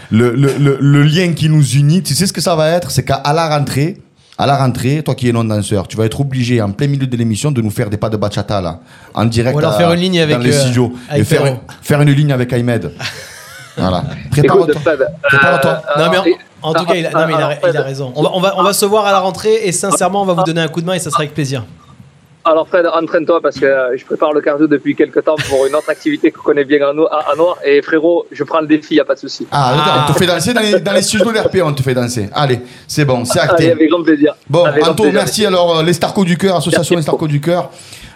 S4: Le, le, le, le lien qui nous unit, tu sais ce que ça va être C'est qu'à à la rentrée, à la rentrée, toi qui es non-danseur, tu vas être obligé en plein milieu de l'émission de nous faire des pas de bachata là, en direct
S2: Ou alors
S4: à-
S2: faire une ligne avec,
S4: dans les
S2: euh,
S4: studios.
S2: avec
S4: et faire,
S2: Ferro.
S4: faire une ligne avec
S2: [LAUGHS]
S4: Ahmed. voilà. Prépare-toi.
S10: Écoute, Fred,
S4: Prépare-toi.
S10: euh,
S2: Non, mais en-
S10: et-
S2: en, tout cas, il a, non, mais il a-
S10: alors,
S2: il a raison. On va, on, va, on va se voir à la rentrée et sincèrement, on va vous donner un coup de main et ça sera avec plaisir.
S10: Alors Fred, entraîne-toi parce que euh, je prépare le cardio depuis quelques temps pour une autre activité qu'on connaît bien en no- à, à noir. Et frérot, je prends le défi, y a pas de souci.
S4: Ah,
S2: Ah.
S4: on te fait danser dans les, dans les studios d'RP, on te fait danser. Allez, c'est bon, c'est
S10: Allez,
S4: acté.
S10: avec grand plaisir.
S4: Bon,
S10: Avec grand
S4: Anto,
S10: plaisir.
S4: merci. Alors, euh, les Starco du cœur, association
S10: Merci
S4: les Starco du cœur.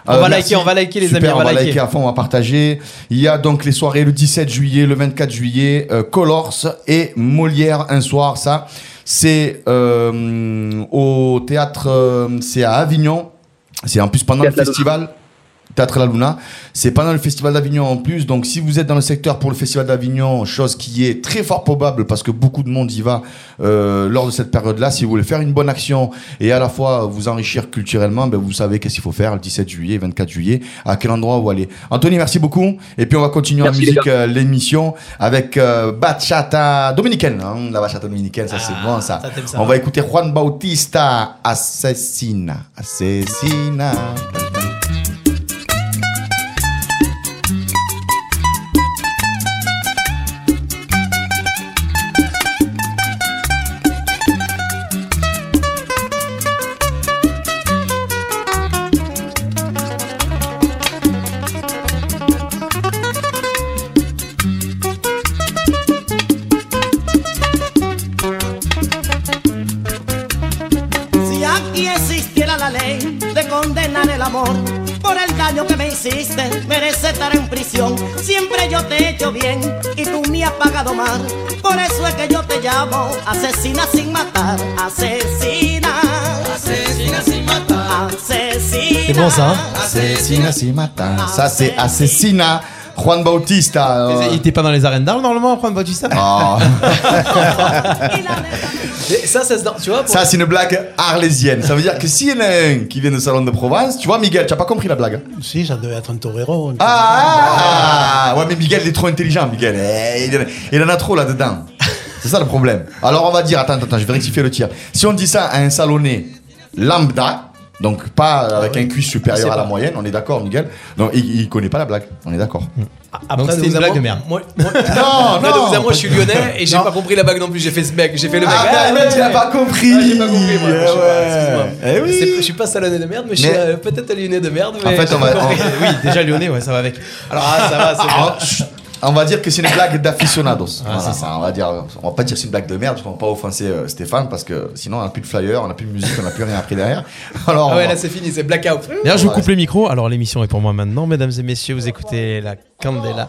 S2: On va liker, on va liker, les
S4: Euh, Super,
S2: amis,
S4: On, va liker. à fond, on va partager. Il y a donc les soirées le 17 juillet, le 24 juillet, euh, Colors et Molière un soir. Ça, c'est euh, au théâtre, euh, c'est à Avignon. C'est en plus pendant
S10: Théâtre
S4: le
S10: La Luna.
S4: festival. Théâtre La Luna. C'est pendant le Festival d'Avignon en plus. Donc, si vous êtes dans le secteur pour le Festival d'Avignon, chose qui est très fort probable parce que beaucoup de monde y va euh, lors de cette période-là, si vous voulez faire une bonne action et à la fois vous enrichir culturellement, ben vous savez qu'est-ce qu'il faut faire le 17 juillet, 24 juillet, à quel endroit vous allez. Anthony, merci beaucoup. Et puis, on va continuer
S10: Merci,
S4: en
S10: les
S4: musique euh, l'émission avec euh, Bachata dominicaine. hein, la Bachata dominicaine, ça c'est
S2: Ah,
S4: bon ça.
S2: ça, t'aimes ça.
S4: on va écouter Juan Bautista, Assassina. Assassina.
S3: Si aquí existiera la ley de condenar el amor por el daño que me hiciste, merece estar en prisión. Siempre yo te he hecho bien y tú me has pagado mal. Por eso es que yo te llamo asesina sin matar, asesina. Asesina sin matar, asesina.
S2: C'est bon ça. hein
S4: Assassina, si matin. Ça c'est Assassina, Juan Bautista. euh.
S5: Il était pas dans les arènes d'armes normalement, prendre votre ça
S4: Oh.
S3: Y la neta-
S2: Et ça, ça se danse, tu vois. pour-
S4: Ça, c'est une blague arlésienne. Ça veut dire que s'il y en a un qui vient de Salon de Provence, tu vois, Miguel, tu as pas compris la blague.
S8: Si, ça devait être un torero.
S4: Ah, ah, ah. Ouais, mais Miguel, il est trop intelligent, Miguel. Eh, il en a- Il en a trop là-dedans. C'est ça le problème. Alors, on va dire, attends, attends, je vais rectifier le tir. Si on dit ça à un salonné lambda, Donc pas avec un cuisse supérieur
S2: Ah, c'est
S4: à la
S2: pas-
S4: moyenne, on est d'accord, Miguel. Non, il, il connaît pas la blague, on est d'accord.
S5: Donc c'était
S2: de
S5: une
S2: vous
S5: blague
S2: avoir-
S5: de merde.
S2: Moi, moi-
S4: Non,
S2: Après Ah, de vous à moi, je suis lyonnais et j'ai
S4: Non.
S2: pas compris la bague non plus. J'ai fait ce mec, j'ai fait le mec.
S4: Ah, ben, le mec, il a pas compris.
S2: Ah, j'ai pas compris, moi.
S4: Eh
S2: je sais pas,
S4: ouais.
S2: excuse-moi.
S4: Eh oui.
S2: C'est- Je suis pas salonné de merde, mais, je suis
S4: Mais-
S2: euh, peut-être lyonnais de merde.
S4: En
S2: mais
S4: fait,
S2: j'ai
S4: on
S2: pas
S4: va-
S2: compris.
S5: Oui, déjà lyonnais, ouais, ça va avec.
S2: Alors, ah, ça va, c'est bon.
S4: Ah, chut. on va dire que c'est une blague d'aficionados.
S5: Ah,
S4: Voilà,
S5: c'est
S4: on va dire, on va pas dire que c'est une blague de merde, parce qu'on va pas offenser euh, Stéphane, parce que sinon on a plus de flyers, on a plus de musique, on a plus rien après derrière. [LAUGHS] Alors,
S2: Ah ouais,
S4: on va-
S2: là, c'est fini, c'est blackout.
S5: Oh. D'ailleurs, je vous
S4: Ouais.
S5: coupe le micro. Alors, l'émission est pour moi maintenant, mesdames et messieurs. Vous écoutez la Candela.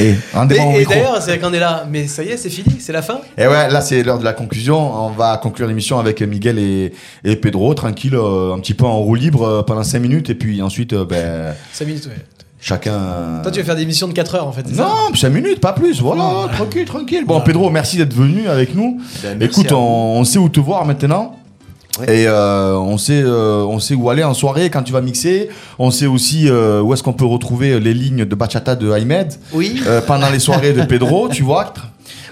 S4: Eh, rendez-vous au
S2: Et, et
S4: micro.
S2: d'ailleurs, c'est quand on est là. Mais ça y est, c'est fini, c'est la fin.
S4: Et ouais, là c'est l'heure de la conclusion. On va conclure l'émission avec Miguel et, et Pedro, tranquille, euh, un petit peu en roue libre euh, pendant 5 minutes, et puis ensuite, euh, ben,
S2: 5 minutes, ouais.
S4: chacun.
S2: Toi, tu veux faire des émissions de 4 heures en fait. c'est ça
S4: Non, 5 minutes, pas plus. Voilà, tranquille, tranquille. Bon, Pedro, merci d'être venu avec nous.
S7: Ben, merci
S4: Écoute,
S7: à
S4: on,
S7: vous.
S4: on sait où te voir maintenant. Et euh, on sait, euh, on sait où aller en soirée quand tu vas mixer. On sait aussi euh, où est-ce qu'on peut retrouver les lignes de bachata de Ahmed
S7: Oui.
S4: euh, pendant les soirées de Pedro, tu vois.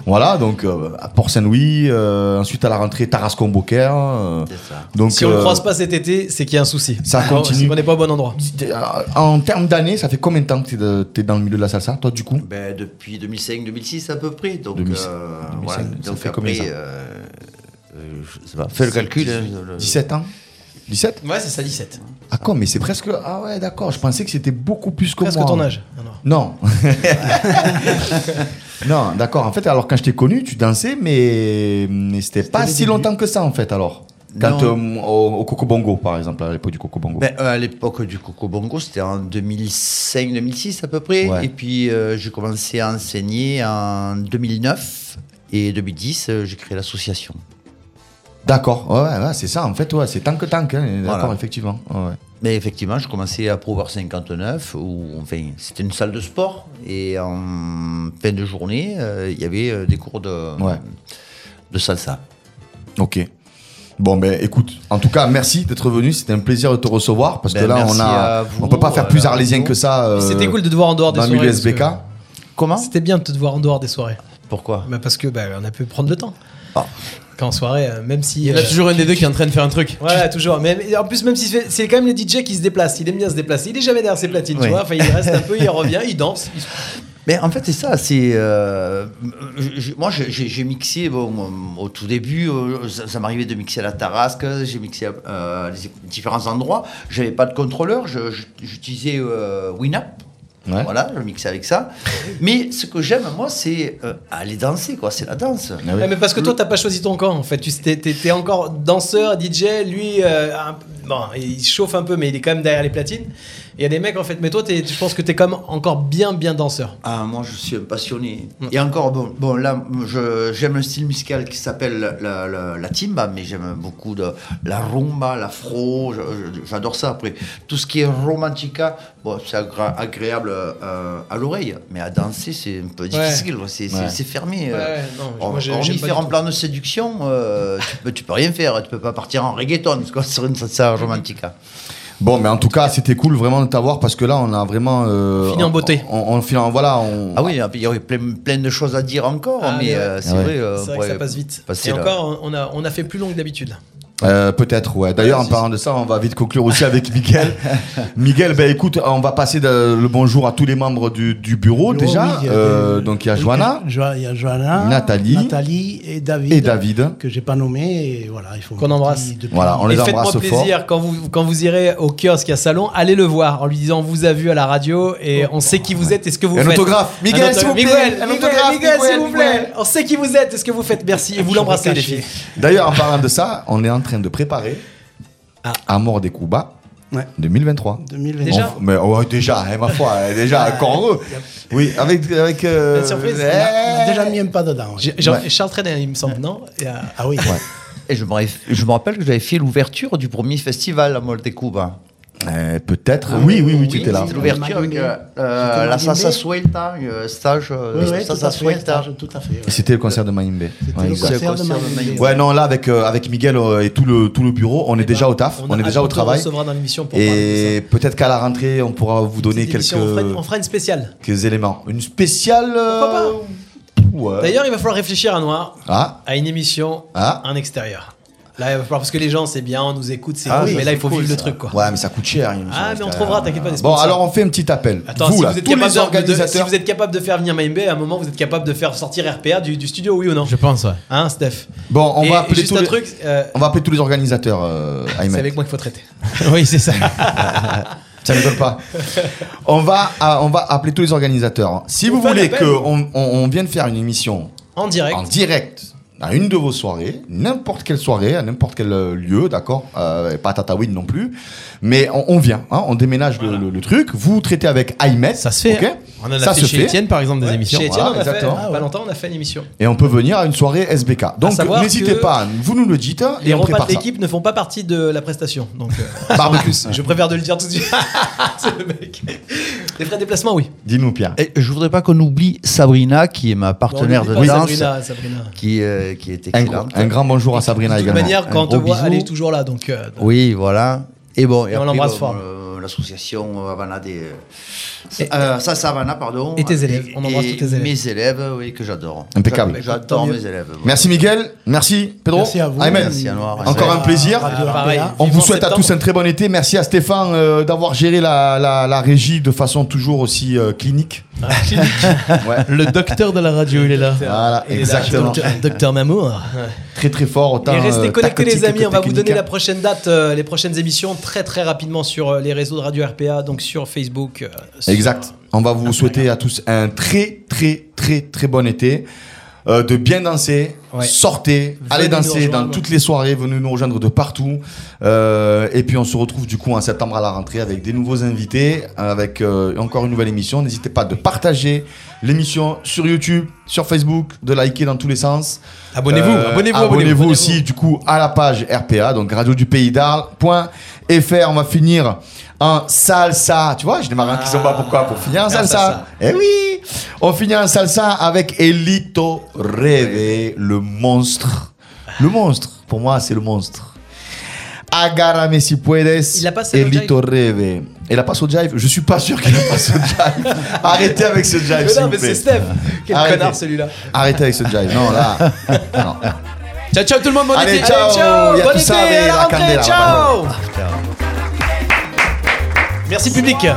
S4: Voilà, donc euh, à Port Saint-Louis, euh, ensuite à la rentrée Tarascon Beaucaire. euh,
S7: C'est ça.
S4: donc
S2: Si on le
S4: euh,
S2: croise pas cet été, c'est qu'il y a un souci.
S4: ça continue.
S2: Si on n'est pas au bon endroit.
S4: euh, en termes d'années, ça fait combien de temps que t'es de- t'es dans le milieu de la salsa, toi du coup
S7: Ben, depuis 2005-2006 à peu près. Donc,
S4: 2005,
S7: euh,
S4: 2005,
S7: voilà.
S4: ça
S7: Donc
S4: fait
S7: après,
S4: combien, ça
S7: euh, euh, je sais pas. Fais le calcul. hein, le-
S4: 17 ans 17
S2: Ouais, c'est ça, 17.
S4: Ah quoi, mais c'est presque... Ah ouais, d'accord, je pensais que c'était beaucoup plus que
S2: Presque
S4: moi.
S2: ton âge. Non, non.
S4: Non. [LAUGHS] non, d'accord. En fait, alors quand je t'ai connu, tu dansais, mais, mais c'était pas
S7: les
S4: si
S7: débuts.
S4: longtemps que ça, en fait, alors. Quand, euh, au, au Coco Bongo, par exemple, à l'époque du Coco Bongo.
S7: Ben, euh, à l'époque du Coco Bongo, c'était en 2005-2006 à peu près.
S4: Ouais.
S7: Et puis euh, j'ai commencé à enseigner en 2009 et 2010, euh, j'ai créé l'association.
S4: D'accord, ouais, ouais, ouais, c'est ça, en fait, ouais, c'est tant que tant. Hein, d'accord,
S7: Voilà.
S4: effectivement. ouais.
S7: Mais effectivement, je commençais à Prover 59, où enfin, c'était une salle de sport. Et en fin de journée, euh, il y avait euh, des cours de,
S4: Ouais.
S7: de salsa.
S4: Ok. Bon, ben écoute, en tout cas, merci d'être venu. C'était un plaisir de te recevoir parce
S7: Ben,
S4: que là, on
S7: merci
S4: a,
S7: à vous,
S4: on peut pas faire plus
S7: à la
S4: arlésien
S7: radio.
S4: que ça. euh,
S2: C'était cool de te voir en dehors des
S4: dans le
S2: soirées.
S4: milieu
S2: parce que-
S4: SBK.
S7: Comment
S2: C'était bien de te voir en dehors des soirées.
S7: Pourquoi
S2: Bah, parce que bah, on a pu prendre le temps.
S7: Ah.
S2: Qu'en soirée, euh, même si.
S5: Il y en a
S2: euh,
S5: toujours un des deux qui est en train de faire un truc.
S2: Voilà, toujours. Mais mais en plus, même si c'est c'est quand même le DJ qui se déplace, il aime bien se déplacer. Il est jamais derrière ses platines,
S7: Oui.
S2: tu vois. Enfin, il reste un peu, il revient, il
S7: [LAUGHS]
S2: danse. il se-
S7: Mais en fait, c'est ça. C'est euh, je- je- moi, j'ai- j'ai j'ai mixé bon, au tout début. euh, ça ça m'arrivait de mixer à la Tarasque. J'ai mixé à euh, les différents endroits. J'avais pas de contrôleur. je- je- J'utilisais euh, Winamp.
S4: Ouais.
S7: Voilà, je mixais avec ça. Mais ce que j'aime, moi, c'est euh, aller danser, quoi. C'est la danse.
S4: Ah oui.
S2: Ouais, mais parce que toi, t'as pas choisi ton camp, en fait. Tu t'es- t'es t'es encore danseur, DJ. Lui, euh, un- bon, il chauffe un peu, mais il est quand même derrière les platines. Et Il y a des mecs, en fait. Mais toi, t'es- je pense que t'es quand même encore bien, bien danseur.
S7: Ah, moi, je suis un passionné. Et encore, bon, bon là, je- j'aime un style musical qui s'appelle la, la, la timba, mais j'aime beaucoup de, la rumba, l'afro, je- je- j'adore ça. Après, tout ce qui est romantica, bon, c'est agra- agréable euh, à l'oreille, mais à danser, c'est un peu difficile, quoi. c'est c'est-
S4: Ouais.
S7: c'est fermé.
S2: Ouais,
S7: euh.
S2: non,
S7: Hor-
S2: moi, j'ai-
S7: hormis
S2: j'aime pas
S7: faire
S2: du
S7: en
S2: tout.
S7: plan de séduction, euh, tu, peux, tu peux rien faire, tu peux pas partir en reggaeton quoi, sur une salsa romantica.
S4: Bon, mais en tout cas, c'était cool vraiment de t'avoir parce que là, on a vraiment. euh,
S2: Fini en beauté.
S4: On, on- on finit en- voilà. On,
S7: Ah oui, il y aurait plein, plein de choses à dire encore,
S2: Ah,
S7: mais
S2: mais ouais.
S7: euh, c'est
S4: Ah ouais. hein.
S7: vrai, euh,
S2: C'est vrai
S7: ouais,
S2: que ça passe vite.
S7: passer
S2: Et
S7: la-
S2: encore, on a, on a fait plus long que d'habitude.
S4: Euh, peut-être, ouais. D'ailleurs, en parlant de ça, on va vite conclure aussi avec [LAUGHS]
S2: [LAUGHS]
S4: Miguel. Miguel, ben écoute, on va passer de- le bonjour à tous les membres du, du bureau
S8: Bureau,
S4: Oh, déjà.
S8: oui, il y a-
S4: Euh, donc il y a
S8: oui,
S4: Johanna
S8: que- Jo- Il y a Johanna,
S4: Nathalie,
S8: Nathalie et David.
S4: et David.
S8: Que j'ai pas nommé. Et voilà, il faut
S2: Qu'on embrasse.
S8: depuis-
S4: Voilà, on les
S2: et
S4: embrasse
S2: faites-moi
S4: fort.
S2: plaisir, quand vous, quand vous irez au kiosque à Salon, allez le voir en lui disant on vous a vu à la radio et on sait qui vous êtes et ce que vous
S4: Oh. Un
S2: faites.
S4: autographe. Miguel,
S2: autographe.
S4: s'il vous plaît.
S2: Miguel,
S4: Un
S2: Miguel,
S4: autographe,
S2: Miguel,
S4: Miguel,
S2: s'il vous plaît. On sait qui vous êtes et ce que vous faites. Merci. Et vous l'embrassez, les filles.
S4: D'ailleurs, en parlant de ça, on est en train de préparer à mort des Cuba
S8: Ah. Ouais.
S4: 2023.
S8: 2020.
S2: Déjà
S4: On- mais ouais, déjà, hein, ma foi, hein, déjà,
S8: Ah,
S4: encore heureux. Oui, avec. avec euh,
S2: La surprise.
S4: eh,
S8: On a- on a déjà mis un pas dedans. ouais.
S2: J'ai- j'ai-
S4: Ouais.
S2: Charles Trenet, il me semble, non Et, euh,
S8: Ah oui.
S7: Et je me, ré- je me rappelle que j'avais fait l'ouverture du premier festival à Moltecuba.
S4: euh, Peut-être. oui, oui, oui, tu étais là.
S7: C'était l'ouverture avec euh, euh,
S8: C'était
S7: la Salsa
S8: Marimbé.
S7: Suelta, euh, stage euh,
S8: Oui, oui, tout
S7: Salsa
S8: à fait.
S2: hein.
S7: Suelta.
S8: Tout à fait. ouais.
S4: C'était le concert de Maïmbé.
S8: C'était le concert de
S7: concert de
S8: Maïmé.
S7: Maïmé.
S4: Ouais, non, là, avec, euh, avec Miguel euh, et tout le, tout le bureau, on est déjà au taf, on,
S2: Eh ben, a
S4: est déjà
S2: hâte
S4: au
S2: de
S4: travail.
S2: recevra dans l'émission pour parler de ça.
S4: Et peut-être qu'à la rentrée, on pourra vous donner
S2: Cette
S4: quelques,
S2: émission, on fera une- On fera une spéciale.
S4: quelques éléments. Une spéciale. euh, ouais.
S2: D'ailleurs, il va falloir réfléchir à noir
S4: Ah,
S2: à une émission
S4: Ah.
S2: en extérieur. Là, il va falloir- parce que les gens, c'est bien, on nous écoute, c'est cool, mais là, il faut vivre le truc, quoi.
S4: Ouais, mais ça coûte cher. il me
S2: Ah,
S4: semble,
S2: mais on
S4: quand
S2: trouvera,
S4: même.
S2: t'inquiète pas, des
S4: Bon,
S2: sponsors.
S4: alors on fait un petit appel.
S2: Attends,
S4: vous,
S2: si,
S4: là,
S2: vous êtes
S4: tous
S2: capable
S4: les
S2: de-
S4: organisateurs.
S2: de, si vous êtes capable de faire venir Maïmbe, à un moment, vous êtes capable de faire sortir RPA du, du studio, oui ou non
S5: Je pense, ouais.
S2: Hein, Steph
S4: Bon, on
S2: Et-
S4: va
S2: et
S4: appeler
S2: juste
S4: tous
S2: un
S4: les.
S2: truc, euh,
S4: On va appeler tous les organisateurs, euh,
S2: c'est
S4: Ayman.
S2: avec moi qu'il faut traiter.
S5: oui, c'est ça.
S4: Ça rigole pas. on, va, ah, on va appeler tous les organisateurs. Si
S2: On
S4: vous
S2: fait
S4: voulez
S2: l'appel.
S4: qu'on on, on vienne faire une émission
S2: En direct.
S4: en direct à une de vos soirées, n'importe quelle soirée, à n'importe quel euh, lieu, d'accord euh, et Pas à Tataouine non plus. Mais on, on vient, hein, on déménage le- le, le truc. Vous traitez avec Ayman.
S5: Ça se fait.
S4: ok
S5: hein. On en a
S4: Ça
S5: fait
S4: se
S5: chez
S4: fait.
S5: Étienne, par exemple, des
S2: Ouais,
S5: émissions.
S2: Chez Étienne,
S4: voilà,
S2: on a fait, Ah,
S4: exactement.
S2: pas longtemps, on a fait une émission.
S4: Et on peut venir à une soirée SBK. Donc
S2: savoir
S4: n'hésitez
S2: que
S4: pas, vous nous le dites et
S2: les
S4: on
S2: repas
S4: prépare Ah.
S2: de l'équipe ne font pas partie de la prestation. Donc, euh,
S4: ça. Barbecue.
S2: je préfère de le dire tout
S4: [LAUGHS]
S2: de suite. [LAUGHS] c'est le mec. Les frais de déplacement, oui.
S4: Dis-nous Pierre.
S7: Et je voudrais pas qu'on oublie Sabrina, qui est ma partenaire
S2: Bon,
S7: de
S2: n'oublie pas
S7: danse,
S2: Sabrina, Sabrina.
S7: Qui, euh, qui est
S4: Un, gros-
S7: excellente.
S4: un grand bonjour à Sabrina
S2: De toute
S4: également.
S2: manière,
S7: un
S2: quand on te
S7: gros
S2: voit,
S7: bisou.
S2: elle est toujours là. Donc, euh,
S7: Oui, voilà. Et bon,
S2: Et on l'embrasse fort.
S7: euh, L'association Havana des. euh, ça, ça, Havana, pardon.
S2: Et tes élèves,
S7: Et-
S2: on embrasse
S7: et
S2: tous tes élèves.
S7: Mes élèves, oui, que j'adore.
S4: Impeccable.
S7: J'a- J'adore
S8: Tant mieux.
S7: mes élèves. voilà.
S4: Merci Miguel, merci Pedro.
S8: Merci à vous.
S4: Ayman.
S7: Merci à Noir.
S4: Encore un plaisir.
S8: Radio
S2: Ah, pareil.
S8: RPA.
S4: On
S2: Vivant
S4: vous souhaite à
S2: septembre.
S4: tous un très bon été. Merci à Stéphane euh, d'avoir géré la, la- la régie de façon toujours aussi euh,
S2: [LAUGHS]
S4: clinique.
S5: Le docteur de la radio, il est là.
S4: Voilà, exactement.
S5: Docteur Mamour.
S4: Très très fort. Autant,
S2: Et restez
S4: euh,
S2: connectés
S4: tactique
S2: les amis,
S4: que
S2: on va vous
S4: technique. hein.
S2: donner la prochaine date, euh, les prochaines émissions très très rapidement sur euh, les réseaux de Radio RPA, donc sur Facebook. euh, sur-
S4: Exact. On va vous souhaiter à tous un très très très très bon été. Euh, de bien danser,
S2: Ouais.
S4: sortez, allez
S2: nous
S4: danser dans
S2: rejoindre.
S4: toutes les soirées, venez nous rejoindre de partout. Euh, et puis on se retrouve du coup en septembre à la rentrée avec des nouveaux invités, avec euh, encore une nouvelle émission. N'hésitez pas de partager l'émission sur YouTube, sur Facebook, de liker dans tous les sens.
S5: Abonnez-vous,
S4: Euh,
S5: abonnez-vous,
S4: abonnez-vous aussi du coup à la page RPA, donc radio du pays d'Arles.fr. On va finir en salsa. Tu vois, je démarre un qui bas
S5: Ah.
S4: pourquoi Pour finir en salsa.
S2: salsa.
S4: Eh oui On finit en salsa avec Elito Reve, le monstre. Le monstre, pour moi, c'est le monstre. Agárrame si puedes.
S2: Il la passe au
S4: Elito Reve. Et la passe au jive Je suis pas sûr qu'il la passe au
S2: [LAUGHS]
S4: jive. Arrêtez avec ce jive,
S2: Mais
S4: Ah, s'il
S2: non,
S4: vous
S2: mais c'est
S4: plaît. [LAUGHS]
S2: Steph Quel
S4: Arrêtez.
S2: connard celui-là
S4: Arrêtez avec ce jive. Non, là. Non.
S5: Ciao, ciao tout le monde, bon
S4: Allez,
S5: été.
S4: ciao,
S2: ciao,
S4: il y a
S2: bon
S4: tout
S2: été,
S4: ça,
S2: à
S4: mais
S2: la
S4: la
S2: rentrée,
S4: candela.
S2: ciao Merci public